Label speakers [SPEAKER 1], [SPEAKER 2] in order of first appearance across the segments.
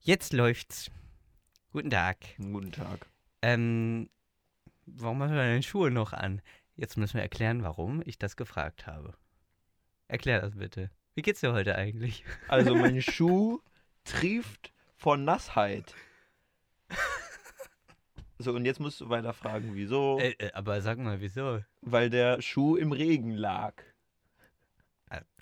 [SPEAKER 1] Jetzt läuft's. Guten Tag.
[SPEAKER 2] Guten Tag.
[SPEAKER 1] Ähm, warum hast du deine Schuhe noch an? Jetzt müssen wir erklären, warum ich das gefragt habe. Erklär das bitte. Wie geht's dir heute eigentlich?
[SPEAKER 2] Also mein Schuh trieft vor Nassheit. So, und jetzt musst du weiter fragen, wieso?
[SPEAKER 1] Äh, äh, aber sag mal, wieso?
[SPEAKER 2] Weil der Schuh im Regen lag.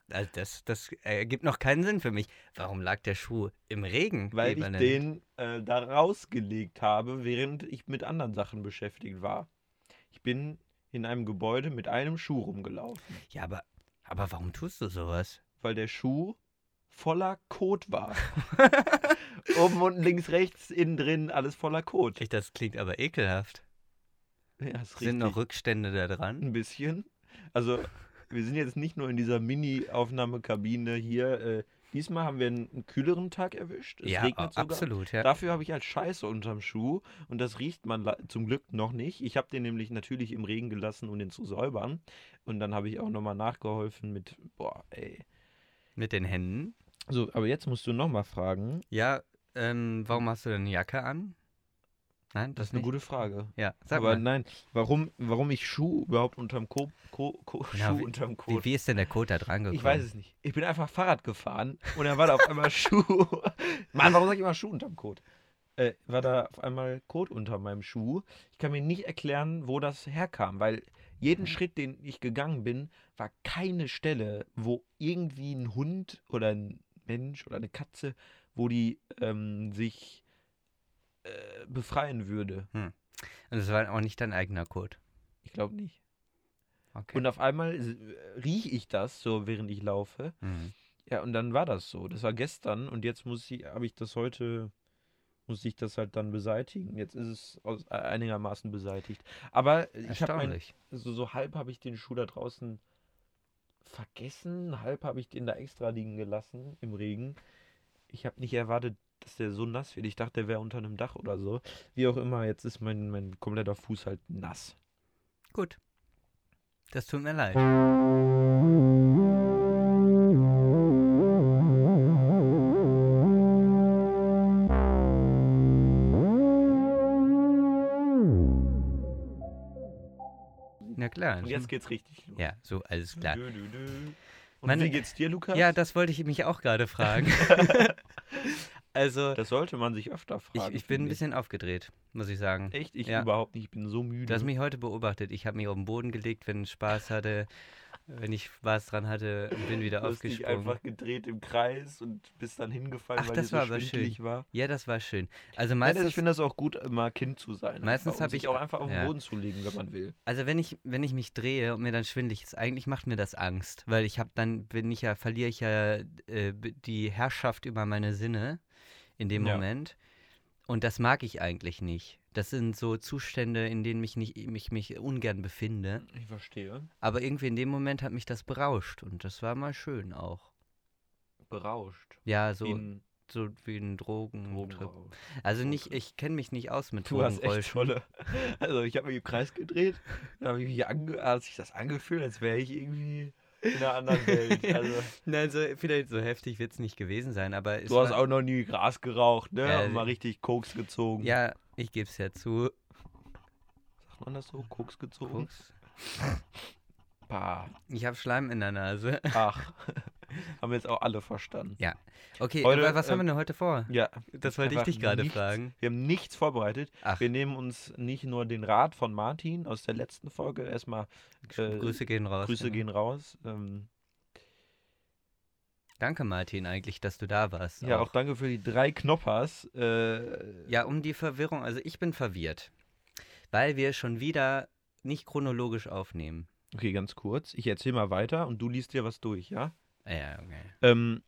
[SPEAKER 1] Also das, das ergibt noch keinen Sinn für mich. Warum lag der Schuh im Regen?
[SPEAKER 2] Weil ich
[SPEAKER 1] Ebener?
[SPEAKER 2] den äh, da rausgelegt habe, während ich mit anderen Sachen beschäftigt war. Ich bin in einem Gebäude mit einem Schuh rumgelaufen,
[SPEAKER 1] Ja, aber, aber warum tust du sowas?
[SPEAKER 2] weil der Schuh voller Kot war. Oben, unten, links, rechts, innen drin, alles voller Kot.
[SPEAKER 1] Ich, das klingt aber ekelhaft.
[SPEAKER 2] Ja, ist
[SPEAKER 1] Sind noch Rückstände da dran?
[SPEAKER 2] ein bisschen. Also, wir sind jetzt nicht nur in dieser Mini-Aufnahmekabine hier. Äh, diesmal haben wir einen, einen kühleren Tag erwischt. Es
[SPEAKER 1] ja,
[SPEAKER 2] regnet
[SPEAKER 1] a-
[SPEAKER 2] sogar.
[SPEAKER 1] absolut. Ja.
[SPEAKER 2] Dafür habe ich halt Scheiße unterm Schuh und das riecht man le- zum Glück noch nicht. Ich habe den nämlich natürlich im Regen gelassen, um den zu säubern. Und dann habe ich auch nochmal nachgeholfen mit, boah, ey.
[SPEAKER 1] Mit den Händen.
[SPEAKER 2] So, aber jetzt musst du nochmal fragen.
[SPEAKER 1] Ja, ähm, warum hast du denn eine Jacke an? Nein,
[SPEAKER 2] Das
[SPEAKER 1] das,
[SPEAKER 2] ist eine
[SPEAKER 1] nicht.
[SPEAKER 2] gute Frage.
[SPEAKER 1] Ja, sag
[SPEAKER 2] aber
[SPEAKER 1] mal.
[SPEAKER 2] nein, warum, warum ich Schuh überhaupt unterm Ko, Ko, Ko,
[SPEAKER 1] Ja,
[SPEAKER 2] Schuh
[SPEAKER 1] wie-
[SPEAKER 2] unterm Kot
[SPEAKER 1] Wie, wie ist denn der Code da dran gekommen?
[SPEAKER 2] Ich weiß es nicht. Ich bin einfach Fahrrad gefahren und dann war da auf einmal Schuh. Mann, warum sag ich immer Schuh unterm Kot? Äh, war da auf einmal Kot unter meinem Schuh. Ich kann mir nicht erklären, wo das herkam, weil jeden Schritt, den ich gegangen bin, war keine Stelle, wo irgendwie ein Hund oder ein Mensch oder eine Katze, wo die ähm, sich äh, befreien würde.
[SPEAKER 1] Und es war auch nicht dein eigener Code.
[SPEAKER 2] Ich glaube nicht.
[SPEAKER 1] Okay.
[SPEAKER 2] Und auf einmal rieche ich das, so während ich laufe.
[SPEAKER 1] Mhm.
[SPEAKER 2] Ja, und dann war das so. Das war gestern und jetzt muss ich, habe ich das heute, muss ich das halt dann beseitigen. Jetzt ist es aus, äh, einigermaßen beseitigt. Aber ich habe mein,
[SPEAKER 1] Erstaunlich.
[SPEAKER 2] so, so halb habe ich den Schuh da draußen vergessen, halb habe ich den da extra liegen gelassen im Regen. Ich habe nicht erwartet, dass der so nass wird. Ich dachte, der wäre unter einem Dach oder so. Wie auch immer, jetzt ist mein, mein kompletter Fuß halt nass.
[SPEAKER 1] Gut. Das tut mir leid. Na klar.
[SPEAKER 2] Und jetzt geht's richtig los.
[SPEAKER 1] ja, so, alles klar.
[SPEAKER 2] Dü, dü, dü. Und
[SPEAKER 1] Meine-
[SPEAKER 2] wie geht's dir, Lukas?
[SPEAKER 1] Ja, das wollte ich mich auch gerade fragen. also,
[SPEAKER 2] das sollte man sich öfter
[SPEAKER 1] ich,
[SPEAKER 2] fragen.
[SPEAKER 1] ich bin ein
[SPEAKER 2] finde
[SPEAKER 1] bisschen aufgedreht, muss ich sagen.
[SPEAKER 2] Echt? Ich
[SPEAKER 1] Ja.
[SPEAKER 2] überhaupt nicht. Ich bin so müde.
[SPEAKER 1] Du hast mich heute beobachtet. Ich habe mich auf den Boden gelegt, wenn ich Spaß hatte, wenn ich Spaß dran hatte und bin wieder
[SPEAKER 2] du hast dich
[SPEAKER 1] aufgesprungen.
[SPEAKER 2] einfach gedreht im Kreis und bist dann hingefallen,
[SPEAKER 1] Ach,
[SPEAKER 2] weil
[SPEAKER 1] das
[SPEAKER 2] dir so
[SPEAKER 1] war aber
[SPEAKER 2] schwindelig war.
[SPEAKER 1] Ja, das war schön. Also
[SPEAKER 2] Meistens,
[SPEAKER 1] meistens,
[SPEAKER 2] ich finde das auch gut, immer Kind zu sein.
[SPEAKER 1] Meistens
[SPEAKER 2] einfach, um
[SPEAKER 1] hab
[SPEAKER 2] sich
[SPEAKER 1] ich-
[SPEAKER 2] auch einfach auf den
[SPEAKER 1] ja.
[SPEAKER 2] Boden zu legen, wenn man will.
[SPEAKER 1] also wenn ich, wenn ich mich drehe und mir dann schwindelig ist, eigentlich macht mir das Angst, weil ich habe dann bin ich ja verliere ich ja äh, b- die Herrschaft über meine Sinne in dem
[SPEAKER 2] Ja.
[SPEAKER 1] Moment und das mag ich eigentlich nicht. Das sind so Zustände, in denen mich nicht mich mich ungern befinde,
[SPEAKER 2] Ich verstehe.
[SPEAKER 1] aber irgendwie in dem Moment hat mich das berauscht und das war mal schön auch.
[SPEAKER 2] Berauscht.
[SPEAKER 1] Ja, so
[SPEAKER 2] Wie ein
[SPEAKER 1] so wie ein Drogentrip.
[SPEAKER 2] Drogenrausch.
[SPEAKER 1] Also nicht,
[SPEAKER 2] Drogentrip.
[SPEAKER 1] ich kenne mich nicht aus mit
[SPEAKER 2] Du hast
[SPEAKER 1] Drogenrausch.
[SPEAKER 2] echt tolle. Also ich habe mich im Kreis gedreht, dann habe ich mich ange hat sich das angefühlt, als wäre ich irgendwie in einer anderen Welt. Also,
[SPEAKER 1] Nein, so, vielleicht so heftig wird es nicht gewesen sein, aber es
[SPEAKER 2] du hast
[SPEAKER 1] war-
[SPEAKER 2] auch noch nie Gras geraucht, ne?
[SPEAKER 1] Ja,
[SPEAKER 2] Und mal richtig Koks gezogen.
[SPEAKER 1] Ja, ich gebe es ja zu.
[SPEAKER 2] Sagt man das so? Koks gezogen?
[SPEAKER 1] Koks.
[SPEAKER 2] Bah.
[SPEAKER 1] Ich habe Schleim in der Nase.
[SPEAKER 2] Ach, haben jetzt auch alle verstanden.
[SPEAKER 1] Okay,
[SPEAKER 2] Heute,
[SPEAKER 1] aber was haben wir
[SPEAKER 2] ähm,
[SPEAKER 1] denn heute vor?
[SPEAKER 2] Ja.
[SPEAKER 1] Das wollte ich
[SPEAKER 2] einfach
[SPEAKER 1] dich gerade
[SPEAKER 2] nichts-
[SPEAKER 1] fragen.
[SPEAKER 2] Wir haben nichts vorbereitet.
[SPEAKER 1] Ach,
[SPEAKER 2] Wir nehmen uns nicht nur den Rat von Martin aus der letzten Folge. Erstmal äh,
[SPEAKER 1] Grüße gehen raus. genau.
[SPEAKER 2] Grüße gehen raus. Ähm,
[SPEAKER 1] Danke, Martin, eigentlich, dass du da warst.
[SPEAKER 2] ja, auch danke für die drei Knoppers. Äh,
[SPEAKER 1] ja, um die Verwirrung. Also, ich bin verwirrt, weil wir schon wieder nicht chronologisch aufnehmen.
[SPEAKER 2] Okay, ganz kurz. Ich erzähle mal weiter und du liest dir was durch, ja?
[SPEAKER 1] Ah Ja, okay.
[SPEAKER 2] Ähm,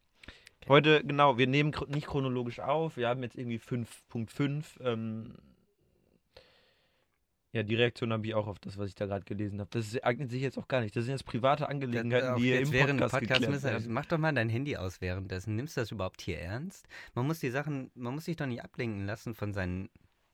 [SPEAKER 2] Heute, genau, wir nehmen chro- nicht chronologisch auf. Wir haben jetzt irgendwie 5.5. Ähm, ja, die Reaktion habe ich auch auf das, was ich da gerade gelesen habe. Das eignet sich jetzt auch gar nicht. Das sind jetzt private Angelegenheiten,
[SPEAKER 1] auch
[SPEAKER 2] die hier im
[SPEAKER 1] jetzt während
[SPEAKER 2] Podcast, geklärt
[SPEAKER 1] müssen-
[SPEAKER 2] werden.
[SPEAKER 1] Mach doch mal dein Handy aus währenddessen. Nimmst du das überhaupt hier ernst? Man muss die Sachen, man muss sich doch nicht ablenken lassen von seinen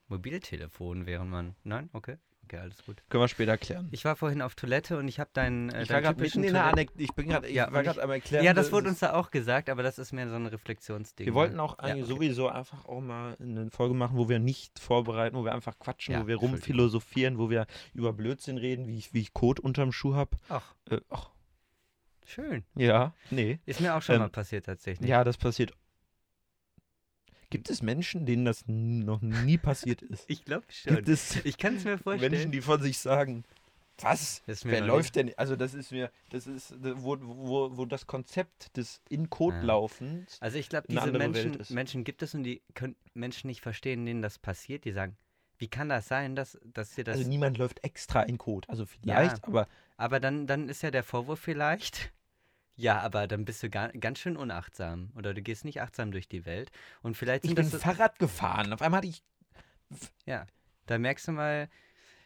[SPEAKER 1] Mobiltelefonen, während man. Nein? Okay. Okay, alles gut.
[SPEAKER 2] Können wir später klären.
[SPEAKER 1] Ich war vorhin auf Toilette und ich habe deinen. Äh,
[SPEAKER 2] Ich war
[SPEAKER 1] deinen
[SPEAKER 2] gerade
[SPEAKER 1] typischen
[SPEAKER 2] mitten in der
[SPEAKER 1] Toilette-
[SPEAKER 2] Anekdote. Ich bin gerade
[SPEAKER 1] Ja,
[SPEAKER 2] ja,
[SPEAKER 1] und ich-
[SPEAKER 2] am Erklären.
[SPEAKER 1] Ja, das wurde
[SPEAKER 2] dass-
[SPEAKER 1] uns da auch gesagt, aber das ist mehr so ein Reflexionsding.
[SPEAKER 2] Wir
[SPEAKER 1] ne?
[SPEAKER 2] wollten auch
[SPEAKER 1] Ja,
[SPEAKER 2] eigentlich
[SPEAKER 1] okay.
[SPEAKER 2] sowieso einfach auch mal eine Folge machen, wo wir nicht vorbereiten, wo wir einfach quatschen,
[SPEAKER 1] Ja,
[SPEAKER 2] wo wir
[SPEAKER 1] Entschuldigung.
[SPEAKER 2] rumphilosophieren, wo wir über Blödsinn reden, wie ich, wie ich Kot unterm Schuh habe.
[SPEAKER 1] Ach,
[SPEAKER 2] Äh, ach,
[SPEAKER 1] schön.
[SPEAKER 2] ja, nee.
[SPEAKER 1] Ist mir auch schon
[SPEAKER 2] Ähm,
[SPEAKER 1] mal passiert tatsächlich.
[SPEAKER 2] Ja, das passiert. Gibt es Menschen, denen das n- noch nie passiert ist?
[SPEAKER 1] Ich glaube
[SPEAKER 2] Gibt
[SPEAKER 1] schon.
[SPEAKER 2] es
[SPEAKER 1] Ich kann es mir vorstellen.
[SPEAKER 2] Menschen, die von sich sagen, was?
[SPEAKER 1] Das ist mir
[SPEAKER 2] Wer
[SPEAKER 1] noch
[SPEAKER 2] läuft denn? Also das ist mir, das ist, wo, wo, wo das Konzept des in Kot
[SPEAKER 1] Ja.
[SPEAKER 2] laufens
[SPEAKER 1] Also ich glaube,
[SPEAKER 2] eine
[SPEAKER 1] diese
[SPEAKER 2] andere Welt
[SPEAKER 1] Menschen,
[SPEAKER 2] ist.
[SPEAKER 1] Menschen gibt es und die können Menschen nicht verstehen, denen das passiert. Die sagen, wie kann das sein, dass, dass dir das...
[SPEAKER 2] also niemand läuft extra in Kot. Also vielleicht, aber
[SPEAKER 1] aber dann, dann ist ja der Vorwurf vielleicht... Ja, aber dann bist du ga- ganz schön unachtsam oder du gehst nicht achtsam durch die Welt und vielleicht
[SPEAKER 2] Ich
[SPEAKER 1] sind das
[SPEAKER 2] bin
[SPEAKER 1] so-
[SPEAKER 2] Fahrrad gefahren. Auf einmal hatte ich.
[SPEAKER 1] Da merkst du mal,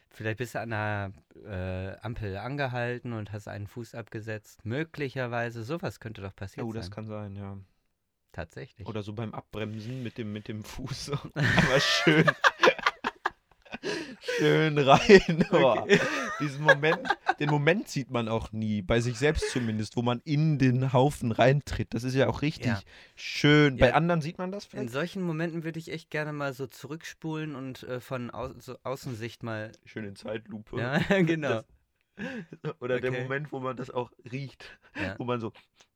[SPEAKER 1] vielleicht bist du an einer äh, Ampel angehalten und hast einen Fuß abgesetzt. Möglicherweise, sowas könnte doch passiert
[SPEAKER 2] Oh, das
[SPEAKER 1] sein.
[SPEAKER 2] kann sein, ja.
[SPEAKER 1] Tatsächlich.
[SPEAKER 2] Oder so beim Abbremsen mit dem, mit dem Fuß. so. Aber schön. schön rein. Oh,
[SPEAKER 1] Okay.
[SPEAKER 2] Diesen Moment, den Moment sieht man auch nie, bei sich selbst zumindest, wo man in den Haufen reintritt. Das ist ja auch richtig
[SPEAKER 1] Ja.
[SPEAKER 2] schön.
[SPEAKER 1] Ja.
[SPEAKER 2] Bei anderen sieht man das
[SPEAKER 1] In
[SPEAKER 2] vielleicht?
[SPEAKER 1] solchen Momenten würde ich echt gerne mal so zurückspulen und äh, von au so Außensicht mal.
[SPEAKER 2] Schön in Zeitlupe.
[SPEAKER 1] Ja, genau.
[SPEAKER 2] Das, oder der
[SPEAKER 1] Okay.
[SPEAKER 2] Moment, wo man das auch riecht.
[SPEAKER 1] Ja.
[SPEAKER 2] Wo man so,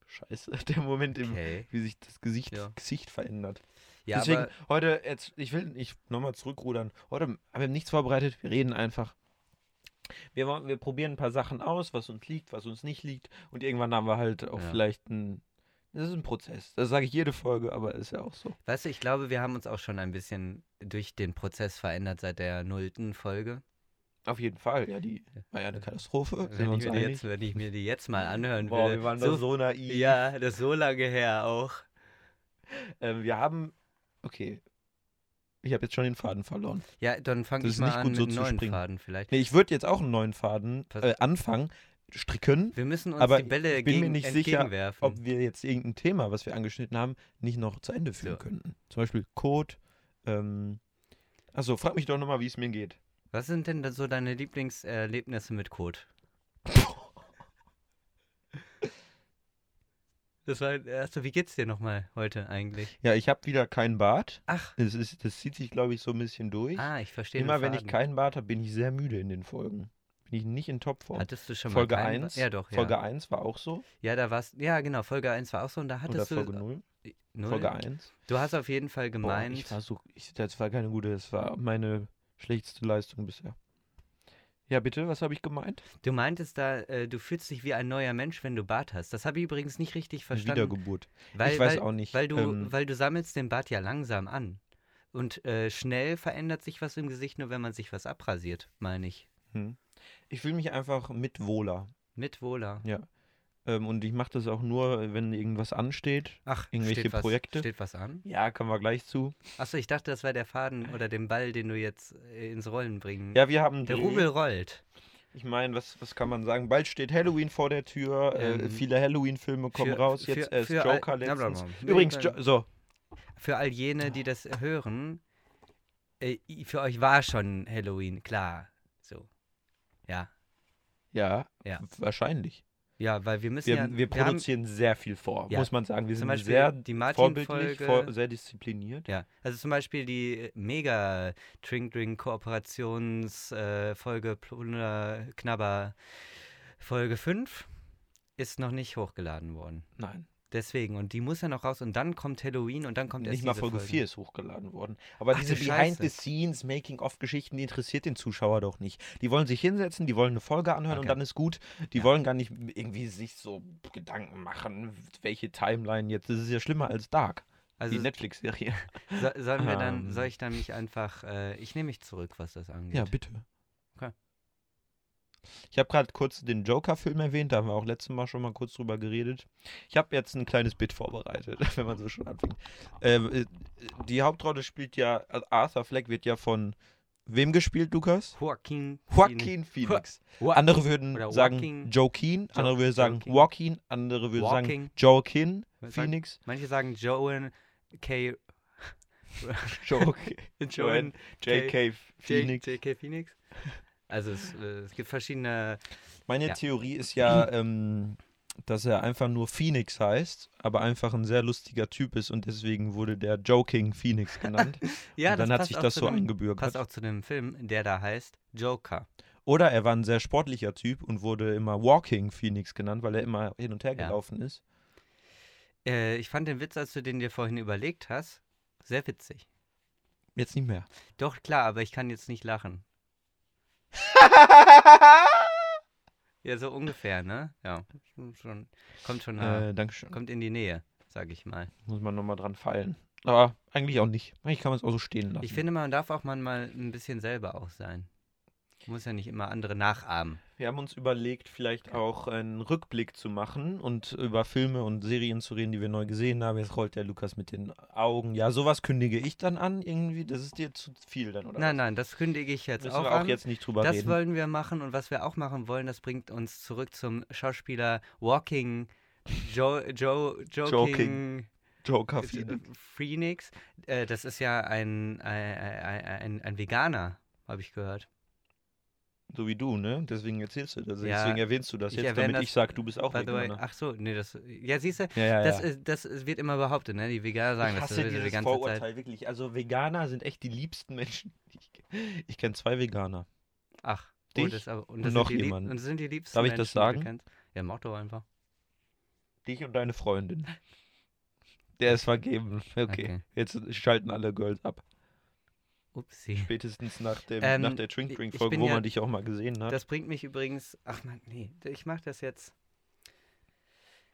[SPEAKER 2] scheiße, der Moment, im,
[SPEAKER 1] Okay.
[SPEAKER 2] wie sich das Gesicht,
[SPEAKER 1] Ja.
[SPEAKER 2] Gesicht verändert.
[SPEAKER 1] Ja,
[SPEAKER 2] Deswegen
[SPEAKER 1] aber
[SPEAKER 2] heute, jetzt, ich will nicht nochmal zurückrudern. Heute haben wir nichts vorbereitet, wir reden einfach. Wir, wollen- wir probieren ein paar Sachen aus, was uns liegt, was uns nicht liegt. Und irgendwann haben wir halt auch
[SPEAKER 1] Ja.
[SPEAKER 2] vielleicht ein. Das ist ein Prozess. Das sage ich jede Folge, aber ist ja auch so.
[SPEAKER 1] weißt du, ich glaube, wir haben uns auch schon ein bisschen durch den Prozess verändert seit der nullten Folge.
[SPEAKER 2] Auf jeden Fall. Ja, die war ja eine Katastrophe. Oh, sind wir
[SPEAKER 1] Wenn
[SPEAKER 2] uns
[SPEAKER 1] ich, mir die
[SPEAKER 2] einig.
[SPEAKER 1] jetzt, wenn ich mir die jetzt mal anhören
[SPEAKER 2] Boah,
[SPEAKER 1] würde.
[SPEAKER 2] wir waren
[SPEAKER 1] so,
[SPEAKER 2] doch so naiv.
[SPEAKER 1] ja, das ist so lange her auch.
[SPEAKER 2] Ähm, wir haben. Okay. Ich habe jetzt schon den Faden verloren.
[SPEAKER 1] Ja, dann fang
[SPEAKER 2] Das
[SPEAKER 1] ich
[SPEAKER 2] ist
[SPEAKER 1] mal
[SPEAKER 2] nicht
[SPEAKER 1] an
[SPEAKER 2] gut,
[SPEAKER 1] mit
[SPEAKER 2] so
[SPEAKER 1] einem
[SPEAKER 2] zu
[SPEAKER 1] neuen
[SPEAKER 2] springen.
[SPEAKER 1] Faden vielleicht.
[SPEAKER 2] Nee, ich würde jetzt auch einen neuen Faden
[SPEAKER 1] Pass-
[SPEAKER 2] äh, anfangen, stricken.
[SPEAKER 1] Wir müssen uns
[SPEAKER 2] Aber
[SPEAKER 1] die Bälle
[SPEAKER 2] ich bin mir
[SPEAKER 1] gegen,
[SPEAKER 2] nicht sicher,
[SPEAKER 1] entgegenwerfen.
[SPEAKER 2] ob wir jetzt irgendein Thema, was wir angeschnitten haben, nicht noch zu Ende führen
[SPEAKER 1] Ja.
[SPEAKER 2] könnten. Zum Beispiel Code. Ähm, also frag mich doch nochmal, wie es mir geht.
[SPEAKER 1] Was sind denn da so deine Lieblingserlebnisse mit Code? Das war, also wie geht's dir nochmal heute eigentlich?
[SPEAKER 2] Ja, ich habe wieder keinen Bart.
[SPEAKER 1] Ach,
[SPEAKER 2] Das, ist, das zieht sich, glaube ich, so ein bisschen durch.
[SPEAKER 1] ah, ich verstehe. den
[SPEAKER 2] Immer wenn ich
[SPEAKER 1] Faden.
[SPEAKER 2] keinen Bart habe, bin ich sehr müde in den Folgen. Bin ich nicht in Topform.
[SPEAKER 1] Hattest du schon
[SPEAKER 2] Folge
[SPEAKER 1] mal keinen Ba-
[SPEAKER 2] 1,
[SPEAKER 1] Ja, doch,
[SPEAKER 2] Folge
[SPEAKER 1] ja.
[SPEAKER 2] 1 war auch so.
[SPEAKER 1] Ja, da warst Ja, genau, Folge 1 war auch so und da
[SPEAKER 2] oder
[SPEAKER 1] hattest
[SPEAKER 2] Folge
[SPEAKER 1] du
[SPEAKER 2] 0.
[SPEAKER 1] Null.
[SPEAKER 2] Folge 1.
[SPEAKER 1] Du hast auf jeden Fall
[SPEAKER 2] Boah,
[SPEAKER 1] gemeint.
[SPEAKER 2] ich war so, ich, das war keine gute, das war meine schlechteste Leistung bisher. Ja, bitte, was habe ich gemeint?
[SPEAKER 1] du meintest da, äh, du fühlst dich wie ein neuer Mensch, wenn du Bart hast. Das habe ich übrigens nicht richtig verstanden.
[SPEAKER 2] Wiedergeburt.
[SPEAKER 1] Weil,
[SPEAKER 2] ich weiß
[SPEAKER 1] weil,
[SPEAKER 2] auch nicht.
[SPEAKER 1] Weil du,
[SPEAKER 2] ähm,
[SPEAKER 1] weil du sammelst den Bart ja langsam an. Und äh, schnell verändert sich was im Gesicht, nur wenn man sich was abrasiert, meine ich.
[SPEAKER 2] hm. Ich fühle mich einfach mitwohler.
[SPEAKER 1] Mit Wohler.
[SPEAKER 2] Ja. Ähm, und ich mache das auch nur, wenn irgendwas ansteht.
[SPEAKER 1] Ach,
[SPEAKER 2] Irgendwelche
[SPEAKER 1] steht was,
[SPEAKER 2] Projekte?
[SPEAKER 1] Steht was an?
[SPEAKER 2] Ja, kommen wir gleich zu.
[SPEAKER 1] Achso, ich dachte, das wäre der Faden oder den Ball, den du jetzt äh, ins Rollen bringen.
[SPEAKER 2] Ja, wir haben.
[SPEAKER 1] der
[SPEAKER 2] Dreh.
[SPEAKER 1] Rubel rollt.
[SPEAKER 2] Ich meine, was, was kann man sagen? Bald steht Halloween vor der Tür. äh,
[SPEAKER 1] Ähm,
[SPEAKER 2] viele Halloween-Filme kommen
[SPEAKER 1] für-
[SPEAKER 2] raus.
[SPEAKER 1] für-
[SPEAKER 2] Jetzt äh, ist
[SPEAKER 1] für all-
[SPEAKER 2] Joker
[SPEAKER 1] na, bla,
[SPEAKER 2] letztens.
[SPEAKER 1] bla.
[SPEAKER 2] Übrigens, jo Ah. so.
[SPEAKER 1] Für all jene, die das hören, äh, i- für euch war schon Halloween, klar. So. Ja.
[SPEAKER 2] Ja,
[SPEAKER 1] Ja.
[SPEAKER 2] wahrscheinlich.
[SPEAKER 1] Ja, weil wir müssen
[SPEAKER 2] Wir,
[SPEAKER 1] ja.
[SPEAKER 2] wir produzieren sehr viel vor,
[SPEAKER 1] Ja.
[SPEAKER 2] muss man sagen. Wir
[SPEAKER 1] haben zum
[SPEAKER 2] sind
[SPEAKER 1] Beispiel
[SPEAKER 2] sehr
[SPEAKER 1] die Martin-Folge.
[SPEAKER 2] vorbildlich, vor, sehr diszipliniert.
[SPEAKER 1] Ja, also zum Beispiel die mega Drink Drink Kooperations äh, Folge Plunder Knabber Folge 5 ist noch nicht hochgeladen worden.
[SPEAKER 2] Nein,
[SPEAKER 1] Deswegen und die muss ja noch raus und dann kommt Halloween und dann kommt erst
[SPEAKER 2] nicht mal
[SPEAKER 1] diese
[SPEAKER 2] Folge
[SPEAKER 1] Folge.
[SPEAKER 2] 4 ist hochgeladen worden. Aber
[SPEAKER 1] Ach
[SPEAKER 2] diese
[SPEAKER 1] du Scheiße.
[SPEAKER 2] Behind-the-Scenes, Making-of-Geschichten, die interessiert den Zuschauer doch nicht. Die wollen sich hinsetzen, die wollen eine Folge anhören
[SPEAKER 1] Okay.
[SPEAKER 2] und dann ist gut. Die
[SPEAKER 1] Ja.
[SPEAKER 2] wollen gar nicht irgendwie sich so Gedanken machen, welche Timeline jetzt. Das ist ja schlimmer als Dark,
[SPEAKER 1] Also
[SPEAKER 2] die Netflix-Serie.
[SPEAKER 1] so, sollen wir dann
[SPEAKER 2] Ähm.
[SPEAKER 1] soll ich dann mich einfach äh, ich nehme mich zurück, was das angeht.
[SPEAKER 2] Ja, bitte.
[SPEAKER 1] Okay.
[SPEAKER 2] Ich habe gerade kurz den Joker-Film erwähnt, da haben wir auch letztes Mal schon mal kurz drüber geredet. Ich habe jetzt ein kleines Bit vorbereitet, wenn man so schon anfängt. Ähm, äh, die Hauptrolle spielt ja, also Arthur Fleck wird ja von wem gespielt, Lukas?
[SPEAKER 1] Joaquin
[SPEAKER 2] Joaquin Phoenix. Andere würden
[SPEAKER 1] Oder Joaquin.
[SPEAKER 2] sagen Joaquin, andere würden sagen
[SPEAKER 1] Joaquin.
[SPEAKER 2] Joaquin, andere würden
[SPEAKER 1] Joaquin.
[SPEAKER 2] sagen Joaquin
[SPEAKER 1] Wir sagen-
[SPEAKER 2] Phoenix.
[SPEAKER 1] Manche sagen Joan K
[SPEAKER 2] Joaquin.
[SPEAKER 1] Joan
[SPEAKER 2] J.K.
[SPEAKER 1] J-
[SPEAKER 2] Phoenix.
[SPEAKER 1] JK Phoenix. Also es, äh, es gibt verschiedene.
[SPEAKER 2] Meine
[SPEAKER 1] Ja. Mhm.
[SPEAKER 2] Theorie ist ja, ähm, dass er einfach nur Phoenix heißt, aber einfach ein sehr lustiger Typ ist und deswegen wurde der Joking Phoenix genannt.
[SPEAKER 1] Ja,
[SPEAKER 2] und dann hat
[SPEAKER 1] passt
[SPEAKER 2] sich
[SPEAKER 1] auch
[SPEAKER 2] das
[SPEAKER 1] zu
[SPEAKER 2] so
[SPEAKER 1] dem-
[SPEAKER 2] eingebürgert.
[SPEAKER 1] Passt auch zu dem Film, der da heißt Joker.
[SPEAKER 2] Oder er war ein sehr sportlicher Typ und wurde immer Walking Phoenix genannt, weil er immer hin und her
[SPEAKER 1] Ja.
[SPEAKER 2] gelaufen ist.
[SPEAKER 1] Äh, ich fand den Witz, als du den dir vorhin überlegt hast, sehr witzig.
[SPEAKER 2] Jetzt nicht mehr.
[SPEAKER 1] Doch, klar, aber ich kann jetzt nicht lachen. Ja, so ungefähr, ne? Ja. Schon- Schon, kommt schon nah,
[SPEAKER 2] äh, Dankeschön.
[SPEAKER 1] kommt in die Nähe, sag ich mal.
[SPEAKER 2] Muss man nochmal dran fallen. Aber eigentlich auch nicht. Eigentlich kann man es auch so stehen lassen.
[SPEAKER 1] Ich finde, man darf auch manchmal ein bisschen selber auch sein. Muss ja nicht immer andere nachahmen.
[SPEAKER 2] Wir haben uns überlegt, vielleicht auch einen Rückblick zu machen und über Filme und Serien zu reden, die wir neu gesehen haben. Jetzt rollt der Lukas mit den Augen. Ja, sowas kündige ich dann an irgendwie. Das ist dir zu viel dann, oder?
[SPEAKER 1] Nein, nein, das kündige ich jetzt
[SPEAKER 2] Müssen
[SPEAKER 1] auch,
[SPEAKER 2] wir auch
[SPEAKER 1] an.
[SPEAKER 2] jetzt nicht drüber
[SPEAKER 1] das
[SPEAKER 2] reden.
[SPEAKER 1] wollen wir machen und was wir auch machen wollen, das bringt uns zurück zum Schauspieler Walking jo jo Joking,
[SPEAKER 2] Joker
[SPEAKER 1] Phoenix. Äh, das ist ja ein, ein, ein, ein- ein Veganer, habe ich gehört.
[SPEAKER 2] So wie du, ne? Deswegen erzählst du das.
[SPEAKER 1] Ja,
[SPEAKER 2] Deswegen erwähnst du das
[SPEAKER 1] ich
[SPEAKER 2] jetzt,
[SPEAKER 1] erwähne
[SPEAKER 2] damit
[SPEAKER 1] das,
[SPEAKER 2] ich sage, du bist auch
[SPEAKER 1] By the way,
[SPEAKER 2] Veganer.
[SPEAKER 1] ach so, nee, das. Ja, siehst du,
[SPEAKER 2] Ja, ja,
[SPEAKER 1] das,
[SPEAKER 2] ja.
[SPEAKER 1] ist- das ist- wird immer behauptet, ne? Die Veganer sagen
[SPEAKER 2] ich
[SPEAKER 1] das, das
[SPEAKER 2] hasse
[SPEAKER 1] wird die
[SPEAKER 2] dieses
[SPEAKER 1] ganze
[SPEAKER 2] Vorurteil
[SPEAKER 1] Zeit.
[SPEAKER 2] wirklich. Also Veganer sind echt die liebsten Menschen. die Ich, kenn- ich kenne zwei Veganer.
[SPEAKER 1] Ach,
[SPEAKER 2] Dich
[SPEAKER 1] und das, aber- und
[SPEAKER 2] und
[SPEAKER 1] das sind
[SPEAKER 2] noch
[SPEAKER 1] die lieb-
[SPEAKER 2] jemanden.
[SPEAKER 1] Und das sind die liebsten
[SPEAKER 2] Darf ich das
[SPEAKER 1] Menschen, die du
[SPEAKER 2] sagen?
[SPEAKER 1] kennst. Ja, mach doch einfach.
[SPEAKER 2] Dich und deine Freundin. Der ist vergeben. Okay.
[SPEAKER 1] Okay.
[SPEAKER 2] Jetzt schalten alle Girls ab.
[SPEAKER 1] Upsi.
[SPEAKER 2] Spätestens nach, dem,
[SPEAKER 1] Ähm,
[SPEAKER 2] nach der Drink
[SPEAKER 1] ich-
[SPEAKER 2] Drink
[SPEAKER 1] ich
[SPEAKER 2] Folge,
[SPEAKER 1] bin
[SPEAKER 2] wo
[SPEAKER 1] ja-
[SPEAKER 2] man dich auch mal gesehen hat.
[SPEAKER 1] Das bringt mich übrigens. Ach man, nee, ich mach das jetzt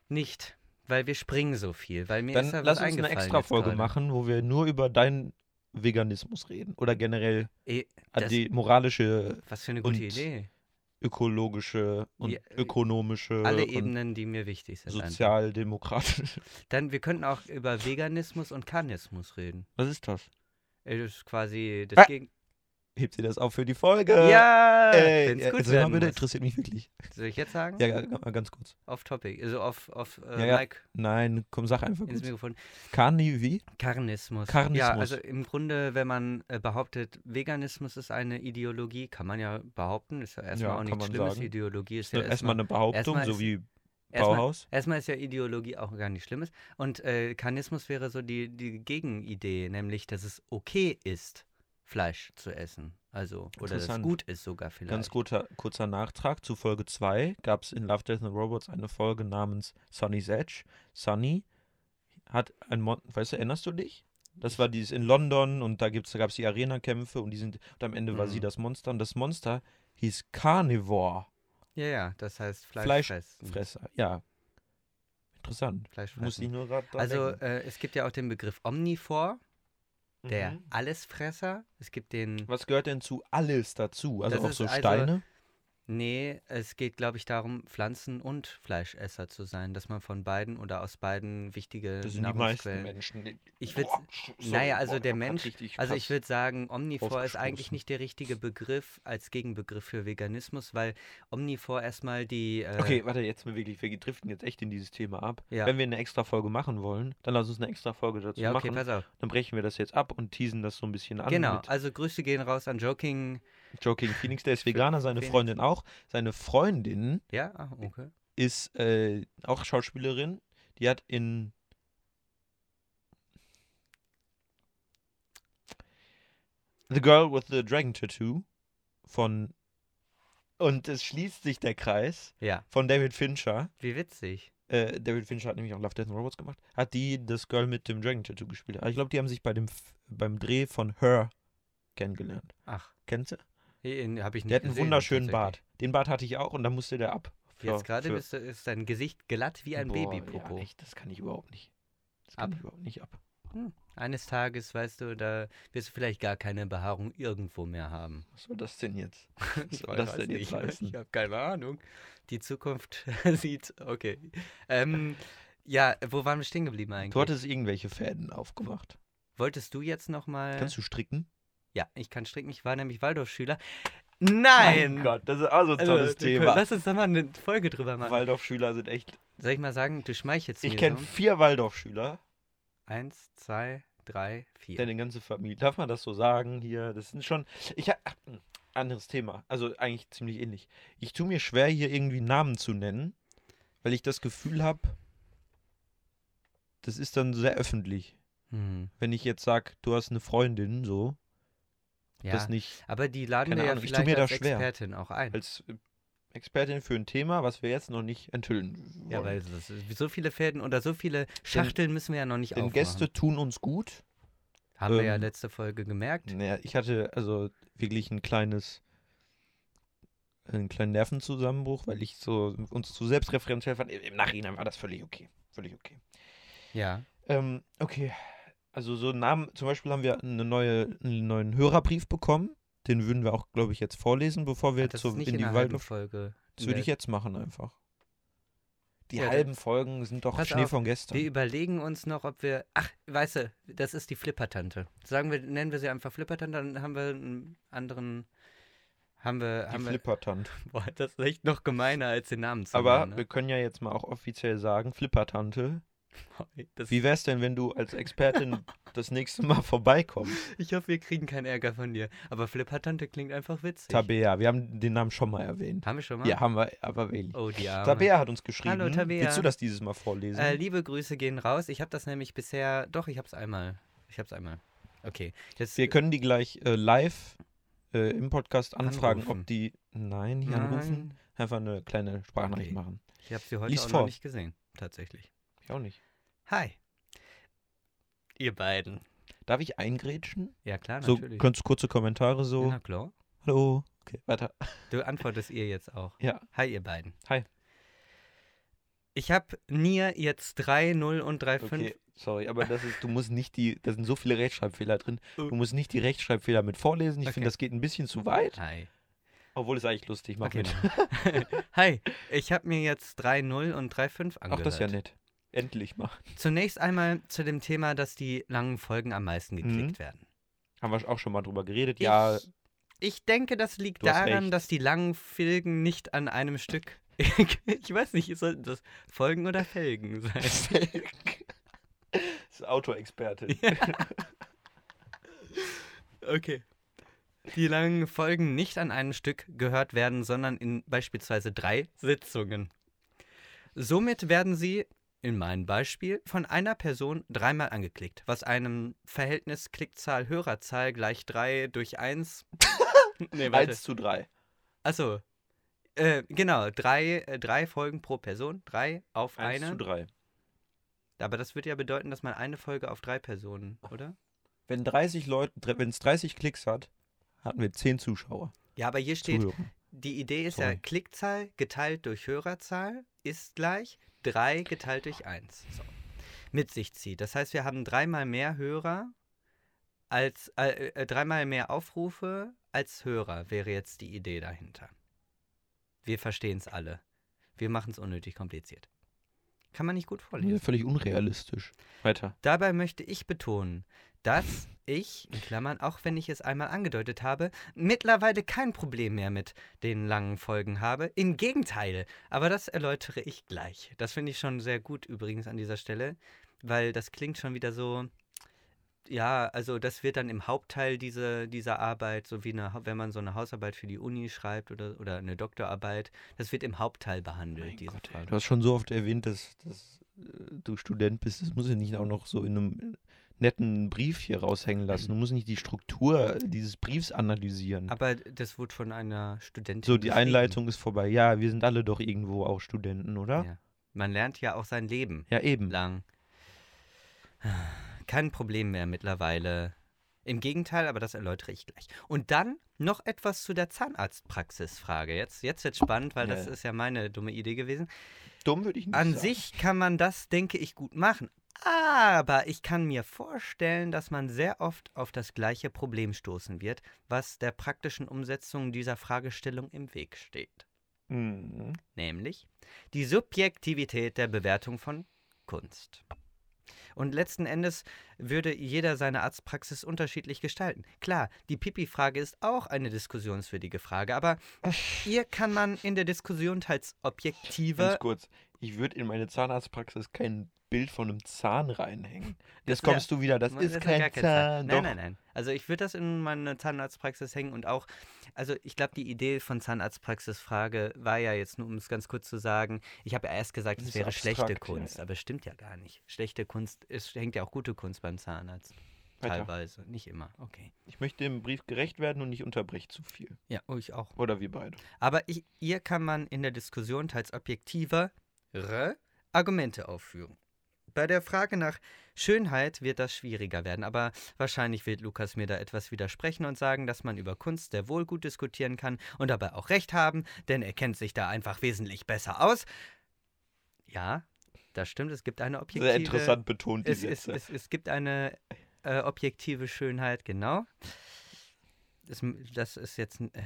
[SPEAKER 1] nicht, weil wir springen so viel, weil mir
[SPEAKER 2] Dann
[SPEAKER 1] ist da
[SPEAKER 2] lass
[SPEAKER 1] was
[SPEAKER 2] uns eine
[SPEAKER 1] eingefallen
[SPEAKER 2] extra
[SPEAKER 1] jetzt
[SPEAKER 2] Folge
[SPEAKER 1] gerade.
[SPEAKER 2] machen, wo wir nur über deinen Veganismus reden. Oder generell
[SPEAKER 1] Eh,
[SPEAKER 2] äh,
[SPEAKER 1] Das-
[SPEAKER 2] die moralische,
[SPEAKER 1] was für eine gute
[SPEAKER 2] Und
[SPEAKER 1] Idee.
[SPEAKER 2] ökologische und
[SPEAKER 1] Ja, äh,
[SPEAKER 2] ökonomische
[SPEAKER 1] Alle
[SPEAKER 2] und
[SPEAKER 1] Ebenen, die mir wichtig sind. einfach.
[SPEAKER 2] sozialdemokratische.
[SPEAKER 1] Dann, wir könnten auch über Veganismus und Karnismus reden.
[SPEAKER 2] Was ist das?
[SPEAKER 1] Äh, Das ist quasi
[SPEAKER 2] Ah,
[SPEAKER 1] das Gegenteil.
[SPEAKER 2] Hebt ihr das auf für die Folge?
[SPEAKER 1] ja!
[SPEAKER 2] Ey,
[SPEAKER 1] wenn's
[SPEAKER 2] ja,
[SPEAKER 1] gut
[SPEAKER 2] also mal
[SPEAKER 1] werden
[SPEAKER 2] bitte,
[SPEAKER 1] muss.
[SPEAKER 2] interessiert mich wirklich.
[SPEAKER 1] Soll ich jetzt sagen?
[SPEAKER 2] Ja, ja, mal ganz kurz.
[SPEAKER 1] Off Topic, also off, off äh,
[SPEAKER 2] Ja, ja.
[SPEAKER 1] Mic
[SPEAKER 2] Nein, komm, sag einfach
[SPEAKER 1] ins
[SPEAKER 2] kurz.
[SPEAKER 1] Mikrofon.
[SPEAKER 2] Karni, wie?
[SPEAKER 1] Karnismus. Ja,
[SPEAKER 2] Karnismus.
[SPEAKER 1] also im Grunde, wenn man äh, behauptet, Veganismus ist eine Ideologie, kann man ja behaupten, ist ja erstmal
[SPEAKER 2] Ja,
[SPEAKER 1] auch
[SPEAKER 2] kann
[SPEAKER 1] nichts
[SPEAKER 2] man
[SPEAKER 1] Schlimmes.
[SPEAKER 2] sagen.
[SPEAKER 1] Ideologie ist ja
[SPEAKER 2] Erstmal
[SPEAKER 1] erstmal,
[SPEAKER 2] eine Behauptung,
[SPEAKER 1] erstmal
[SPEAKER 2] so
[SPEAKER 1] ist-
[SPEAKER 2] wie
[SPEAKER 1] erstmal,
[SPEAKER 2] Bauhaus.
[SPEAKER 1] erstmal ist ja Ideologie auch gar nicht Schlimmes. Und äh, Karnismus wäre so die, die Gegenidee, nämlich, dass es okay ist, Fleisch zu essen. Also, oder dass es
[SPEAKER 2] Interessant.
[SPEAKER 1] gut ist sogar vielleicht.
[SPEAKER 2] Ganz kurzer, kurzer Nachtrag zu Folge 2 gab es in Love, Death and Robots eine Folge namens Sunny's Edge. Sunny hat ein Mon weißt du, erinnerst du dich? Das war dieses in London und da, gibt's- da gab es die Arena-Kämpfe und die sind und am Ende war sie
[SPEAKER 1] Mhm.
[SPEAKER 2] das Monster und das Monster hieß Carnivore.
[SPEAKER 1] Ja, ja, das heißt Fleisch,
[SPEAKER 2] Fleisch-
[SPEAKER 1] fressen.
[SPEAKER 2] Fresser. Ja. Interessant.
[SPEAKER 1] Fleisch
[SPEAKER 2] Muss ich
[SPEAKER 1] fressen.
[SPEAKER 2] nur gerade
[SPEAKER 1] Also, äh, es gibt ja auch den Begriff Omnivor, der
[SPEAKER 2] Mhm.
[SPEAKER 1] Allesfresser. Es gibt den
[SPEAKER 2] Was gehört denn zu alles dazu? Also
[SPEAKER 1] Das
[SPEAKER 2] auch
[SPEAKER 1] ist
[SPEAKER 2] so
[SPEAKER 1] also-
[SPEAKER 2] Steine?
[SPEAKER 1] Nee, es geht, glaube ich, darum, Pflanzen- und Fleischesser zu sein, dass man von beiden oder aus beiden wichtige
[SPEAKER 2] Das sind die meisten
[SPEAKER 1] Nahrungsquellen.
[SPEAKER 2] Menschen.
[SPEAKER 1] Ich würd-
[SPEAKER 2] äh, Boah, sorry,
[SPEAKER 1] naja, also
[SPEAKER 2] boah,
[SPEAKER 1] der
[SPEAKER 2] hat
[SPEAKER 1] Mensch-
[SPEAKER 2] richtig
[SPEAKER 1] Also
[SPEAKER 2] krass-
[SPEAKER 1] ich würde sagen, Omnivor ist eigentlich
[SPEAKER 2] Aufgestoßen.
[SPEAKER 1] nicht der richtige Begriff als Gegenbegriff für Veganismus, weil Omnivor erstmal die äh,
[SPEAKER 2] Okay, warte, jetzt mal wirklich, wir driften jetzt echt in dieses Thema ab.
[SPEAKER 1] Ja.
[SPEAKER 2] Wenn wir eine extra Folge machen wollen, dann lass uns eine extra Folge dazu
[SPEAKER 1] ja, okay,
[SPEAKER 2] machen.
[SPEAKER 1] pass auf.
[SPEAKER 2] Dann brechen wir das jetzt ab und teasen das so ein bisschen an.
[SPEAKER 1] Genau,
[SPEAKER 2] Mit
[SPEAKER 1] also Grüße gehen raus an Joking.
[SPEAKER 2] Joking Phoenix, der ist Veganer, seine
[SPEAKER 1] Phoenix.
[SPEAKER 2] Freundin auch. Seine Freundin
[SPEAKER 1] Ja, ah, okay.
[SPEAKER 2] ist äh, auch Schauspielerin. Die hat in. The Girl with the Dragon Tattoo von. Und es schließt sich der Kreis
[SPEAKER 1] Ja,
[SPEAKER 2] von David Fincher.
[SPEAKER 1] wie witzig.
[SPEAKER 2] äh, David Fincher hat nämlich auch Love, Death and Robots gemacht, hat die das Girl mit dem Dragon Tattoo gespielt. Aber ich glaube, die haben sich bei dem F beim Dreh von Her kennengelernt.
[SPEAKER 1] Ach,
[SPEAKER 2] Kennst du?
[SPEAKER 1] habe ich nicht
[SPEAKER 2] Der hat einen
[SPEAKER 1] gesehen,
[SPEAKER 2] wunderschönen
[SPEAKER 1] tatsächlich.
[SPEAKER 2] Bart. Den Bart hatte ich auch und dann musste der ab.
[SPEAKER 1] Jetzt gerade
[SPEAKER 2] für-
[SPEAKER 1] bist du, ist dein Gesicht glatt wie ein
[SPEAKER 2] Boah,
[SPEAKER 1] Babypopo.
[SPEAKER 2] Ja, echt, das kann ich überhaupt nicht. Das kann
[SPEAKER 1] Ab.
[SPEAKER 2] ich überhaupt nicht ab.
[SPEAKER 1] Hm. Eines Tages, weißt du, da wirst du vielleicht gar keine Behaarung irgendwo mehr haben.
[SPEAKER 2] Was soll das denn jetzt? Was soll das denn jetzt heißen?
[SPEAKER 1] Ich habe keine Ahnung. Die Zukunft sieht, okay. Ähm, ja, wo waren wir stehen geblieben eigentlich?
[SPEAKER 2] Du hattest irgendwelche Fäden aufgemacht.
[SPEAKER 1] Wolltest du jetzt nochmal.
[SPEAKER 2] Kannst du stricken?
[SPEAKER 1] Ja, ich kann stricken. Ich war nämlich Waldorfschüler. Nein!
[SPEAKER 2] Mein Gott, das ist auch so ein
[SPEAKER 1] Also,
[SPEAKER 2] tolles
[SPEAKER 1] wir können-
[SPEAKER 2] Thema.
[SPEAKER 1] Lass uns da mal eine Folge drüber machen.
[SPEAKER 2] Waldorfschüler sind echt.
[SPEAKER 1] Soll ich mal sagen, du schmeichelst
[SPEAKER 2] Ich
[SPEAKER 1] mir
[SPEAKER 2] kenne
[SPEAKER 1] so?
[SPEAKER 2] vier Waldorfschüler.
[SPEAKER 1] Eins, zwei, drei, vier.
[SPEAKER 2] Deine ganze Familie. Darf man das so sagen hier? Das sind schon. Ich, ha- hm, anderes Thema. Also eigentlich ziemlich ähnlich. Ich tue mir schwer, hier irgendwie Namen zu nennen, weil ich das Gefühl habe, das ist dann sehr öffentlich.
[SPEAKER 1] Hm.
[SPEAKER 2] Wenn ich jetzt sage, du hast eine Freundin, so,
[SPEAKER 1] Ja.
[SPEAKER 2] das nicht
[SPEAKER 1] Aber die laden
[SPEAKER 2] Keine
[SPEAKER 1] wir ja
[SPEAKER 2] Ahnung, ich tu
[SPEAKER 1] vielleicht
[SPEAKER 2] mir da
[SPEAKER 1] als
[SPEAKER 2] schwer.
[SPEAKER 1] Expertin auch ein.
[SPEAKER 2] als äh, Expertin für ein Thema, was wir jetzt noch nicht enthüllen wollen.
[SPEAKER 1] ja, weil das, so viele Fäden oder so viele Schachteln müssen wir ja noch nicht
[SPEAKER 2] Denn
[SPEAKER 1] aufmachen.
[SPEAKER 2] Gäste tun uns gut.
[SPEAKER 1] Haben wir ja
[SPEAKER 2] ähm,
[SPEAKER 1] letzte Folge gemerkt.
[SPEAKER 2] Naja, ich hatte also wirklich ein kleines, einen kleinen Nervenzusammenbruch, weil ich so uns zu selbstreferenziell fand. Im Nachhinein war das völlig okay. Völlig okay.
[SPEAKER 1] Ja.
[SPEAKER 2] Ähm, okay. Also so einen Namen, zum Beispiel haben wir eine neue, einen neuen Hörerbrief bekommen. Den würden wir auch, glaube ich, jetzt vorlesen, bevor wir
[SPEAKER 1] Ach, das
[SPEAKER 2] zu,
[SPEAKER 1] ist nicht
[SPEAKER 2] in die
[SPEAKER 1] einer halben
[SPEAKER 2] Waldluft.
[SPEAKER 1] Folge.
[SPEAKER 2] Das würde
[SPEAKER 1] Nee.
[SPEAKER 2] ich jetzt machen einfach. Die
[SPEAKER 1] Ja, dann-
[SPEAKER 2] halben Folgen sind doch
[SPEAKER 1] Pass
[SPEAKER 2] Schnee
[SPEAKER 1] auf,
[SPEAKER 2] von
[SPEAKER 1] Wir
[SPEAKER 2] gestern.
[SPEAKER 1] überlegen uns noch, ob wir. Ach, weißt du, das ist die Flippertante. Sagen wir, nennen wir sie einfach Flippertante, dann haben wir einen anderen. Haben wir.
[SPEAKER 2] Die
[SPEAKER 1] Haben wir
[SPEAKER 2] Flippertant.
[SPEAKER 1] boah, das ist echt noch gemeiner als den Namen zu
[SPEAKER 2] Aber
[SPEAKER 1] nennen,
[SPEAKER 2] wir können ja jetzt mal auch offiziell sagen, Flippertante.
[SPEAKER 1] ne? das,
[SPEAKER 2] Wie wär's denn, wenn du als Expertin das nächste Mal vorbeikommst?
[SPEAKER 1] Ich hoffe, wir kriegen keinen Ärger von dir. Aber Flippertante klingt einfach witzig.
[SPEAKER 2] Tabea, wir haben den Namen schon mal erwähnt.
[SPEAKER 1] haben wir schon mal?
[SPEAKER 2] Ja, haben wir, aber wenig.
[SPEAKER 1] Oh, die Arme.
[SPEAKER 2] Tabea hat uns geschrieben.
[SPEAKER 1] Hallo, Tabea.
[SPEAKER 2] Willst du das dieses Mal vorlesen?
[SPEAKER 1] Äh, liebe Grüße gehen raus. Ich habe das nämlich bisher. Doch, ich habe es einmal. Ich habe es einmal. Okay. Jetzt,
[SPEAKER 2] Wir können die gleich äh, live äh, im Podcast anfragen,
[SPEAKER 1] Anrufen.
[SPEAKER 2] ob die. Nein, nicht anrufen.
[SPEAKER 1] Nein,
[SPEAKER 2] Einfach eine kleine Sprachnachricht
[SPEAKER 1] Okay.
[SPEAKER 2] machen.
[SPEAKER 1] ich habe sie heute
[SPEAKER 2] Lies
[SPEAKER 1] auch
[SPEAKER 2] vor.
[SPEAKER 1] noch nicht gesehen. Tatsächlich.
[SPEAKER 2] Ich auch nicht.
[SPEAKER 1] Hi. Ihr beiden.
[SPEAKER 2] Darf ich eingrätschen?
[SPEAKER 1] Ja, klar,
[SPEAKER 2] so,
[SPEAKER 1] natürlich.
[SPEAKER 2] ganz kurze Kommentare so.
[SPEAKER 1] Na klar.
[SPEAKER 2] Hallo. Okay, weiter.
[SPEAKER 1] Du antwortest ihr jetzt auch.
[SPEAKER 2] Ja.
[SPEAKER 1] Hi, ihr beiden.
[SPEAKER 2] Hi.
[SPEAKER 1] Ich habe Nier jetzt 3, 0 und 3, 5.
[SPEAKER 2] Okay, sorry, aber das ist, du musst nicht die, da sind so viele Rechtschreibfehler drin.
[SPEAKER 1] Oh.
[SPEAKER 2] Du musst nicht die Rechtschreibfehler mit vorlesen. Ich
[SPEAKER 1] Okay.
[SPEAKER 2] finde, das geht ein bisschen zu weit.
[SPEAKER 1] Hi.
[SPEAKER 2] Obwohl es eigentlich lustig macht.
[SPEAKER 1] Okay. Hi. Ich habe mir jetzt 3, 0 und 3, 5
[SPEAKER 2] Ach,
[SPEAKER 1] angehört.
[SPEAKER 2] das ist ja nett. Endlich mal.
[SPEAKER 1] Zunächst einmal zu dem Thema, dass die langen Folgen am meisten geklickt werden.
[SPEAKER 2] Haben wir auch schon mal drüber geredet. Mhm. ja,
[SPEAKER 1] Ich, ich denke, das liegt
[SPEAKER 2] Du hast
[SPEAKER 1] daran,
[SPEAKER 2] recht.
[SPEAKER 1] dass die langen Folgen nicht an einem Stück. ich weiß nicht, sollten das Folgen oder Felgen sein?
[SPEAKER 2] das ist Autoexpertin.
[SPEAKER 1] Okay. Die langen Folgen nicht an einem Stück gehört werden, sondern in beispielsweise drei Sitzungen. Somit werden sie, in meinem Beispiel, von einer Person dreimal angeklickt, was einem Verhältnis Klickzahl Hörerzahl gleich 3 durch 1. nee, warte.
[SPEAKER 2] 1 zu 3.
[SPEAKER 1] Achso. Äh, genau, drei, äh, drei Folgen pro Person, drei auf
[SPEAKER 2] 1
[SPEAKER 1] eine.
[SPEAKER 2] zu 3.
[SPEAKER 1] Aber das würde ja bedeuten, dass man eine Folge auf drei Personen, oder?
[SPEAKER 2] Wenn 30 Leute, wenn es 30 Klicks hat, hatten wir 10 Zuschauer.
[SPEAKER 1] Ja, aber hier steht,
[SPEAKER 2] Zuhörer.
[SPEAKER 1] Die Idee ist ja,
[SPEAKER 2] Sorry.
[SPEAKER 1] Klickzahl geteilt durch Hörerzahl ist gleich 3 geteilt durch 1. So. Mit sich zieht. Das heißt, wir haben dreimal mehr Hörer als äh, äh, dreimal mehr Aufrufe als Hörer wäre jetzt die Idee dahinter. Wir verstehen es alle. Wir machen es unnötig kompliziert. Kann man nicht gut vorlesen.
[SPEAKER 2] Ja, völlig unrealistisch. Weiter.
[SPEAKER 1] Dabei möchte ich betonen, dass ich, in Klammern, auch wenn ich es einmal angedeutet habe, mittlerweile kein Problem mehr mit den langen Folgen habe. Im Gegenteil, aber das erläutere ich gleich. Das finde ich schon sehr gut übrigens an dieser Stelle, weil das klingt schon wieder so. Ja, also das wird dann im Hauptteil diese, dieser Arbeit, so wie eine, Hau- wenn man so eine Hausarbeit für die Uni schreibt oder, oder eine Doktorarbeit, das wird im Hauptteil behandelt,
[SPEAKER 2] Mein
[SPEAKER 1] diese
[SPEAKER 2] Gott, ey,
[SPEAKER 1] Frage.
[SPEAKER 2] du hast schon so oft erwähnt, dass, dass äh, du Student bist. Das muss ich nicht auch noch so in einem netten Brief hier raushängen lassen. Du musst nicht die Struktur dieses Briefs analysieren.
[SPEAKER 1] Aber das wurde von einer Studentin.
[SPEAKER 2] so, die
[SPEAKER 1] geschrieben.
[SPEAKER 2] Einleitung ist vorbei. Ja, wir sind alle doch irgendwo auch Studenten, oder?
[SPEAKER 1] Ja. Man lernt ja auch sein Leben
[SPEAKER 2] Ja, eben.
[SPEAKER 1] lang. Kein Problem mehr mittlerweile. Im Gegenteil, aber das erläutere ich gleich. Und dann noch etwas zu der Zahnarztpraxisfrage. Jetzt, jetzt wird spannend, weil das
[SPEAKER 2] Ja.
[SPEAKER 1] ist ja meine dumme Idee gewesen.
[SPEAKER 2] Dumm würde ich nicht
[SPEAKER 1] An
[SPEAKER 2] sagen.
[SPEAKER 1] sich kann man das, denke ich, gut machen. Aber ich kann mir vorstellen, dass man sehr oft auf das gleiche Problem stoßen wird, was der praktischen Umsetzung dieser Fragestellung im Weg steht
[SPEAKER 2] Mhm.
[SPEAKER 1] nämlich die Subjektivität der Bewertung von Kunst. Und letzten Endes würde jeder seine Arztpraxis unterschiedlich gestalten. Klar, die Pipi-Frage ist auch eine diskussionswürdige Frage, aber hier kann man in der Diskussion teils
[SPEAKER 2] Ganz
[SPEAKER 1] objektiver.
[SPEAKER 2] kurz. Ich würde in meine Zahnarztpraxis keinen Bild von einem Zahn reinhängen. Jetzt
[SPEAKER 1] ist-
[SPEAKER 2] kommst du wieder, das
[SPEAKER 1] Man-
[SPEAKER 2] ist
[SPEAKER 1] ja
[SPEAKER 2] kein
[SPEAKER 1] Nein,
[SPEAKER 2] Zahn. Doch,
[SPEAKER 1] nein, nein. Also ich würde das in meine Zahnarztpraxis hängen und auch, also ich glaube, die Idee von Zahnarztpraxisfrage war ja jetzt, nur um es ganz kurz zu sagen, ich habe ja erst gesagt,
[SPEAKER 2] Das
[SPEAKER 1] es
[SPEAKER 2] ist
[SPEAKER 1] wäre schlechte
[SPEAKER 2] abstrakt, ja,
[SPEAKER 1] Kunst,
[SPEAKER 2] ja.
[SPEAKER 1] aber stimmt ja gar nicht. Schlechte Kunst, es hängt ja auch gute Kunst beim Zahnarzt.
[SPEAKER 2] Weiter.
[SPEAKER 1] Teilweise, nicht immer. Okay.
[SPEAKER 2] Ich möchte dem Brief gerecht werden und nicht unterbrich zu viel.
[SPEAKER 1] Ja, oh, ich auch.
[SPEAKER 2] Oder wir beide.
[SPEAKER 1] Aber ich, hier kann man in der Diskussion teils objektiver re, Argumente aufführen. Bei der Frage nach Schönheit wird das schwieriger werden, aber wahrscheinlich wird Lukas mir da etwas widersprechen und sagen, dass man über Kunst sehr wohl gut diskutieren kann und dabei auch recht haben, denn er kennt sich da einfach wesentlich besser aus. Ja, das stimmt, es gibt eine objektive
[SPEAKER 2] Sehr interessant betont die
[SPEAKER 1] es, es,
[SPEAKER 2] Sätze.
[SPEAKER 1] es, es gibt eine äh, objektive Schönheit, genau. Das, das ist jetzt. ein- Äh,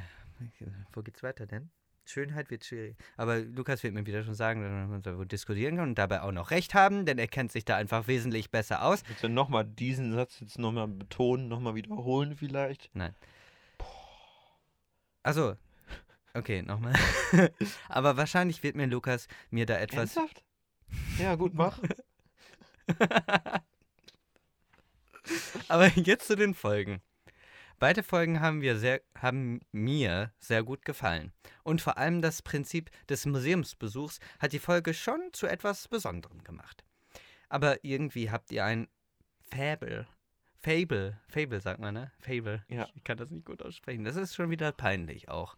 [SPEAKER 1] wo geht's weiter denn? Schönheit wird schwierig. Aber Lukas wird mir wieder schon sagen, dass man darüber diskutieren kann und dabei auch noch recht haben, denn er kennt sich da einfach wesentlich besser aus.
[SPEAKER 2] Willst du nochmal diesen Satz jetzt nochmal betonen, nochmal wiederholen vielleicht?
[SPEAKER 1] Also, okay, nochmal. Aber wahrscheinlich wird mir Lukas mir da etwas.
[SPEAKER 2] Ernsthaft? Ja, gut, mach.
[SPEAKER 1] Aber jetzt zu den Folgen. Beide Folgen haben, wir sehr, haben mir sehr gut gefallen. Und vor allem das Prinzip des Museumsbesuchs hat die Folge schon zu etwas Besonderem gemacht. Aber irgendwie habt ihr ein Fable. Fable. Fable sagt man, ne? Fable.
[SPEAKER 2] Ja.
[SPEAKER 1] Ich kann das nicht gut aussprechen. Das ist schon wieder peinlich auch.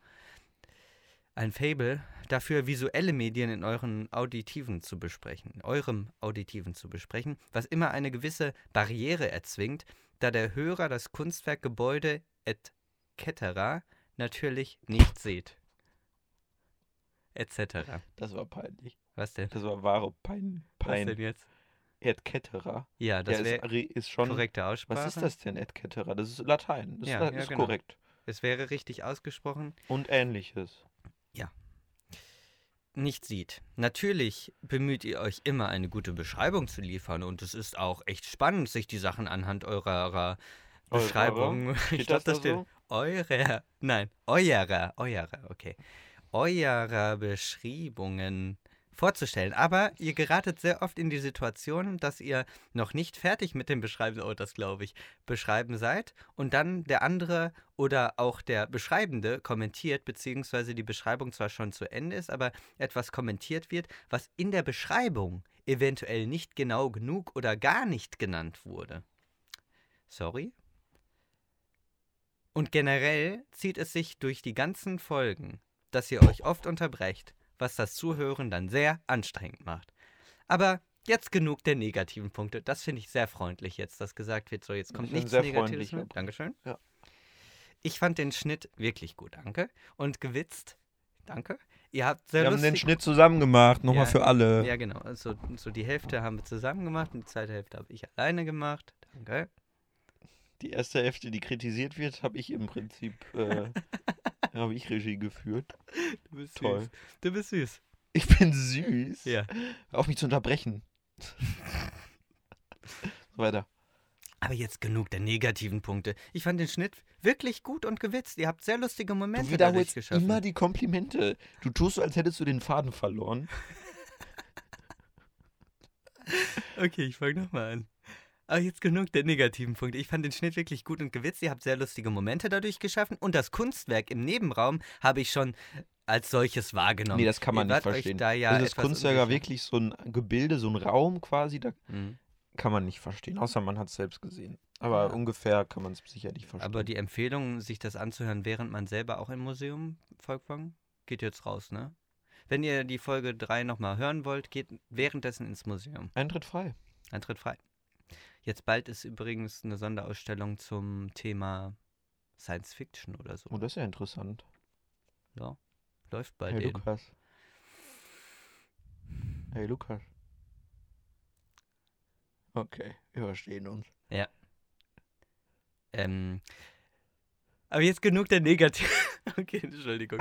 [SPEAKER 1] Ein Fable dafür, visuelle Medien in euren Auditiven zu besprechen, in eurem Auditiven zu besprechen, was immer eine gewisse Barriere erzwingt, da der Hörer das Kunstwerk, Gebäude etc. natürlich nicht sieht. Etc.
[SPEAKER 2] Das war peinlich.
[SPEAKER 1] Was denn?
[SPEAKER 2] Das war wahre Pein.
[SPEAKER 1] Was
[SPEAKER 2] Pein.
[SPEAKER 1] denn jetzt?
[SPEAKER 2] Et cetera.
[SPEAKER 1] Ja, das
[SPEAKER 2] ja,
[SPEAKER 1] wäre
[SPEAKER 2] ist, re- ist schon.
[SPEAKER 1] korrekte Aussprache.
[SPEAKER 2] Was ist das denn, et cetera? Das ist Latein. Das
[SPEAKER 1] Ja,
[SPEAKER 2] ist,
[SPEAKER 1] ja,
[SPEAKER 2] ist
[SPEAKER 1] genau.
[SPEAKER 2] korrekt.
[SPEAKER 1] Es wäre richtig ausgesprochen.
[SPEAKER 2] Und ähnliches.
[SPEAKER 1] nicht sieht. Natürlich bemüht ihr euch immer, eine gute Beschreibung zu liefern und es ist auch echt spannend, sich die Sachen anhand eurer Beschreibung.
[SPEAKER 2] Steht
[SPEAKER 1] glaub,
[SPEAKER 2] das da so?
[SPEAKER 1] eurer, nein, eurer, eurer, okay, eurer Beschreibungen vorzustellen. Aber ihr geratet sehr oft in die Situation, dass ihr noch nicht fertig mit dem Beschreiben, oh, das glaube ich, beschreiben seid und dann der andere oder auch der Beschreibende kommentiert, beziehungsweise die Beschreibung zwar schon zu Ende ist, aber etwas kommentiert wird, was in der Beschreibung eventuell nicht genau genug oder gar nicht genannt wurde. Sorry. Und generell zieht es sich durch die ganzen Folgen, dass ihr euch oft unterbrecht, was das Zuhören dann sehr anstrengend macht. Aber jetzt genug der negativen Punkte. Das finde ich sehr freundlich jetzt, dass gesagt wird, so jetzt kommt
[SPEAKER 2] Das ist ein
[SPEAKER 1] nichts
[SPEAKER 2] sehr
[SPEAKER 1] Negatives
[SPEAKER 2] freundlicher
[SPEAKER 1] mehr.
[SPEAKER 2] Punkt.
[SPEAKER 1] Dankeschön.
[SPEAKER 2] Ja.
[SPEAKER 1] Ich fand den Schnitt wirklich gut, danke. Und gewitzt, danke. Ihr habt sehr
[SPEAKER 2] Wir haben
[SPEAKER 1] lustig
[SPEAKER 2] den Schnitt zusammen gemacht, nochmal
[SPEAKER 1] Ja,
[SPEAKER 2] für alle.
[SPEAKER 1] ja, genau. Also, so die Hälfte haben wir zusammen gemacht und die zweite Hälfte habe ich alleine gemacht. Danke.
[SPEAKER 2] Die erste Hälfte, die kritisiert wird, habe ich im Prinzip äh, habe ich Regie geführt.
[SPEAKER 1] Du bist
[SPEAKER 2] Toll.
[SPEAKER 1] süß. Du bist süß.
[SPEAKER 2] Ich bin süß.
[SPEAKER 1] Ja.
[SPEAKER 2] Hör Auf mich zu unterbrechen. Weiter.
[SPEAKER 1] Aber jetzt genug der negativen Punkte. Ich fand den Schnitt wirklich gut und gewitzt. Ihr habt sehr lustige
[SPEAKER 2] Du
[SPEAKER 1] Momente dadurch
[SPEAKER 2] wiederholst
[SPEAKER 1] geschaffen.
[SPEAKER 2] immer die Komplimente. Du tust so, als hättest du den Faden verloren.
[SPEAKER 1] Okay, ich fange nochmal an. Aber jetzt genug der negativen Punkte. Ich fand den Schnitt wirklich gut und gewitzt. Ihr habt sehr lustige Momente dadurch geschaffen. Und das Kunstwerk im Nebenraum habe ich schon als solches wahrgenommen.
[SPEAKER 2] Nee, das kann man
[SPEAKER 1] Ihr
[SPEAKER 2] nicht
[SPEAKER 1] wart euch
[SPEAKER 2] verstehen.
[SPEAKER 1] Da ja
[SPEAKER 2] also das
[SPEAKER 1] etwas
[SPEAKER 2] Kunstwerk war
[SPEAKER 1] unsicher.
[SPEAKER 2] wirklich so ein Gebilde, so ein Raum quasi, da
[SPEAKER 1] Mhm.
[SPEAKER 2] kann man nicht verstehen, außer man hat es selbst gesehen. Aber
[SPEAKER 1] Ja.
[SPEAKER 2] ungefähr kann man es sicherlich verstehen.
[SPEAKER 1] Aber die Empfehlung, sich das anzuhören, während man selber auch im Museum Volkwang, geht jetzt raus, ne? Wenn ihr die Folge 3 nochmal hören wollt, geht währenddessen ins Museum.
[SPEAKER 2] Eintritt frei.
[SPEAKER 1] Eintritt frei. Jetzt bald ist übrigens eine Sonderausstellung zum Thema Science Fiction oder so.
[SPEAKER 2] Oh, das ist ja interessant.
[SPEAKER 1] Ja. Läuft bei
[SPEAKER 2] hey
[SPEAKER 1] denen.
[SPEAKER 2] Lukas. Hey Lukas. Okay, wir verstehen uns.
[SPEAKER 1] Ähm, aber jetzt genug der Negativ. Okay, Entschuldigung.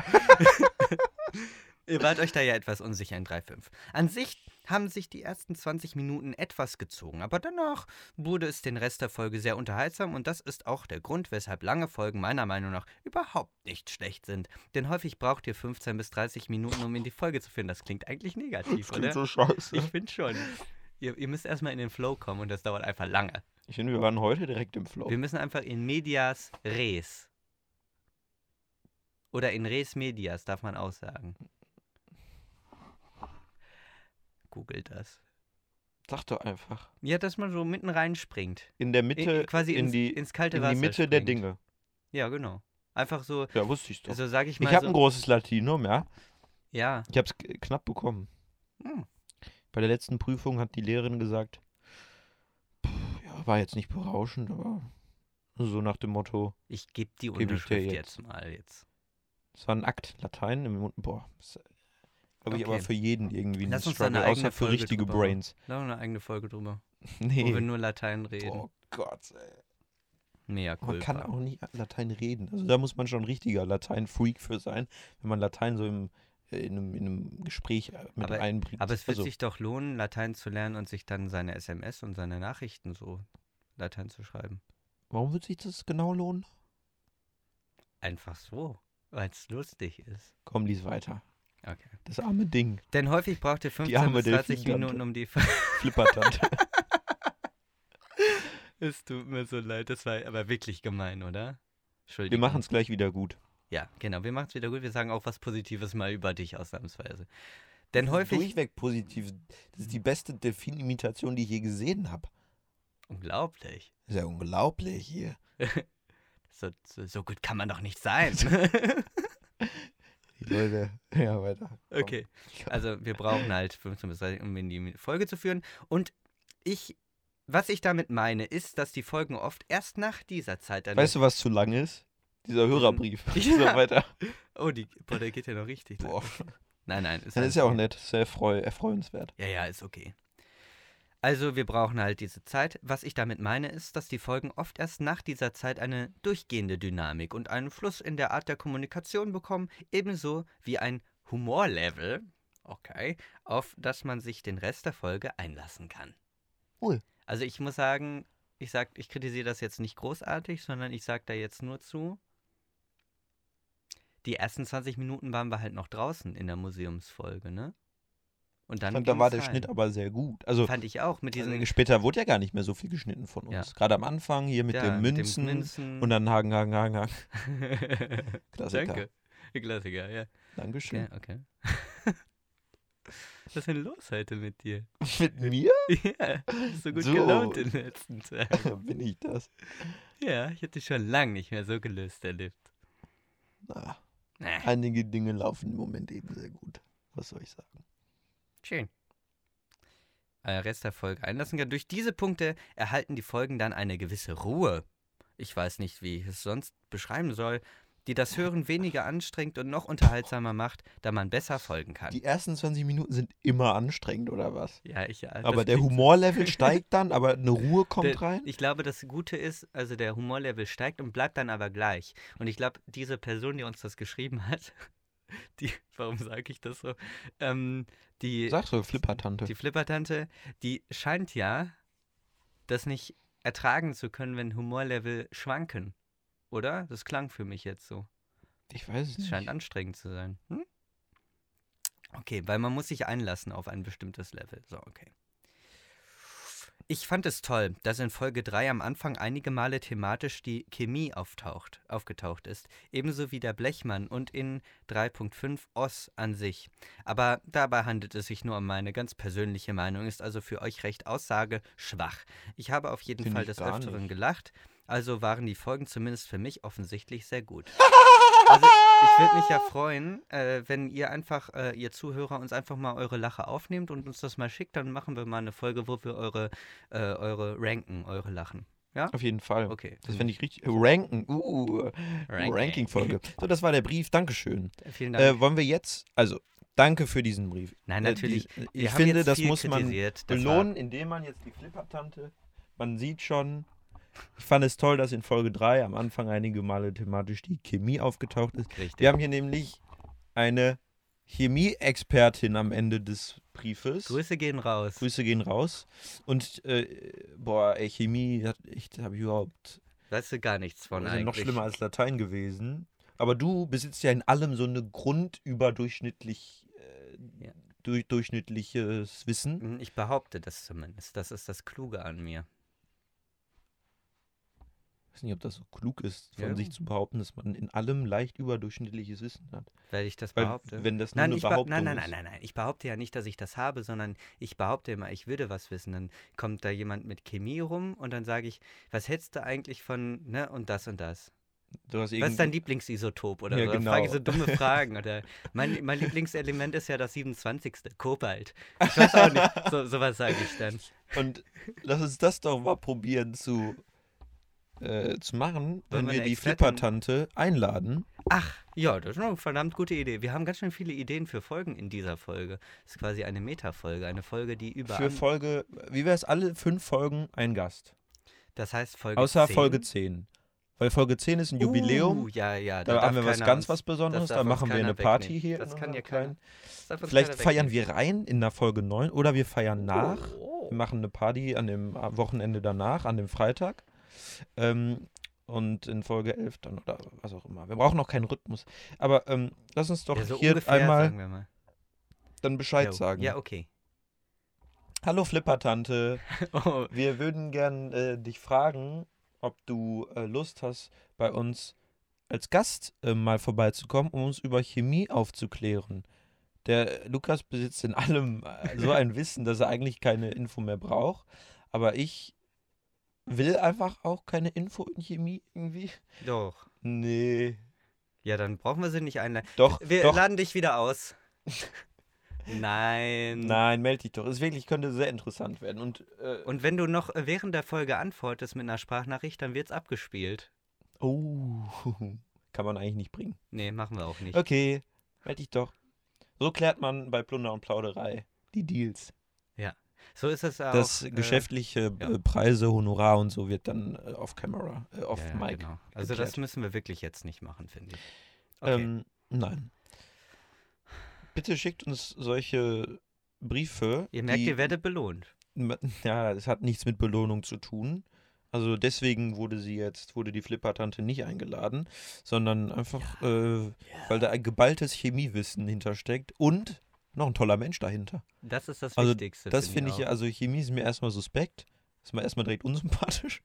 [SPEAKER 1] Ihr wart euch da ja etwas unsicher in 3.5. An sich haben sich die ersten 20 Minuten etwas gezogen, aber danach wurde es den Rest der Folge sehr unterhaltsam und das ist auch der Grund, weshalb lange Folgen meiner Meinung nach überhaupt nicht schlecht sind. Denn häufig braucht ihr 15 bis 30 Minuten, um in die Folge zu finden. Das klingt eigentlich negativ, oder?
[SPEAKER 2] so scheiße.
[SPEAKER 1] Ich finde schon. Ihr, ihr müsst erstmal in den Flow kommen und das dauert einfach lange.
[SPEAKER 2] Ich finde, wir waren heute direkt im Flow.
[SPEAKER 1] Wir müssen einfach in medias res. Oder in res medias darf man auch sagen. Google das.
[SPEAKER 2] Sag doch einfach.
[SPEAKER 1] Ja, dass man so mitten reinspringt.
[SPEAKER 2] In der Mitte,
[SPEAKER 1] In- quasi
[SPEAKER 2] in
[SPEAKER 1] ins,
[SPEAKER 2] die,
[SPEAKER 1] ins kalte
[SPEAKER 2] in
[SPEAKER 1] Wasser.
[SPEAKER 2] die Mitte der
[SPEAKER 1] springt.
[SPEAKER 2] Dinge.
[SPEAKER 1] Ja, genau. Einfach so,
[SPEAKER 2] Ja, wusste ich doch.
[SPEAKER 1] so sage ich mal.
[SPEAKER 2] Ich habe
[SPEAKER 1] so,
[SPEAKER 2] ein großes Latinum, ja.
[SPEAKER 1] Ja.
[SPEAKER 2] Ich habe es knapp bekommen.
[SPEAKER 1] Hm.
[SPEAKER 2] Bei der letzten Prüfung hat die Lehrerin gesagt, "Puh, ja, war jetzt nicht berauschend, aber so nach dem Motto,
[SPEAKER 1] Ich gebe die
[SPEAKER 2] Geb ich dir
[SPEAKER 1] Unterschrift
[SPEAKER 2] jetzt.
[SPEAKER 1] jetzt. mal jetzt.
[SPEAKER 2] es war ein Akt Latein im Mund. Boah, glaube
[SPEAKER 1] Okay.
[SPEAKER 2] ich aber für jeden irgendwie
[SPEAKER 1] Lass
[SPEAKER 2] ein
[SPEAKER 1] uns da eine
[SPEAKER 2] Struggle,
[SPEAKER 1] eigene
[SPEAKER 2] außer für
[SPEAKER 1] Folge
[SPEAKER 2] richtige
[SPEAKER 1] drüber
[SPEAKER 2] Brains.
[SPEAKER 1] Noch eine eigene Folge drüber, wo wir
[SPEAKER 2] Nee.
[SPEAKER 1] nur Latein reden.
[SPEAKER 2] Oh Gott, ey.
[SPEAKER 1] Mea
[SPEAKER 2] Man kann
[SPEAKER 1] culpa.
[SPEAKER 2] auch nicht Latein reden. Also da muss man schon ein richtiger Latein-Freak für sein, wenn man Latein so im, äh, in, einem, in einem Gespräch äh, mit
[SPEAKER 1] Aber-
[SPEAKER 2] einbringt.
[SPEAKER 1] Aber es wird
[SPEAKER 2] also,
[SPEAKER 1] sich doch lohnen, Latein zu lernen und sich dann seine SMS und seine Nachrichten so Latein zu schreiben.
[SPEAKER 2] warum wird sich das genau lohnen?
[SPEAKER 1] Einfach so, weil es lustig ist.
[SPEAKER 2] Komm, lies weiter.
[SPEAKER 1] Okay.
[SPEAKER 2] Das arme Ding.
[SPEAKER 1] Denn häufig braucht ihr 15
[SPEAKER 2] arme
[SPEAKER 1] bis 20
[SPEAKER 2] Delfintante.
[SPEAKER 1] Minuten, um die
[SPEAKER 2] Flippertante.
[SPEAKER 1] Es tut mir so leid, das war aber wirklich gemein, oder?
[SPEAKER 2] Wir
[SPEAKER 1] Entschuldigung.
[SPEAKER 2] machen es gleich wieder gut.
[SPEAKER 1] Ja, genau, wir machen es wieder gut. Wir sagen auch was Positives mal über dich ausnahmsweise. Denn häufig.
[SPEAKER 2] Durchweg positiv. Das ist die beste Delfin-Imitation, die ich je gesehen habe.
[SPEAKER 1] Unglaublich.
[SPEAKER 2] Ist ja unglaublich hier.
[SPEAKER 1] So, so, so gut kann man doch nicht sein.
[SPEAKER 2] Die Leute. Ja, weiter. Komm.
[SPEAKER 1] okay. Also, wir brauchen halt 15 bis 30, um in die Folge zu führen. Und ich. Was ich damit meine, ist, dass die Folgen oft erst nach dieser Zeit dann. Hm.
[SPEAKER 2] Weißt du, was zu lang ist? Dieser Hörerbrief.
[SPEAKER 1] Ja.
[SPEAKER 2] So weiter.
[SPEAKER 1] oh, die, boah, der geht ja noch richtig. lang.
[SPEAKER 2] Boah.
[SPEAKER 1] Nein, nein. Ist
[SPEAKER 2] Das
[SPEAKER 1] alles
[SPEAKER 2] ist ja auch ne-
[SPEAKER 1] gut.
[SPEAKER 2] nett. Sehr erfreu erfreuenswert.
[SPEAKER 1] Ja, ja, ist okay. Also wir brauchen halt diese Zeit. Was ich damit meine, ist, dass die Folgen oft erst nach dieser Zeit eine durchgehende Dynamik und einen Fluss in der Art der Kommunikation bekommen, ebenso wie ein Humorlevel, okay, auf das man sich den Rest der Folge einlassen kann.
[SPEAKER 2] Cool.
[SPEAKER 1] Also ich muss sagen, ich sag, ich kritisiere das jetzt nicht großartig, sondern ich sage da jetzt nur zu. Die ersten 20 Minuten waren wir halt noch draußen in der Museumsfolge, ne? Und dann
[SPEAKER 2] Ich fand, da
[SPEAKER 1] ging's
[SPEAKER 2] war der
[SPEAKER 1] rein.
[SPEAKER 2] Schnitt aber sehr gut. Also,
[SPEAKER 1] Fand ich auch mit diesen
[SPEAKER 2] also später wurde ja gar nicht mehr so viel geschnitten von uns.
[SPEAKER 1] Ja.
[SPEAKER 2] Gerade am Anfang hier mit
[SPEAKER 1] ja,
[SPEAKER 2] den
[SPEAKER 1] mit dem
[SPEAKER 2] Münzen
[SPEAKER 1] Münzen.
[SPEAKER 2] und dann Haken, Haken, Haken, Haken. Klassiker.
[SPEAKER 1] Danke. Der Klassiker, ja.
[SPEAKER 2] Dankeschön.
[SPEAKER 1] Okay, okay. Was ist denn los heute mit dir?
[SPEAKER 2] Mit mir
[SPEAKER 1] Ja, du bist so gut
[SPEAKER 2] So.
[SPEAKER 1] gelaunt in den letzten Tagen.
[SPEAKER 2] bin ich das.
[SPEAKER 1] Ja, ich hätte dich schon lange nicht mehr so gelöst erlebt.
[SPEAKER 2] Na,
[SPEAKER 1] Äh,
[SPEAKER 2] einige Dinge laufen im Moment eben sehr gut. Was soll ich sagen?
[SPEAKER 1] schön. Äh, Rest der Folge einlassen kann. Durch diese Punkte erhalten die Folgen dann eine gewisse Ruhe. Ich weiß nicht, wie ich es sonst beschreiben soll, die das Hören weniger anstrengend und noch unterhaltsamer macht, da man besser folgen kann.
[SPEAKER 2] Die ersten 20 Minuten sind immer anstrengend, oder was?
[SPEAKER 1] ja, ich, ja, das
[SPEAKER 2] aber der
[SPEAKER 1] klingt-
[SPEAKER 2] Humorlevel steigt dann, aber eine Ruhe kommt
[SPEAKER 1] Der-
[SPEAKER 2] rein.
[SPEAKER 1] Ich glaube, das Gute ist, also der Humorlevel steigt und bleibt dann aber gleich. Und ich glaube, diese Person, die uns das geschrieben hat, die, warum sage ich das so? Ähm, die,
[SPEAKER 2] Sagst du, Flippertante.
[SPEAKER 1] die Flippertante, die scheint ja das nicht ertragen zu können, wenn Humorlevel schwanken. Oder? Das klang für mich jetzt so.
[SPEAKER 2] Ich weiß es
[SPEAKER 1] Es
[SPEAKER 2] nicht.
[SPEAKER 1] scheint anstrengend zu sein. Hm? Okay, weil man muss sich einlassen auf ein bestimmtes Level. So, okay. Ich fand es toll, dass in Folge 3 am Anfang einige Male thematisch die Chemie auftaucht, aufgetaucht ist, ebenso wie der Blechmann und in 3.5 Oss an sich. Aber dabei handelt es sich nur um meine ganz persönliche Meinung, ist also für euch recht aussageschwach. Ich habe auf jeden
[SPEAKER 2] Finde
[SPEAKER 1] Fall
[SPEAKER 2] ich
[SPEAKER 1] des
[SPEAKER 2] gar
[SPEAKER 1] Öfteren
[SPEAKER 2] nicht.
[SPEAKER 1] gelacht, also waren die Folgen zumindest für mich offensichtlich sehr gut. Also ich würde mich ja freuen, äh, wenn ihr einfach, äh, ihr Zuhörer, uns einfach mal eure Lache aufnehmt und uns das mal schickt. Dann machen wir mal eine Folge, wo wir eure, äh, eure ranken, eure Lachen.
[SPEAKER 2] Auf jeden Fall.
[SPEAKER 1] Okay.
[SPEAKER 2] Das finde ich richtig. äh, Ranken. Uh,
[SPEAKER 1] Ranking.
[SPEAKER 2] Ranking-Folge. so, das war der Brief. Dankeschön.
[SPEAKER 1] Vielen Dank.
[SPEAKER 2] Äh, wollen wir jetzt. Also, danke für diesen Brief.
[SPEAKER 1] Nein,
[SPEAKER 2] äh,
[SPEAKER 1] natürlich.
[SPEAKER 2] die-
[SPEAKER 1] wir
[SPEAKER 2] ich
[SPEAKER 1] haben
[SPEAKER 2] finde,
[SPEAKER 1] jetzt
[SPEAKER 2] das
[SPEAKER 1] viel
[SPEAKER 2] muss man
[SPEAKER 1] kritisiert. Das war-
[SPEAKER 2] belohnen, indem man jetzt die Flippertante, man sieht schon, ich fand es toll, dass in Folge 3 am Anfang einige Male thematisch die Chemie aufgetaucht ist.
[SPEAKER 1] Richtig.
[SPEAKER 2] Wir haben hier nämlich eine Chemie-Expertin am Ende des Briefes.
[SPEAKER 1] Grüße gehen raus.
[SPEAKER 2] Grüße gehen raus. Und, äh, boah, ey, Chemie, hat- ich habe ich überhaupt,
[SPEAKER 1] Weißt du gar nichts von
[SPEAKER 2] das ist ja
[SPEAKER 1] eigentlich.
[SPEAKER 2] Also noch schlimmer als Latein gewesen. Aber du besitzt ja in allem so eine grundüberdurchschnittlich äh,
[SPEAKER 1] Ja.
[SPEAKER 2] durch, durchschnittliches Wissen.
[SPEAKER 1] Hm, Ich behaupte das zumindest. Das ist das Kluge an mir.
[SPEAKER 2] Ich weiß nicht, ob das so klug ist, von
[SPEAKER 1] Ja.
[SPEAKER 2] sich zu behaupten, dass man in allem leicht überdurchschnittliches Wissen hat.
[SPEAKER 1] Weil ich das
[SPEAKER 2] Weil,
[SPEAKER 1] behaupte.
[SPEAKER 2] wenn das nur
[SPEAKER 1] nein,
[SPEAKER 2] eine
[SPEAKER 1] ich behau-
[SPEAKER 2] Behauptung
[SPEAKER 1] nein, nein,
[SPEAKER 2] ist.
[SPEAKER 1] nein, nein, nein. Ich behaupte ja nicht, dass ich das habe, sondern ich behaupte immer, ich würde was wissen. Dann kommt da jemand mit Chemie rum und dann sage ich, was hättest du eigentlich von, ne, und das und das?
[SPEAKER 2] Du hast
[SPEAKER 1] Was
[SPEAKER 2] irgend-
[SPEAKER 1] ist dein Lieblingsisotop oder
[SPEAKER 2] Ja,
[SPEAKER 1] so? Dann frage ich
[SPEAKER 2] genau.
[SPEAKER 1] so dumme Fragen. Oder mein, mein Lieblingselement ist ja das 27. Kobalt. Ich weiß auch nicht. So, sowas sage ich dann.
[SPEAKER 2] Und lass uns das doch mal probieren zu, äh, zu machen,
[SPEAKER 1] Wollen
[SPEAKER 2] wenn
[SPEAKER 1] wir
[SPEAKER 2] wir
[SPEAKER 1] eine
[SPEAKER 2] die
[SPEAKER 1] Expertin-
[SPEAKER 2] Flippertante einladen.
[SPEAKER 1] Ach, ja, das ist eine verdammt gute Idee. Wir haben ganz schön viele Ideen für Folgen in dieser Folge. Das ist quasi eine Meta-Folge, eine Folge, die über.
[SPEAKER 2] Für
[SPEAKER 1] an-
[SPEAKER 2] Folge, wie wäre es, alle fünf Folgen ein Gast.
[SPEAKER 1] das heißt Folge
[SPEAKER 2] Außer
[SPEAKER 1] 10.
[SPEAKER 2] Folge 10. Weil Folge 10 ist ein Jubiläum.
[SPEAKER 1] Uh, ja, ja,
[SPEAKER 2] Da
[SPEAKER 1] darf
[SPEAKER 2] haben wir was
[SPEAKER 1] keiner
[SPEAKER 2] ganz
[SPEAKER 1] uns-
[SPEAKER 2] was Besonderes.
[SPEAKER 1] das
[SPEAKER 2] Da
[SPEAKER 1] darf uns
[SPEAKER 2] machen wir
[SPEAKER 1] keiner
[SPEAKER 2] eine Party
[SPEAKER 1] wegnehmen.
[SPEAKER 2] hier.
[SPEAKER 1] Das
[SPEAKER 2] in
[SPEAKER 1] kann
[SPEAKER 2] einer
[SPEAKER 1] ja
[SPEAKER 2] kleinen-
[SPEAKER 1] keiner. das darf uns
[SPEAKER 2] Vielleicht
[SPEAKER 1] keiner
[SPEAKER 2] feiern
[SPEAKER 1] wegnehmen.
[SPEAKER 2] wir rein in der Folge 9 oder wir feiern nach.
[SPEAKER 1] Oh.
[SPEAKER 2] Wir machen eine Party an dem äh, Wochenende danach, an dem Freitag. Ähm, und in Folge 11 dann oder was auch immer. Wir brauchen noch keinen Rhythmus. Aber ähm, lass uns doch
[SPEAKER 1] ja, so
[SPEAKER 2] hier
[SPEAKER 1] ungefähr,
[SPEAKER 2] einmal
[SPEAKER 1] sagen wir mal.
[SPEAKER 2] dann Bescheid
[SPEAKER 1] Jo.
[SPEAKER 2] sagen.
[SPEAKER 1] Ja, okay.
[SPEAKER 2] Hallo Flippertante,
[SPEAKER 1] Oh,
[SPEAKER 2] wir würden gern äh, dich fragen, ob du äh, Lust hast, bei uns als Gast äh, mal vorbeizukommen, um uns über Chemie aufzuklären. Der äh, Lukas besitzt in allem äh, so ein Wissen, dass er eigentlich keine Info mehr braucht. Aber ich will einfach auch keine Info in Chemie irgendwie.
[SPEAKER 1] doch.
[SPEAKER 2] Nee.
[SPEAKER 1] Ja, dann brauchen wir sie nicht einladen.
[SPEAKER 2] Doch,
[SPEAKER 1] Wir
[SPEAKER 2] doch.
[SPEAKER 1] laden dich wieder aus. Nein.
[SPEAKER 2] Nein, melde dich doch. Es wirklich könnte sehr interessant werden. Und, äh,
[SPEAKER 1] Und wenn du noch während der Folge antwortest mit einer Sprachnachricht, dann wird's abgespielt.
[SPEAKER 2] oh, kann man eigentlich nicht bringen.
[SPEAKER 1] Nee, machen wir auch nicht.
[SPEAKER 2] Okay, melde dich doch. So klärt man bei Plunder und Plauderei die Deals.
[SPEAKER 1] So ist es auch.
[SPEAKER 2] das
[SPEAKER 1] äh,
[SPEAKER 2] geschäftliche
[SPEAKER 1] ja.
[SPEAKER 2] äh, Preise, Honorar und so wird dann äh, off Camera, äh, off
[SPEAKER 1] ja, ja,
[SPEAKER 2] Mic.
[SPEAKER 1] Genau. Also das
[SPEAKER 2] geklärt.
[SPEAKER 1] müssen wir wirklich jetzt nicht machen, finde ich. Okay.
[SPEAKER 2] Ähm, nein. Bitte schickt uns solche Briefe.
[SPEAKER 1] ihr merkt,
[SPEAKER 2] die-
[SPEAKER 1] ihr werdet belohnt.
[SPEAKER 2] Ja, es hat nichts mit Belohnung zu tun. Also deswegen wurde sie jetzt, wurde die Flippertante nicht eingeladen, sondern einfach, äh, weil da ein geballtes Chemiewissen hintersteckt und noch ein toller Mensch dahinter.
[SPEAKER 1] Das ist das
[SPEAKER 2] Also,
[SPEAKER 1] Wichtigste.
[SPEAKER 2] Das finde ich,
[SPEAKER 1] auch.
[SPEAKER 2] ja, also Chemie ist mir erstmal suspekt. Ist mir erstmal direkt unsympathisch.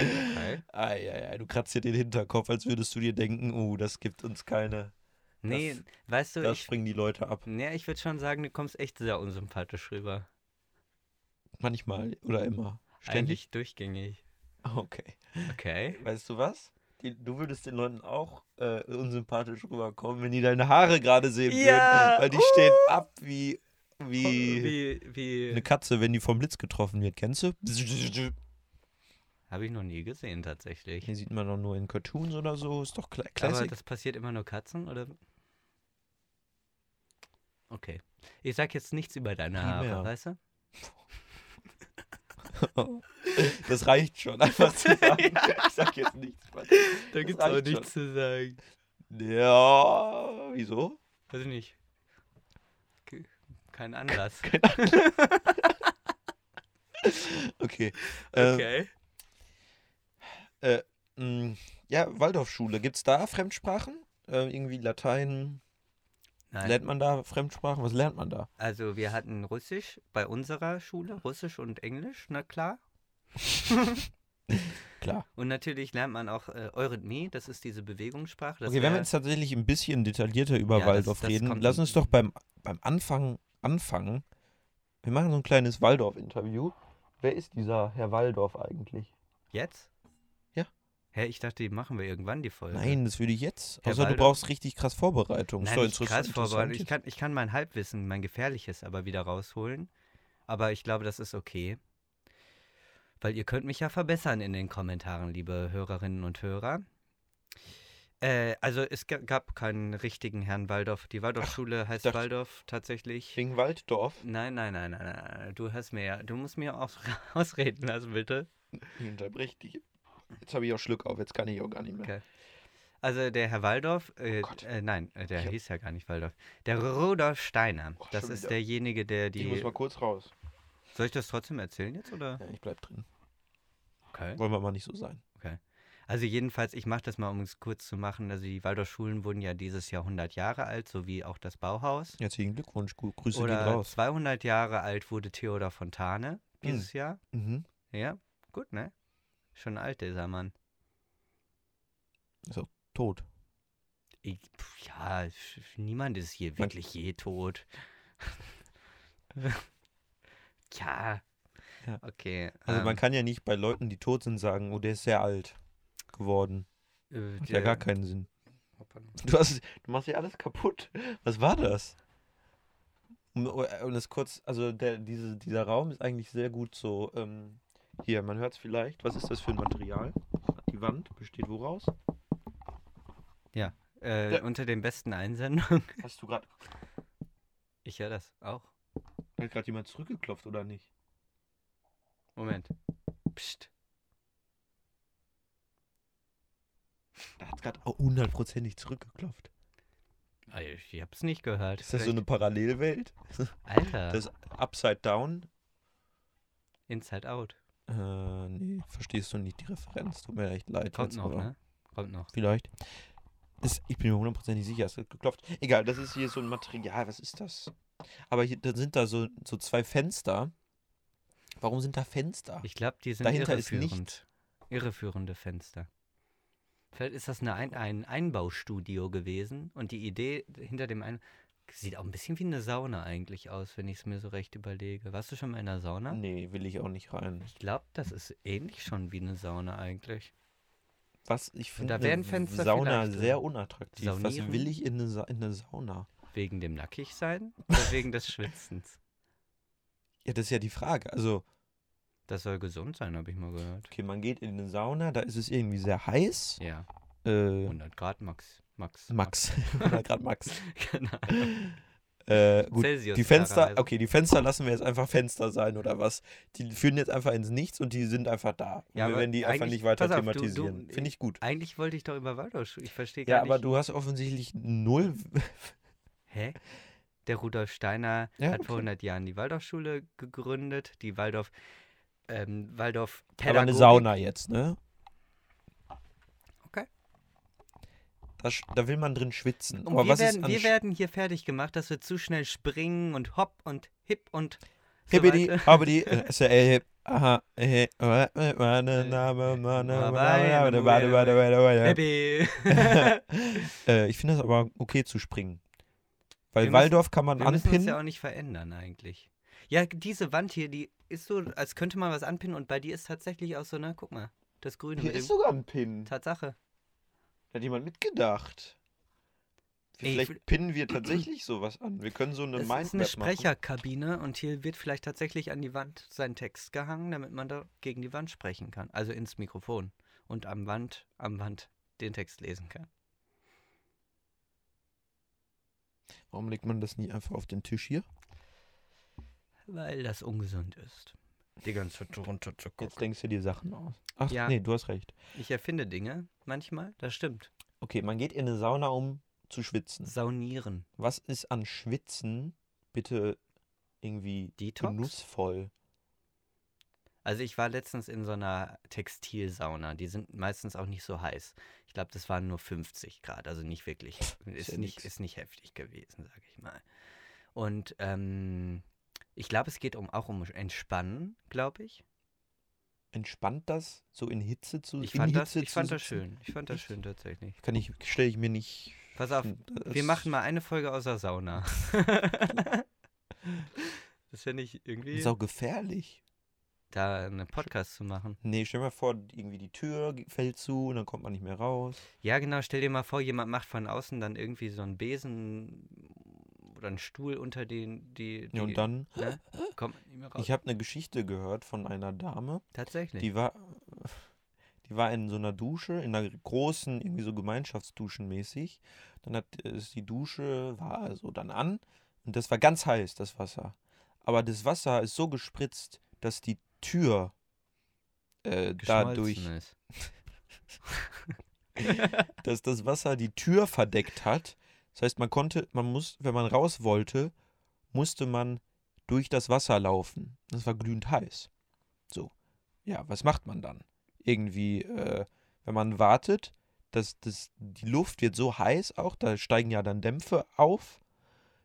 [SPEAKER 1] Okay.
[SPEAKER 2] Eieiei, du kratzt dir den Hinterkopf, als würdest du dir denken, oh, das gibt uns keine.
[SPEAKER 1] Nee, weißt du,
[SPEAKER 2] Da
[SPEAKER 1] ich,
[SPEAKER 2] springen die Leute ab.
[SPEAKER 1] nee, ich würde schon sagen, du kommst echt sehr unsympathisch rüber.
[SPEAKER 2] Manchmal oder immer. Ständig.
[SPEAKER 1] Eigentlich durchgängig.
[SPEAKER 2] Okay.
[SPEAKER 1] Okay.
[SPEAKER 2] Weißt du was? Die, du würdest den Leuten auch äh, unsympathisch rüberkommen, wenn die deine Haare gerade sehen
[SPEAKER 1] Ja,
[SPEAKER 2] würden. Weil die
[SPEAKER 1] uh.
[SPEAKER 2] stehen ab wie, wie,
[SPEAKER 1] Oh, Wie,
[SPEAKER 2] eine
[SPEAKER 1] wie.
[SPEAKER 2] Katze, wenn die vom Blitz getroffen wird. Kennst du?
[SPEAKER 1] Habe ich noch nie gesehen, tatsächlich.
[SPEAKER 2] Hier sieht man doch nur in Cartoons oder so. Ist doch kla
[SPEAKER 1] Aber
[SPEAKER 2] Classic.
[SPEAKER 1] das passiert immer nur Katzen, oder? Okay. Ich sag jetzt nichts über deine
[SPEAKER 2] Nie
[SPEAKER 1] Haare,
[SPEAKER 2] mehr.
[SPEAKER 1] weißt du?
[SPEAKER 2] Oh. Das reicht schon, einfach zu sagen. Ich sag jetzt nichts. Mann.
[SPEAKER 1] Da
[SPEAKER 2] gibt's auch nichts
[SPEAKER 1] zu sagen.
[SPEAKER 2] Ja, wieso?
[SPEAKER 1] Weiß ich nicht. Ke- Kein Anlass.
[SPEAKER 2] Okay. Äh,
[SPEAKER 1] Okay.
[SPEAKER 2] mh, ja, Waldorfschule. Gibt es da Fremdsprachen? Äh, irgendwie Latein.
[SPEAKER 1] Nein.
[SPEAKER 2] Lernt man da Fremdsprachen? Was lernt man da?
[SPEAKER 1] Also wir hatten Russisch bei unserer Schule, Russisch und Englisch, na klar.
[SPEAKER 2] Klar.
[SPEAKER 1] Und natürlich lernt man auch äh, Eurythmie, das ist diese Bewegungssprache. Das
[SPEAKER 2] okay, wenn wir
[SPEAKER 1] wär-
[SPEAKER 2] jetzt tatsächlich ein bisschen detaillierter über
[SPEAKER 1] Ja, das-
[SPEAKER 2] Waldorf
[SPEAKER 1] das
[SPEAKER 2] reden,
[SPEAKER 1] kommt-
[SPEAKER 2] lass uns doch beim, beim Anfang anfangen. Wir machen so ein kleines Waldorf-Interview. Wer ist dieser Herr Waldorf eigentlich?
[SPEAKER 1] Jetzt?
[SPEAKER 2] Ja.
[SPEAKER 1] Hä, ich dachte, die machen wir irgendwann die Folge.
[SPEAKER 2] Nein, das würde ich jetzt.
[SPEAKER 1] Äh, Herr
[SPEAKER 2] Außer du
[SPEAKER 1] Waldorf-
[SPEAKER 2] brauchst richtig krass Vorbereitung. Ist
[SPEAKER 1] Nein,
[SPEAKER 2] doch
[SPEAKER 1] nicht
[SPEAKER 2] interess-
[SPEAKER 1] krass vorbereitet. Ich
[SPEAKER 2] interessant.
[SPEAKER 1] kann, ich kann mein Halbwissen, mein gefährliches aber wieder rausholen. Aber ich glaube, das ist okay. Weil ihr könnt mich ja verbessern in den Kommentaren, liebe Hörerinnen und Hörer. Äh, also es ga- gab keinen richtigen Herrn Waldorf. Die Waldorfschule heißt
[SPEAKER 2] dachte-
[SPEAKER 1] Waldorf tatsächlich.
[SPEAKER 2] Wegen Walddorf.
[SPEAKER 1] Nein, nein, nein, nein, nein, nein. Du hast mir ja, du musst mir aus, ausreden lassen, bitte.
[SPEAKER 2] Ich unterbrich dich. Jetzt habe ich auch Schluck auf, jetzt kann ich auch gar nicht mehr.
[SPEAKER 1] Okay. Also der Herr Waldorf, äh,
[SPEAKER 2] Oh Gott.
[SPEAKER 1] äh, nein, äh, der
[SPEAKER 2] Ich hab-
[SPEAKER 1] hieß ja gar nicht Waldorf. Der Rudolf Steiner,
[SPEAKER 2] Oh,
[SPEAKER 1] das
[SPEAKER 2] schon
[SPEAKER 1] ist
[SPEAKER 2] wieder.
[SPEAKER 1] derjenige, der
[SPEAKER 2] Ich muss
[SPEAKER 1] die...
[SPEAKER 2] mal kurz raus.
[SPEAKER 1] Soll ich das trotzdem erzählen jetzt oder?
[SPEAKER 2] Ja, ich bleib drin.
[SPEAKER 1] Okay.
[SPEAKER 2] Wollen wir mal nicht so sein.
[SPEAKER 1] Also jedenfalls, ich mache das mal, um es kurz zu machen. Also die Waldorfschulen wurden ja dieses Jahr 100 Jahre alt, so wie auch das Bauhaus.
[SPEAKER 2] Herzlichen Glückwunsch, Gu- Grüße gehen
[SPEAKER 1] Oder
[SPEAKER 2] raus.
[SPEAKER 1] 200 Jahre alt wurde Theodor Fontane dieses Jahr.
[SPEAKER 2] Mhm.
[SPEAKER 1] Ja, gut, ne? Schon alt, dieser Mann.
[SPEAKER 2] Tot.
[SPEAKER 1] Ich, pf, ja, sch- niemand ist hier
[SPEAKER 2] Man-
[SPEAKER 1] wirklich je tot. ja.
[SPEAKER 2] Ja.
[SPEAKER 1] Okay.
[SPEAKER 2] Also man
[SPEAKER 1] ähm,
[SPEAKER 2] kann ja nicht bei Leuten, die tot sind, sagen, oh, der ist sehr alt geworden.
[SPEAKER 1] äh,
[SPEAKER 2] Hat ja
[SPEAKER 1] der- oh,
[SPEAKER 2] gar keinen Sinn. Du, hast, du machst ja alles kaputt. Was war das? Um, um das kurz, also der, diese, dieser Raum ist eigentlich sehr gut so. Ähm, hier, man hört es vielleicht. Was ist das für ein Material? Die Wand besteht woraus?
[SPEAKER 1] Äh,
[SPEAKER 2] Ja.
[SPEAKER 1] Unter den besten Einsendungen.
[SPEAKER 2] Hast du gerade
[SPEAKER 1] Ich höre das auch.
[SPEAKER 2] hat gerade jemand zurückgeklopft oder nicht?
[SPEAKER 1] Moment. Psst.
[SPEAKER 2] Da hat es gerade auch hundertprozentig zurückgeklopft.
[SPEAKER 1] Ah, Ich ich hab's nicht gehört.
[SPEAKER 2] Ist das so eine Parallelwelt?
[SPEAKER 1] Alter,
[SPEAKER 2] Das Upside Down?
[SPEAKER 1] Inside Out.
[SPEAKER 2] Äh, nee, verstehst du nicht die Referenz. Tut mir echt leid.
[SPEAKER 1] Kommt
[SPEAKER 2] jetzt,
[SPEAKER 1] noch,
[SPEAKER 2] aber-
[SPEAKER 1] ne? Kommt noch.
[SPEAKER 2] Vielleicht. Ist, ich bin mir hundertprozentig sicher, es hat geklopft. Egal, das ist hier so ein Material, was ist das? Aber hier, da sind da so, so zwei Fenster. Warum sind da Fenster?
[SPEAKER 1] Ich glaube, die sind
[SPEAKER 2] Dahinter ist
[SPEAKER 1] irreführend.
[SPEAKER 2] nichts.
[SPEAKER 1] Irreführende Fenster. Vielleicht ist das eine ein, ein Einbaustudio gewesen und die Idee hinter dem ein sieht auch ein bisschen wie eine Sauna eigentlich aus, wenn ich es mir so recht überlege. Warst du schon mal in einer Sauna?
[SPEAKER 2] Nee, will ich auch nicht rein.
[SPEAKER 1] Ich glaube, das ist ähnlich schon wie eine Sauna eigentlich.
[SPEAKER 2] Was, ich finde
[SPEAKER 1] da werden Fenster
[SPEAKER 2] Sauna
[SPEAKER 1] vielleicht,
[SPEAKER 2] sehr
[SPEAKER 1] oder?
[SPEAKER 2] unattraktiv.
[SPEAKER 1] Saunieren?
[SPEAKER 2] Was will ich in eine, Sa in eine Sauna?
[SPEAKER 1] Wegen dem Nackigsein oder wegen des Schwitzens?
[SPEAKER 2] Ja, das ist ja die Frage. Also,
[SPEAKER 1] Das soll gesund sein, habe ich mal gehört.
[SPEAKER 2] okay, man geht in eine Sauna, da ist es irgendwie sehr heiß.
[SPEAKER 1] Ja,
[SPEAKER 2] Äh,
[SPEAKER 1] 100 Grad Max. Max.
[SPEAKER 2] Max, oder gerade Max.
[SPEAKER 1] Genau.
[SPEAKER 2] Äh, gut,
[SPEAKER 1] Celsius also
[SPEAKER 2] Die Fenster,
[SPEAKER 1] klarerweise.
[SPEAKER 2] okay, die Fenster lassen wir jetzt einfach Fenster sein oder was. Die führen jetzt einfach ins Nichts und die sind einfach da. Und
[SPEAKER 1] Ja,
[SPEAKER 2] wir
[SPEAKER 1] aber
[SPEAKER 2] werden die einfach
[SPEAKER 1] eigentlich-
[SPEAKER 2] nicht weiter
[SPEAKER 1] pass auf, du-
[SPEAKER 2] thematisieren.
[SPEAKER 1] du-
[SPEAKER 2] Finde ich gut.
[SPEAKER 1] Eigentlich wollte ich doch über Waldorf. Ich verstehe gar
[SPEAKER 2] Ja,
[SPEAKER 1] nicht.
[SPEAKER 2] aber du hast offensichtlich null.
[SPEAKER 1] Hä? Der Rudolf Steiner
[SPEAKER 2] Ja,
[SPEAKER 1] hat vor
[SPEAKER 2] okay.
[SPEAKER 1] 100 Jahren die Waldorfschule gegründet, die Waldorf, ähm, Waldorf
[SPEAKER 2] aber eine Sauna jetzt, ne?
[SPEAKER 1] Okay.
[SPEAKER 2] Das, sch- da will man drin schwitzen.
[SPEAKER 1] Und
[SPEAKER 2] aber
[SPEAKER 1] wir,
[SPEAKER 2] was
[SPEAKER 1] werden,
[SPEAKER 2] ist an
[SPEAKER 1] wir
[SPEAKER 2] Sch-
[SPEAKER 1] werden hier fertig gemacht, dass wir zu schnell springen und hopp und hip und so
[SPEAKER 2] Hibbidi,
[SPEAKER 1] weiter.
[SPEAKER 2] habidi, äh, ist ja, äh, aha, äh, äh, äh, meine Name, meine Name, meine Name, meine Name, meine Name.
[SPEAKER 1] Happy.
[SPEAKER 2] Äh, Ich finde das aber okay zu springen. Weil
[SPEAKER 1] Wir müssen-
[SPEAKER 2] Waldorf kann man
[SPEAKER 1] Wir müssen uns
[SPEAKER 2] anpinnen.
[SPEAKER 1] ja auch nicht verändern eigentlich. Ja, diese Wand hier, die ist so, als könnte man was anpinnen und bei dir ist tatsächlich auch so, ne, guck mal, das Grüne
[SPEAKER 2] Hier
[SPEAKER 1] mit dem
[SPEAKER 2] ist sogar ein Pin.
[SPEAKER 1] Tatsache.
[SPEAKER 2] Da hat jemand mitgedacht.
[SPEAKER 1] Ey,
[SPEAKER 2] Vielleicht
[SPEAKER 1] ich will-
[SPEAKER 2] pinnen wir tatsächlich sowas an. Wir können so eine
[SPEAKER 1] Das ist eine
[SPEAKER 2] Mindmap machen.
[SPEAKER 1] Sprecherkabine und hier wird vielleicht tatsächlich an die Wand sein Text gehangen, damit man da gegen die Wand sprechen kann. Also ins Mikrofon und am Wand, am Wand den Text lesen kann.
[SPEAKER 2] Warum legt man das nie einfach auf den Tisch hier?
[SPEAKER 1] Weil das ungesund ist. Die ganze Zeit runter zu
[SPEAKER 2] Jetzt denkst du dir Sachen aus. Ach,
[SPEAKER 1] Ja.
[SPEAKER 2] nee, du hast recht.
[SPEAKER 1] Ich erfinde Dinge manchmal, das stimmt.
[SPEAKER 2] Okay, man geht in eine Sauna, um zu schwitzen.
[SPEAKER 1] Saunieren.
[SPEAKER 2] Was ist an Schwitzen bitte irgendwie
[SPEAKER 1] Detox?
[SPEAKER 2] genussvoll?
[SPEAKER 1] Also ich war letztens in so einer Textilsauna. Die sind meistens auch nicht so heiß. Ich glaube, das waren nur 50 Grad, also nicht wirklich. Ist,
[SPEAKER 2] ja
[SPEAKER 1] nicht,
[SPEAKER 2] nix.
[SPEAKER 1] ist nicht heftig gewesen, sage ich mal. Und ähm, ich glaube, es geht um, auch um Entspannen, glaube ich.
[SPEAKER 2] Entspannt das, so in Hitze zu
[SPEAKER 1] Ich
[SPEAKER 2] in
[SPEAKER 1] fand, das,
[SPEAKER 2] Hitze
[SPEAKER 1] ich
[SPEAKER 2] zu
[SPEAKER 1] fand das
[SPEAKER 2] sitzen?
[SPEAKER 1] schön. Ich fand das
[SPEAKER 2] Echt?
[SPEAKER 1] schön tatsächlich.
[SPEAKER 2] Kann ich, stelle ich mir nicht.
[SPEAKER 1] Pass auf, wir machen mal eine Folge außer Sauna. das finde ich irgendwie.
[SPEAKER 2] Ist auch gefährlich.
[SPEAKER 1] Da einen Podcast zu machen.
[SPEAKER 2] Nee, stell dir mal vor, irgendwie die Tür fällt zu und dann kommt man nicht mehr raus.
[SPEAKER 1] Ja, genau. Stell dir mal vor, jemand macht von außen dann irgendwie so einen Besen oder einen Stuhl unter den die. die
[SPEAKER 2] Ja, und dann,
[SPEAKER 1] Ne? Kommt man nicht mehr raus.
[SPEAKER 2] ich habe eine Geschichte gehört von einer Dame,
[SPEAKER 1] Tatsächlich.
[SPEAKER 2] die war, die war in so einer Dusche, in einer großen, irgendwie so Gemeinschaftsduschen mäßig. Dann hat es die Dusche, war also dann an und das war ganz heiß, das Wasser. Aber das Wasser ist so gespritzt, dass die Tür äh,
[SPEAKER 1] geschmolzen
[SPEAKER 2] dadurch,
[SPEAKER 1] Ist.
[SPEAKER 2] dass das Wasser die Tür verdeckt hat. Das heißt, man konnte, man muss, wenn man raus wollte, musste man durch das Wasser laufen. Das war glühend heiß. So. Ja, was macht man dann? Irgendwie äh, wenn man wartet, dass das, die Luft wird so heiß auch, da steigen ja dann Dämpfe auf,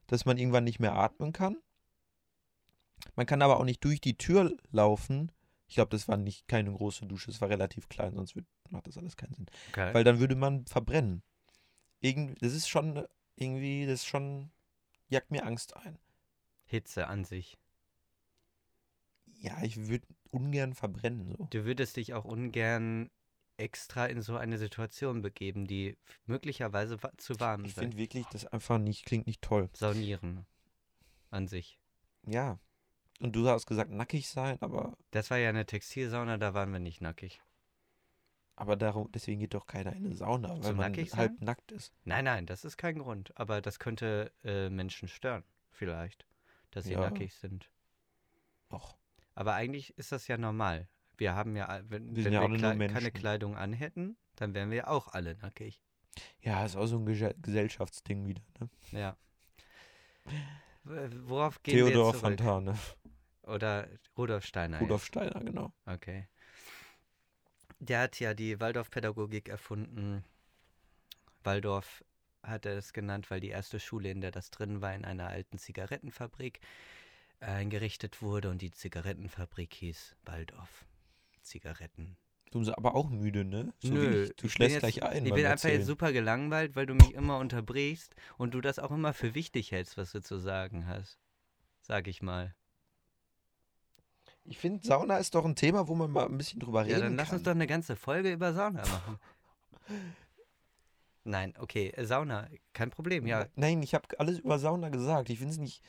[SPEAKER 2] dass man irgendwann nicht mehr atmen kann. Man kann aber auch nicht durch die Tür laufen. Ich glaube, das war nicht keine große Dusche, es war relativ klein, sonst würd, macht das alles keinen Sinn.
[SPEAKER 1] Okay.
[SPEAKER 2] Weil dann würde man verbrennen. Irgend, das ist schon irgendwie, das ist schon jagt mir Angst ein.
[SPEAKER 1] Hitze an sich.
[SPEAKER 2] Ja, ich würde ungern verbrennen so.
[SPEAKER 1] Du würdest dich auch ungern extra in so eine Situation begeben, die f- möglicherweise wa- zu warm
[SPEAKER 2] Ich
[SPEAKER 1] sein.
[SPEAKER 2] finde wirklich, das einfach nicht klingt nicht toll.
[SPEAKER 1] Saunieren an sich.
[SPEAKER 2] Ja. Und du hast gesagt nackig sein, aber
[SPEAKER 1] Das war ja eine Textilsauna, da waren wir nicht nackig.
[SPEAKER 2] aber darum deswegen geht doch keiner in eine Sauna, weil
[SPEAKER 1] Zum
[SPEAKER 2] man
[SPEAKER 1] nackig sein?
[SPEAKER 2] halb nackt ist.
[SPEAKER 1] Nein, nein, das ist kein Grund. Aber das könnte äh, Menschen stören, vielleicht, dass sie
[SPEAKER 2] Ja.
[SPEAKER 1] nackig sind.
[SPEAKER 2] Och.
[SPEAKER 1] Aber eigentlich ist das ja normal. Wir haben ja, all- wenn,
[SPEAKER 2] Wir sind
[SPEAKER 1] wenn
[SPEAKER 2] ja
[SPEAKER 1] wir
[SPEAKER 2] alle nur
[SPEAKER 1] Kle- keine
[SPEAKER 2] Menschen.
[SPEAKER 1] Kleidung anhätten, dann wären wir auch alle nackig.
[SPEAKER 2] Ja, ist auch so ein Gesell- Gesellschaftsding wieder, ne?
[SPEAKER 1] Ja. W- Worauf gehen wir
[SPEAKER 2] Theodor
[SPEAKER 1] jetzt zurück?
[SPEAKER 2] Fontane,
[SPEAKER 1] Oder Rudolf Steiner.
[SPEAKER 2] Rudolf Steiner, genau.
[SPEAKER 1] jetzt. Okay. Der hat ja die Waldorfpädagogik erfunden. Waldorf hat er es genannt, weil die erste Schule, in der das drin war, in einer alten Zigarettenfabrik äh, eingerichtet wurde und die Zigarettenfabrik hieß Waldorf. Zigaretten.
[SPEAKER 2] Du bist aber auch müde, ne? So
[SPEAKER 1] Nö,
[SPEAKER 2] wie ich. Du
[SPEAKER 1] ich bin
[SPEAKER 2] schläfst
[SPEAKER 1] jetzt-
[SPEAKER 2] gleich ein.
[SPEAKER 1] Ich
[SPEAKER 2] beim
[SPEAKER 1] bin einfach
[SPEAKER 2] Erzählen.
[SPEAKER 1] jetzt super gelangweilt, weil du mich immer unterbrichst und du das auch immer für wichtig hältst, was du zu sagen hast. Sag ich mal.
[SPEAKER 2] Ich finde, Sauna ist doch ein Thema, wo man mal ein bisschen drüber reden
[SPEAKER 1] Ja, dann lass
[SPEAKER 2] kann.
[SPEAKER 1] uns doch eine ganze Folge über Sauna machen. Nein, okay, äh, Sauna, kein Problem, ja.
[SPEAKER 2] Nein, ich habe alles über Sauna gesagt. Ich finde es nicht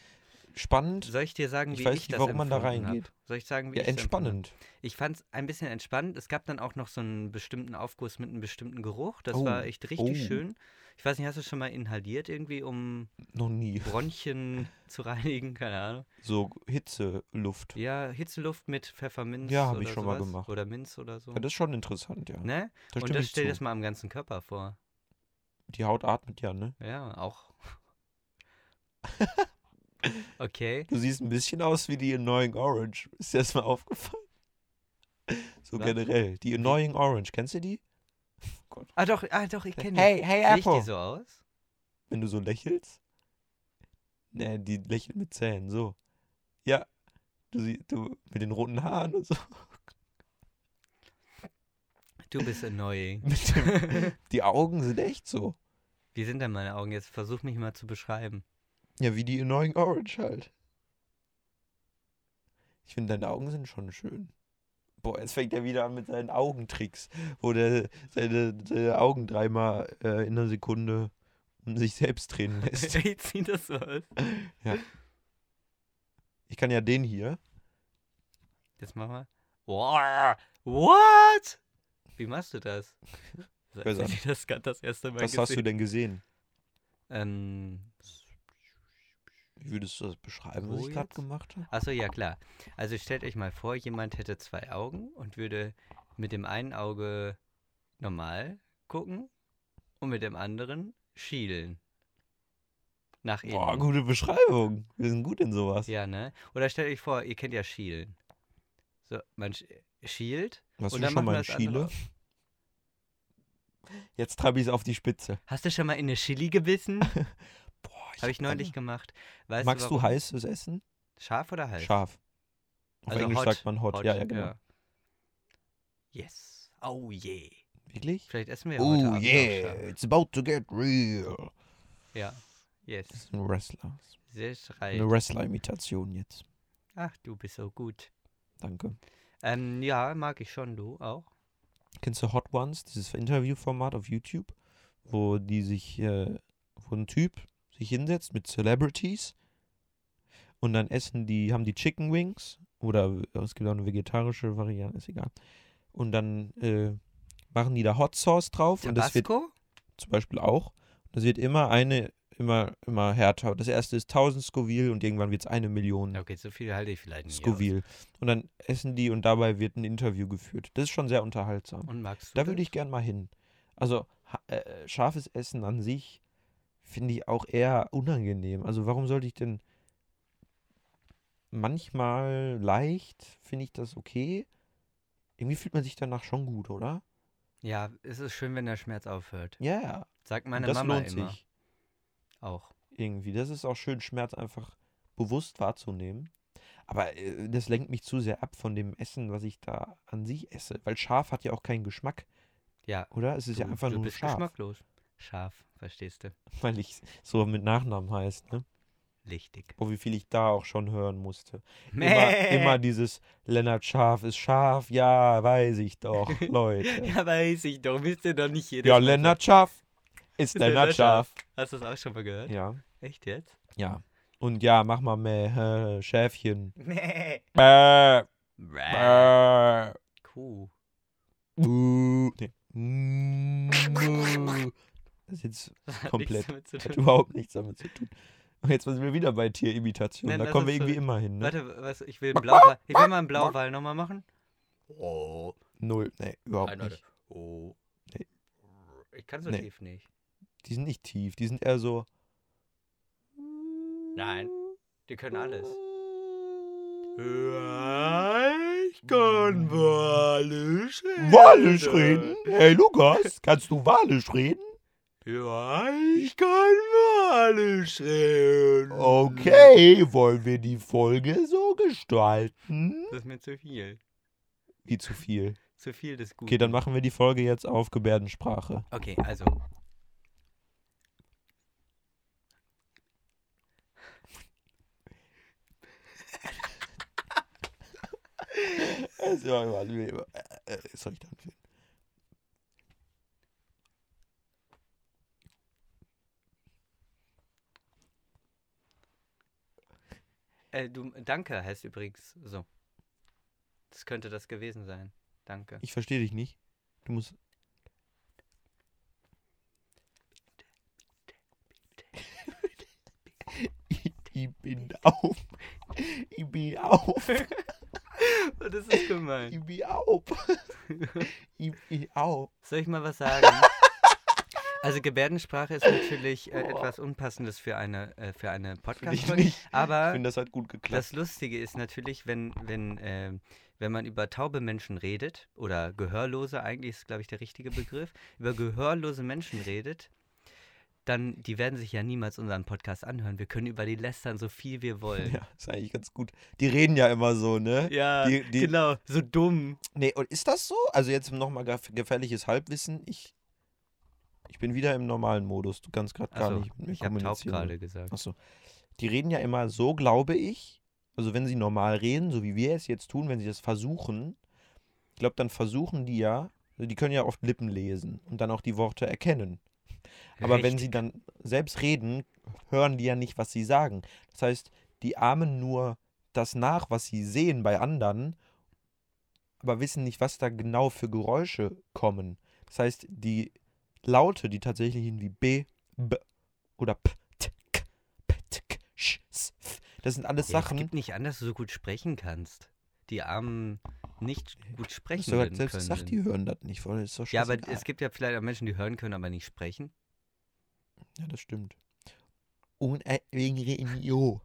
[SPEAKER 2] spannend.
[SPEAKER 1] Soll ich dir sagen,
[SPEAKER 2] Ich
[SPEAKER 1] wie
[SPEAKER 2] weiß
[SPEAKER 1] ich
[SPEAKER 2] nicht,
[SPEAKER 1] das
[SPEAKER 2] warum man da
[SPEAKER 1] empfunden hab?
[SPEAKER 2] reingeht.
[SPEAKER 1] Soll ich sagen, wie
[SPEAKER 2] Ja,
[SPEAKER 1] ich
[SPEAKER 2] entspannend.
[SPEAKER 1] Ich fand es ein bisschen entspannt. Es gab dann auch noch so einen bestimmten Aufguss mit einem bestimmten Geruch. Das
[SPEAKER 2] Oh,
[SPEAKER 1] war echt richtig
[SPEAKER 2] oh.
[SPEAKER 1] schön. Ich weiß nicht, hast du schon mal inhaliert irgendwie, um
[SPEAKER 2] Noch nie.
[SPEAKER 1] Bronchien zu reinigen? Keine Ahnung.
[SPEAKER 2] So Hitzeluft. Ja.
[SPEAKER 1] Ja, Hitzeluft mit Pfefferminz.
[SPEAKER 2] Ja, hab
[SPEAKER 1] oder
[SPEAKER 2] ich schon mal
[SPEAKER 1] sowas.
[SPEAKER 2] gemacht.
[SPEAKER 1] Oder Minz oder so.
[SPEAKER 2] das ist schon interessant, ja.
[SPEAKER 1] ne?
[SPEAKER 2] Da
[SPEAKER 1] Und
[SPEAKER 2] stimme
[SPEAKER 1] das
[SPEAKER 2] ich
[SPEAKER 1] stell dir
[SPEAKER 2] zu.
[SPEAKER 1] das mal am ganzen Körper vor.
[SPEAKER 2] Die Haut atmet ja, ne?
[SPEAKER 1] Ja, auch. okay.
[SPEAKER 2] Du siehst ein bisschen aus wie die Annoying Orange. Ist dir das mal aufgefallen? So
[SPEAKER 1] Was?
[SPEAKER 2] generell. Die Annoying Orange, kennst du die?
[SPEAKER 1] Ah doch, ah doch, ich kenne
[SPEAKER 2] Hey, hey,
[SPEAKER 1] die. Riecht
[SPEAKER 2] Apple.
[SPEAKER 1] die so aus?
[SPEAKER 2] Wenn du so lächelst. Ne, die lächelt mit Zähnen, so. Ja. Du siehst, du mit den roten Haaren und so.
[SPEAKER 1] Du bist annoying.
[SPEAKER 2] Mit dem, die Augen sind echt so.
[SPEAKER 1] Wie sind denn meine Augen jetzt? Versuch mich mal zu beschreiben.
[SPEAKER 2] Ja, wie die Annoying Orange halt. Ich finde, deine Augen sind schon schön. Boah, jetzt fängt er wieder an mit seinen Augentricks, wo der seine, seine Augen dreimal äh, in einer Sekunde um sich selbst drehen lässt.
[SPEAKER 1] Sieht das so aus?
[SPEAKER 2] Ich kann ja den hier.
[SPEAKER 1] Jetzt mach mal. Wow, What? Wie machst du das? Seit
[SPEAKER 2] Weiß auch
[SPEAKER 1] ich das gerade das erste Mal
[SPEAKER 2] Was
[SPEAKER 1] gesehen.
[SPEAKER 2] hast du denn gesehen?
[SPEAKER 1] Ähm,
[SPEAKER 2] Wie würdest du das beschreiben, was
[SPEAKER 1] Wo
[SPEAKER 2] ich gerade
[SPEAKER 1] jetzt?
[SPEAKER 2] gemacht habe?
[SPEAKER 1] Achso, ja klar. Also stellt euch mal vor, jemand hätte zwei Augen und würde mit dem einen Auge normal gucken und mit dem anderen schielen. Nach innen.
[SPEAKER 2] Boah, gute Beschreibung. Wir sind gut in sowas.
[SPEAKER 1] Ja, ne? Oder stellt euch vor, ihr kennt ja schielen. So, man sch schielt
[SPEAKER 2] Hast
[SPEAKER 1] und
[SPEAKER 2] du
[SPEAKER 1] dann macht
[SPEAKER 2] schon mal
[SPEAKER 1] man
[SPEAKER 2] einen
[SPEAKER 1] das andere.
[SPEAKER 2] Schiele?
[SPEAKER 1] auf.
[SPEAKER 2] Jetzt treibe ich es auf die Spitze.
[SPEAKER 1] Hast du schon mal in eine Chili gebissen?
[SPEAKER 2] Boah,
[SPEAKER 1] Habe ich
[SPEAKER 2] hab
[SPEAKER 1] neulich gemacht. Weißt
[SPEAKER 2] Magst du,
[SPEAKER 1] warum?
[SPEAKER 2] heißes Essen?
[SPEAKER 1] Scharf oder heiß?
[SPEAKER 2] Scharf. Auf
[SPEAKER 1] Also
[SPEAKER 2] Englisch
[SPEAKER 1] hot,
[SPEAKER 2] sagt man hot. Ja, ja, genau.
[SPEAKER 1] Yes. Oh yeah.
[SPEAKER 2] Wirklich?
[SPEAKER 1] Vielleicht essen wir ja heute
[SPEAKER 2] oh
[SPEAKER 1] Abend
[SPEAKER 2] yeah,
[SPEAKER 1] Auch scharf.
[SPEAKER 2] it's about to get real.
[SPEAKER 1] Ja. Yes.
[SPEAKER 2] Das ist ein Wrestler.
[SPEAKER 1] Sehr schreit.
[SPEAKER 2] Eine Wrestler-Imitation jetzt.
[SPEAKER 1] Ach, du bist so gut.
[SPEAKER 2] Danke.
[SPEAKER 1] Ähm, ja, mag ich schon, du auch.
[SPEAKER 2] Kennst du Hot Ones, dieses Interviewformat auf YouTube, wo die sich, äh, wo ein Typ sich hinsetzt mit Celebrities und dann essen die, haben die Chicken Wings oder es gibt auch eine vegetarische Variante, ist egal. Und dann äh, machen die da Hot Sauce drauf und das wird
[SPEAKER 1] Tabasco?
[SPEAKER 2] zum Beispiel auch. Das wird immer eine, immer, immer härter. Das erste ist 1000 Scoville und irgendwann wird es eine Million
[SPEAKER 1] Okay, so viel halte ich vielleicht nicht.
[SPEAKER 2] Scoville. Und dann essen die und dabei wird ein Interview geführt. Das ist schon sehr unterhaltsam.
[SPEAKER 1] Aus. Und magst du
[SPEAKER 2] Da würde ich gern mal hin. Also ha- äh, scharfes Essen an sich finde ich auch eher unangenehm. Also warum sollte ich denn manchmal leicht, finde ich das okay. Irgendwie fühlt man sich danach schon gut, oder?
[SPEAKER 1] Ja, es ist schön, wenn der Schmerz aufhört.
[SPEAKER 2] Ja, ja.
[SPEAKER 1] Sagt
[SPEAKER 2] Und
[SPEAKER 1] meine
[SPEAKER 2] das
[SPEAKER 1] Mama
[SPEAKER 2] lohnt
[SPEAKER 1] immer.
[SPEAKER 2] sich
[SPEAKER 1] Auch.
[SPEAKER 2] irgendwie. Das ist auch schön, Schmerz einfach bewusst wahrzunehmen. Aber äh, das lenkt mich zu sehr ab von dem Essen, was ich da an sich esse. Weil scharf hat ja auch keinen Geschmack,
[SPEAKER 1] Ja.
[SPEAKER 2] oder? Es ist ja
[SPEAKER 1] du,
[SPEAKER 2] einfach
[SPEAKER 1] du
[SPEAKER 2] nur
[SPEAKER 1] bist
[SPEAKER 2] scharf,
[SPEAKER 1] geschmacklos. Scharf, verstehst du?
[SPEAKER 2] weil ich so mit Nachnamen heißt, ne?
[SPEAKER 1] Lichtig.
[SPEAKER 2] Oh, wie viel ich da auch schon hören musste. Immer,
[SPEAKER 1] Mäh.
[SPEAKER 2] immer dieses Lennart Schaf ist scharf, ja, weiß ich doch, Leute.
[SPEAKER 1] Ja, weiß ich doch. Wisst ihr doch nicht jedes
[SPEAKER 2] ja,
[SPEAKER 1] Mal so.
[SPEAKER 2] Lennart Schaf ist Lennart Schaf.
[SPEAKER 1] Hast du das auch schon mal gehört?
[SPEAKER 2] Ja,
[SPEAKER 1] Echt jetzt?
[SPEAKER 2] ja. Und ja, mach mal mehr äh, Schäfchen.
[SPEAKER 1] Nee.
[SPEAKER 2] Bäh,
[SPEAKER 1] Bäh.
[SPEAKER 2] bäh.
[SPEAKER 1] Kuh.
[SPEAKER 2] Uh, nee. Mm, Das ist jetzt,
[SPEAKER 1] Das hat
[SPEAKER 2] Komplett.
[SPEAKER 1] nichts damit zu
[SPEAKER 2] hat
[SPEAKER 1] tun.
[SPEAKER 2] überhaupt nichts damit zu tun. Und jetzt sind wir wieder bei Tierimitationen.
[SPEAKER 1] Nein,
[SPEAKER 2] Da
[SPEAKER 1] das
[SPEAKER 2] kommen wir
[SPEAKER 1] ist so-
[SPEAKER 2] irgendwie immer hin, ne?
[SPEAKER 1] Warte, was, ich will einen Blauwal. Ich will mal einen Blauwal nochmal machen. Oh.
[SPEAKER 2] Null. Nee, überhaupt
[SPEAKER 1] Nein, warte.
[SPEAKER 2] nicht.
[SPEAKER 1] Oh.
[SPEAKER 2] Nee.
[SPEAKER 1] Ich kann so
[SPEAKER 2] Nee.
[SPEAKER 1] tief nicht.
[SPEAKER 2] Die sind nicht tief, die sind eher so.
[SPEAKER 1] Nein. Die können alles.
[SPEAKER 2] Ich
[SPEAKER 1] kann Walisch reden.
[SPEAKER 2] Walisch reden? Hey Lukas, kannst du Walisch reden?
[SPEAKER 1] Ja, ich kann Walisch reden.
[SPEAKER 2] Okay, wollen wir die Folge so gestalten?
[SPEAKER 1] Das ist mir zu viel.
[SPEAKER 2] Wie zu viel.
[SPEAKER 1] Zu viel des Guten.
[SPEAKER 2] Okay, dann machen wir die Folge jetzt auf Gebärdensprache.
[SPEAKER 1] Okay, also.
[SPEAKER 2] Es war immer- äh, äh, Soll ich dann filmen?
[SPEAKER 1] Äh, du, danke heißt übrigens so. Das könnte das gewesen sein. Danke.
[SPEAKER 2] Ich verstehe dich nicht. Du musst. Ich bin auf. Ich bin auf.
[SPEAKER 1] Das ist gemein.
[SPEAKER 2] Ich bin auf. Ich bin auf.
[SPEAKER 1] Soll ich mal was sagen? Also Gebärdensprache ist natürlich äh,
[SPEAKER 2] Boah.
[SPEAKER 1] etwas Unpassendes für eine, äh, für eine
[SPEAKER 2] Finde ich
[SPEAKER 1] Podcast-Folge.
[SPEAKER 2] nicht. Ich
[SPEAKER 1] Aber
[SPEAKER 2] finde, das hat gut geklappt.
[SPEAKER 1] Das Lustige ist natürlich, wenn, wenn, ähm, wenn man über taube Menschen redet, oder Gehörlose, eigentlich ist, glaube ich, der richtige Begriff, über gehörlose Menschen redet, dann, die werden sich ja niemals unseren Podcast anhören. Wir können über die lästern, so viel wir wollen.
[SPEAKER 2] ja, ist eigentlich ganz gut. Die reden ja immer so, ne?
[SPEAKER 1] Ja,
[SPEAKER 2] Die- die-
[SPEAKER 1] genau, so dumm.
[SPEAKER 2] Nee, und ist das so? Also jetzt nochmal gefährliches Halbwissen. Ich, ich bin wieder im normalen Modus. Du kannst gerade gar
[SPEAKER 1] Also,
[SPEAKER 2] nicht mit mir
[SPEAKER 1] ich habe taub
[SPEAKER 2] kommunizieren.
[SPEAKER 1] gerade gesagt.
[SPEAKER 2] Achso. Die reden ja immer so, glaube ich. Also wenn sie normal reden, so wie wir es jetzt tun, wenn sie das versuchen, ich glaube, dann versuchen die ja, also die können ja oft Lippen lesen und dann auch die Worte erkennen. Aber wenn sie dann selbst reden, hören die ja nicht, was sie sagen. Das heißt, die ahmen nur das nach, was sie sehen bei anderen, aber wissen nicht, was da genau für Geräusche kommen. Das heißt, die Laute, die tatsächlichen wie B, B oder P, T, K, P, T, K, Sch, S, F, das sind alles
[SPEAKER 1] Ja, Es
[SPEAKER 2] Sachen.
[SPEAKER 1] gibt nicht an, dass du so gut sprechen kannst. Die Armen nicht gut sprechen
[SPEAKER 2] Hast du gerade
[SPEAKER 1] können.
[SPEAKER 2] selbst gesagt, die hören das nicht, weil das ist doch
[SPEAKER 1] ja, aber
[SPEAKER 2] scheißegal.
[SPEAKER 1] es gibt ja vielleicht auch Menschen, die hören können, aber nicht sprechen.
[SPEAKER 2] Ja, das stimmt. Und äh, wegen Renio.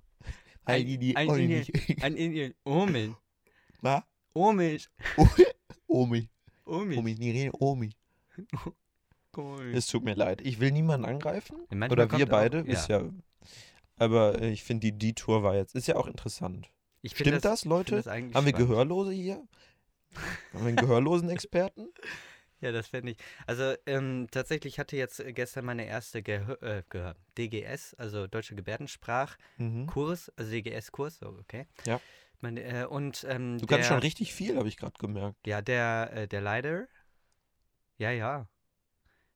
[SPEAKER 2] Weil
[SPEAKER 1] Ein-
[SPEAKER 2] die die
[SPEAKER 1] ein
[SPEAKER 2] Olle
[SPEAKER 1] Inge-
[SPEAKER 2] nicht-
[SPEAKER 1] An Indien. Omen.
[SPEAKER 2] Ma?
[SPEAKER 1] Omen.
[SPEAKER 2] Omi.
[SPEAKER 1] Omen.
[SPEAKER 2] Omi, die reden Omi.
[SPEAKER 1] Cool.
[SPEAKER 2] Es tut mir leid. Ich will niemanden angreifen.
[SPEAKER 1] Manchmal
[SPEAKER 2] Oder
[SPEAKER 1] Hm.
[SPEAKER 2] wir
[SPEAKER 1] kommt auch-
[SPEAKER 2] beide.
[SPEAKER 1] ja.
[SPEAKER 2] Ist ja. Aber äh, ich finde, die Detour war jetzt. Ist ja auch interessant.
[SPEAKER 1] Ich find
[SPEAKER 2] Stimmt das,
[SPEAKER 1] ich find
[SPEAKER 2] Leute?
[SPEAKER 1] das eigentlich
[SPEAKER 2] Haben wir
[SPEAKER 1] spannend.
[SPEAKER 2] Gehörlose hier? Haben wir einen gehörlosen Experten?
[SPEAKER 1] Ja, das fände ich. Also ähm, tatsächlich hatte jetzt äh, gestern meine erste Gehör, äh, Gehör, DGS, also Deutsche Gebärdensprachkurs,
[SPEAKER 2] Mhm.
[SPEAKER 1] also DGS-Kurs, so, okay.
[SPEAKER 2] Ja.
[SPEAKER 1] Mein, äh, und ähm,
[SPEAKER 2] Du
[SPEAKER 1] der,
[SPEAKER 2] kannst schon richtig viel, habe ich gerade gemerkt.
[SPEAKER 1] Ja, der, äh, der Leiter. Ja, ja.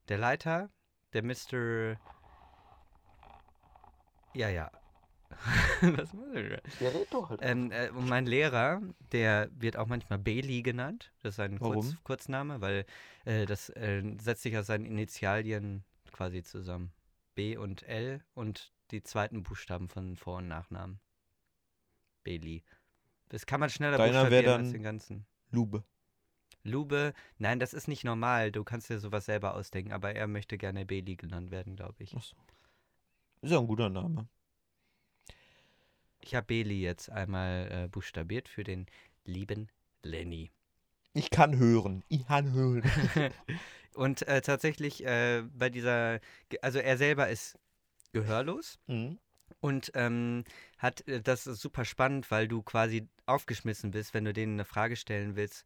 [SPEAKER 1] Der Leiter, der Mr. Ja, ja. Was machst du denn?
[SPEAKER 2] Der redet doch halt.
[SPEAKER 1] Ähm, äh, und mein Lehrer, der wird auch manchmal Bailey genannt. Das ist ein Kurz
[SPEAKER 2] Warum?
[SPEAKER 1] Kurzname, weil äh, das äh, setzt sich aus seinen Initialien quasi zusammen. B und L und die zweiten Buchstaben von Vor- und Nachnamen. Bailey. Das kann man schneller
[SPEAKER 2] Deiner wär
[SPEAKER 1] buchstabieren
[SPEAKER 2] dann-
[SPEAKER 1] als den ganzen.
[SPEAKER 2] Lube.
[SPEAKER 1] Lube, nein, das ist nicht normal. Du kannst dir sowas selber ausdenken, aber er möchte gerne Bailey genannt werden, glaube ich.
[SPEAKER 2] Achso. Ist ja ein guter Name.
[SPEAKER 1] Ich habe Bailey jetzt einmal äh, buchstabiert für den lieben Lenny.
[SPEAKER 2] Ich kann hören. Ich kann hören.
[SPEAKER 1] Und äh, tatsächlich äh, bei dieser, Ge- also er selber ist gehörlos
[SPEAKER 2] Mhm.
[SPEAKER 1] und ähm, hat, äh, das ist super spannend, weil du quasi aufgeschmissen bist, wenn du denen eine Frage stellen willst,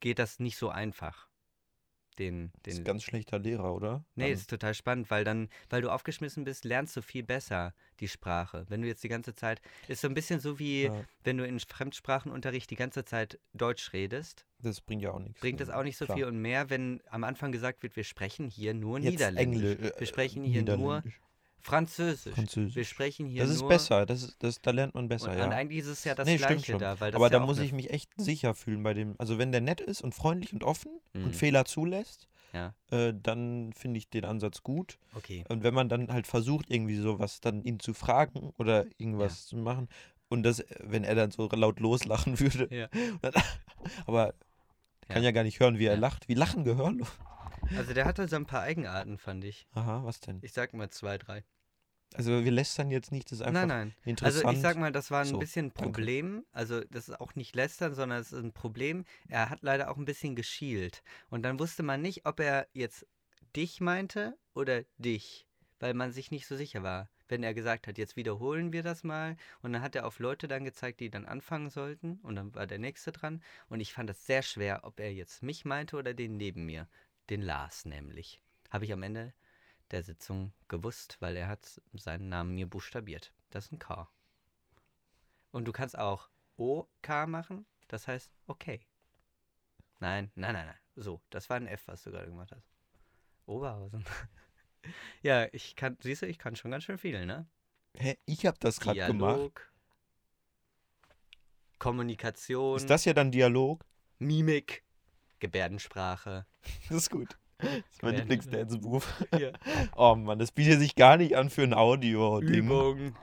[SPEAKER 1] geht das nicht so einfach. Den,
[SPEAKER 2] Das ist
[SPEAKER 1] den,
[SPEAKER 2] ein ganz schlechter Lehrer, oder?
[SPEAKER 1] nee,
[SPEAKER 2] Dann-
[SPEAKER 1] ist total spannend, weil dann, weil du aufgeschmissen bist, lernst du viel besser die Sprache. Wenn du jetzt die ganze Zeit, ist so ein bisschen so wie,
[SPEAKER 2] ja,
[SPEAKER 1] wenn du in Fremdsprachenunterricht die ganze Zeit Deutsch redest,
[SPEAKER 2] das bringt ja auch nichts.
[SPEAKER 1] bringt das
[SPEAKER 2] ne?
[SPEAKER 1] auch nicht so
[SPEAKER 2] Klar.
[SPEAKER 1] viel und mehr, wenn am Anfang gesagt wird, wir sprechen hier nur
[SPEAKER 2] Jetzt
[SPEAKER 1] Niederländisch.
[SPEAKER 2] Engl- äh,
[SPEAKER 1] Wir sprechen hier nur
[SPEAKER 2] Niederländisch,
[SPEAKER 1] Französisch. Wir
[SPEAKER 2] Französisch.
[SPEAKER 1] sprechen hier
[SPEAKER 2] Das ist
[SPEAKER 1] nur
[SPEAKER 2] besser, das, ist, das, da lernt man
[SPEAKER 1] Und,
[SPEAKER 2] besser,
[SPEAKER 1] und
[SPEAKER 2] ja.
[SPEAKER 1] eigentlich ist es ja das
[SPEAKER 2] Nee, stimmt
[SPEAKER 1] Gleiche
[SPEAKER 2] schon.
[SPEAKER 1] da, weil das
[SPEAKER 2] Aber
[SPEAKER 1] ist ja
[SPEAKER 2] da
[SPEAKER 1] auch ne Hm.
[SPEAKER 2] muss
[SPEAKER 1] eine-
[SPEAKER 2] ich mich echt sicher fühlen bei dem. Also wenn der nett ist und freundlich und offen
[SPEAKER 1] Mhm.
[SPEAKER 2] und Fehler zulässt,
[SPEAKER 1] Ja.
[SPEAKER 2] äh, dann finde ich den Ansatz gut.
[SPEAKER 1] Okay.
[SPEAKER 2] Und wenn man dann halt versucht, irgendwie sowas dann ihn zu fragen oder irgendwas zu machen, und das, äh, wenn er dann so laut loslachen würde.
[SPEAKER 1] Ja.
[SPEAKER 2] Dann, aber kann ja gar nicht hören, wie er
[SPEAKER 1] Ja.
[SPEAKER 2] lacht. Wie lachen gehört?
[SPEAKER 1] Also der hatte so ein paar Eigenarten, fand ich.
[SPEAKER 2] Aha, was denn?
[SPEAKER 1] Ich sag mal zwei, drei.
[SPEAKER 2] Also wir lästern jetzt nicht, das ist einfach
[SPEAKER 1] Nein, nein.
[SPEAKER 2] interessant.
[SPEAKER 1] Also ich sag mal, das war ein
[SPEAKER 2] So,
[SPEAKER 1] bisschen ein
[SPEAKER 2] danke.
[SPEAKER 1] Problem. Also das ist auch nicht lästern, sondern es ist ein Problem. Er hat leider auch ein bisschen geschielt. Und dann wusste man nicht, ob er jetzt dich meinte oder dich, weil man sich nicht so sicher war. Wenn er gesagt hat, jetzt wiederholen wir das mal. Und dann hat er auf Leute dann gezeigt, die dann anfangen sollten. Und dann war der nächste dran. Und ich fand das sehr schwer, ob er jetzt mich meinte oder den neben mir. Den Lars nämlich. Habe ich am Ende der Sitzung gewusst, weil er hat seinen Namen mir buchstabiert. Das ist ein K. Und du kannst auch OK machen, das heißt okay. Nein, nein, nein, nein. So, das war ein F, was du gerade gemacht hast. Oberhausen. ja, ich kann, siehst du, ich kann schon ganz schön viel, ne?
[SPEAKER 2] Hä, ich habe das gerade gemacht.
[SPEAKER 1] Dialog, Kommunikation,
[SPEAKER 2] Ist das ja dann Dialog?
[SPEAKER 1] Mimik, Gebärdensprache.
[SPEAKER 2] Das ist gut. Das ist mein
[SPEAKER 1] Ja.
[SPEAKER 2] Lieblings-Dance-Move.
[SPEAKER 1] Ja.
[SPEAKER 2] Oh Mann, das bietet sich gar nicht an für ein Audio-Ding.
[SPEAKER 1] Übung,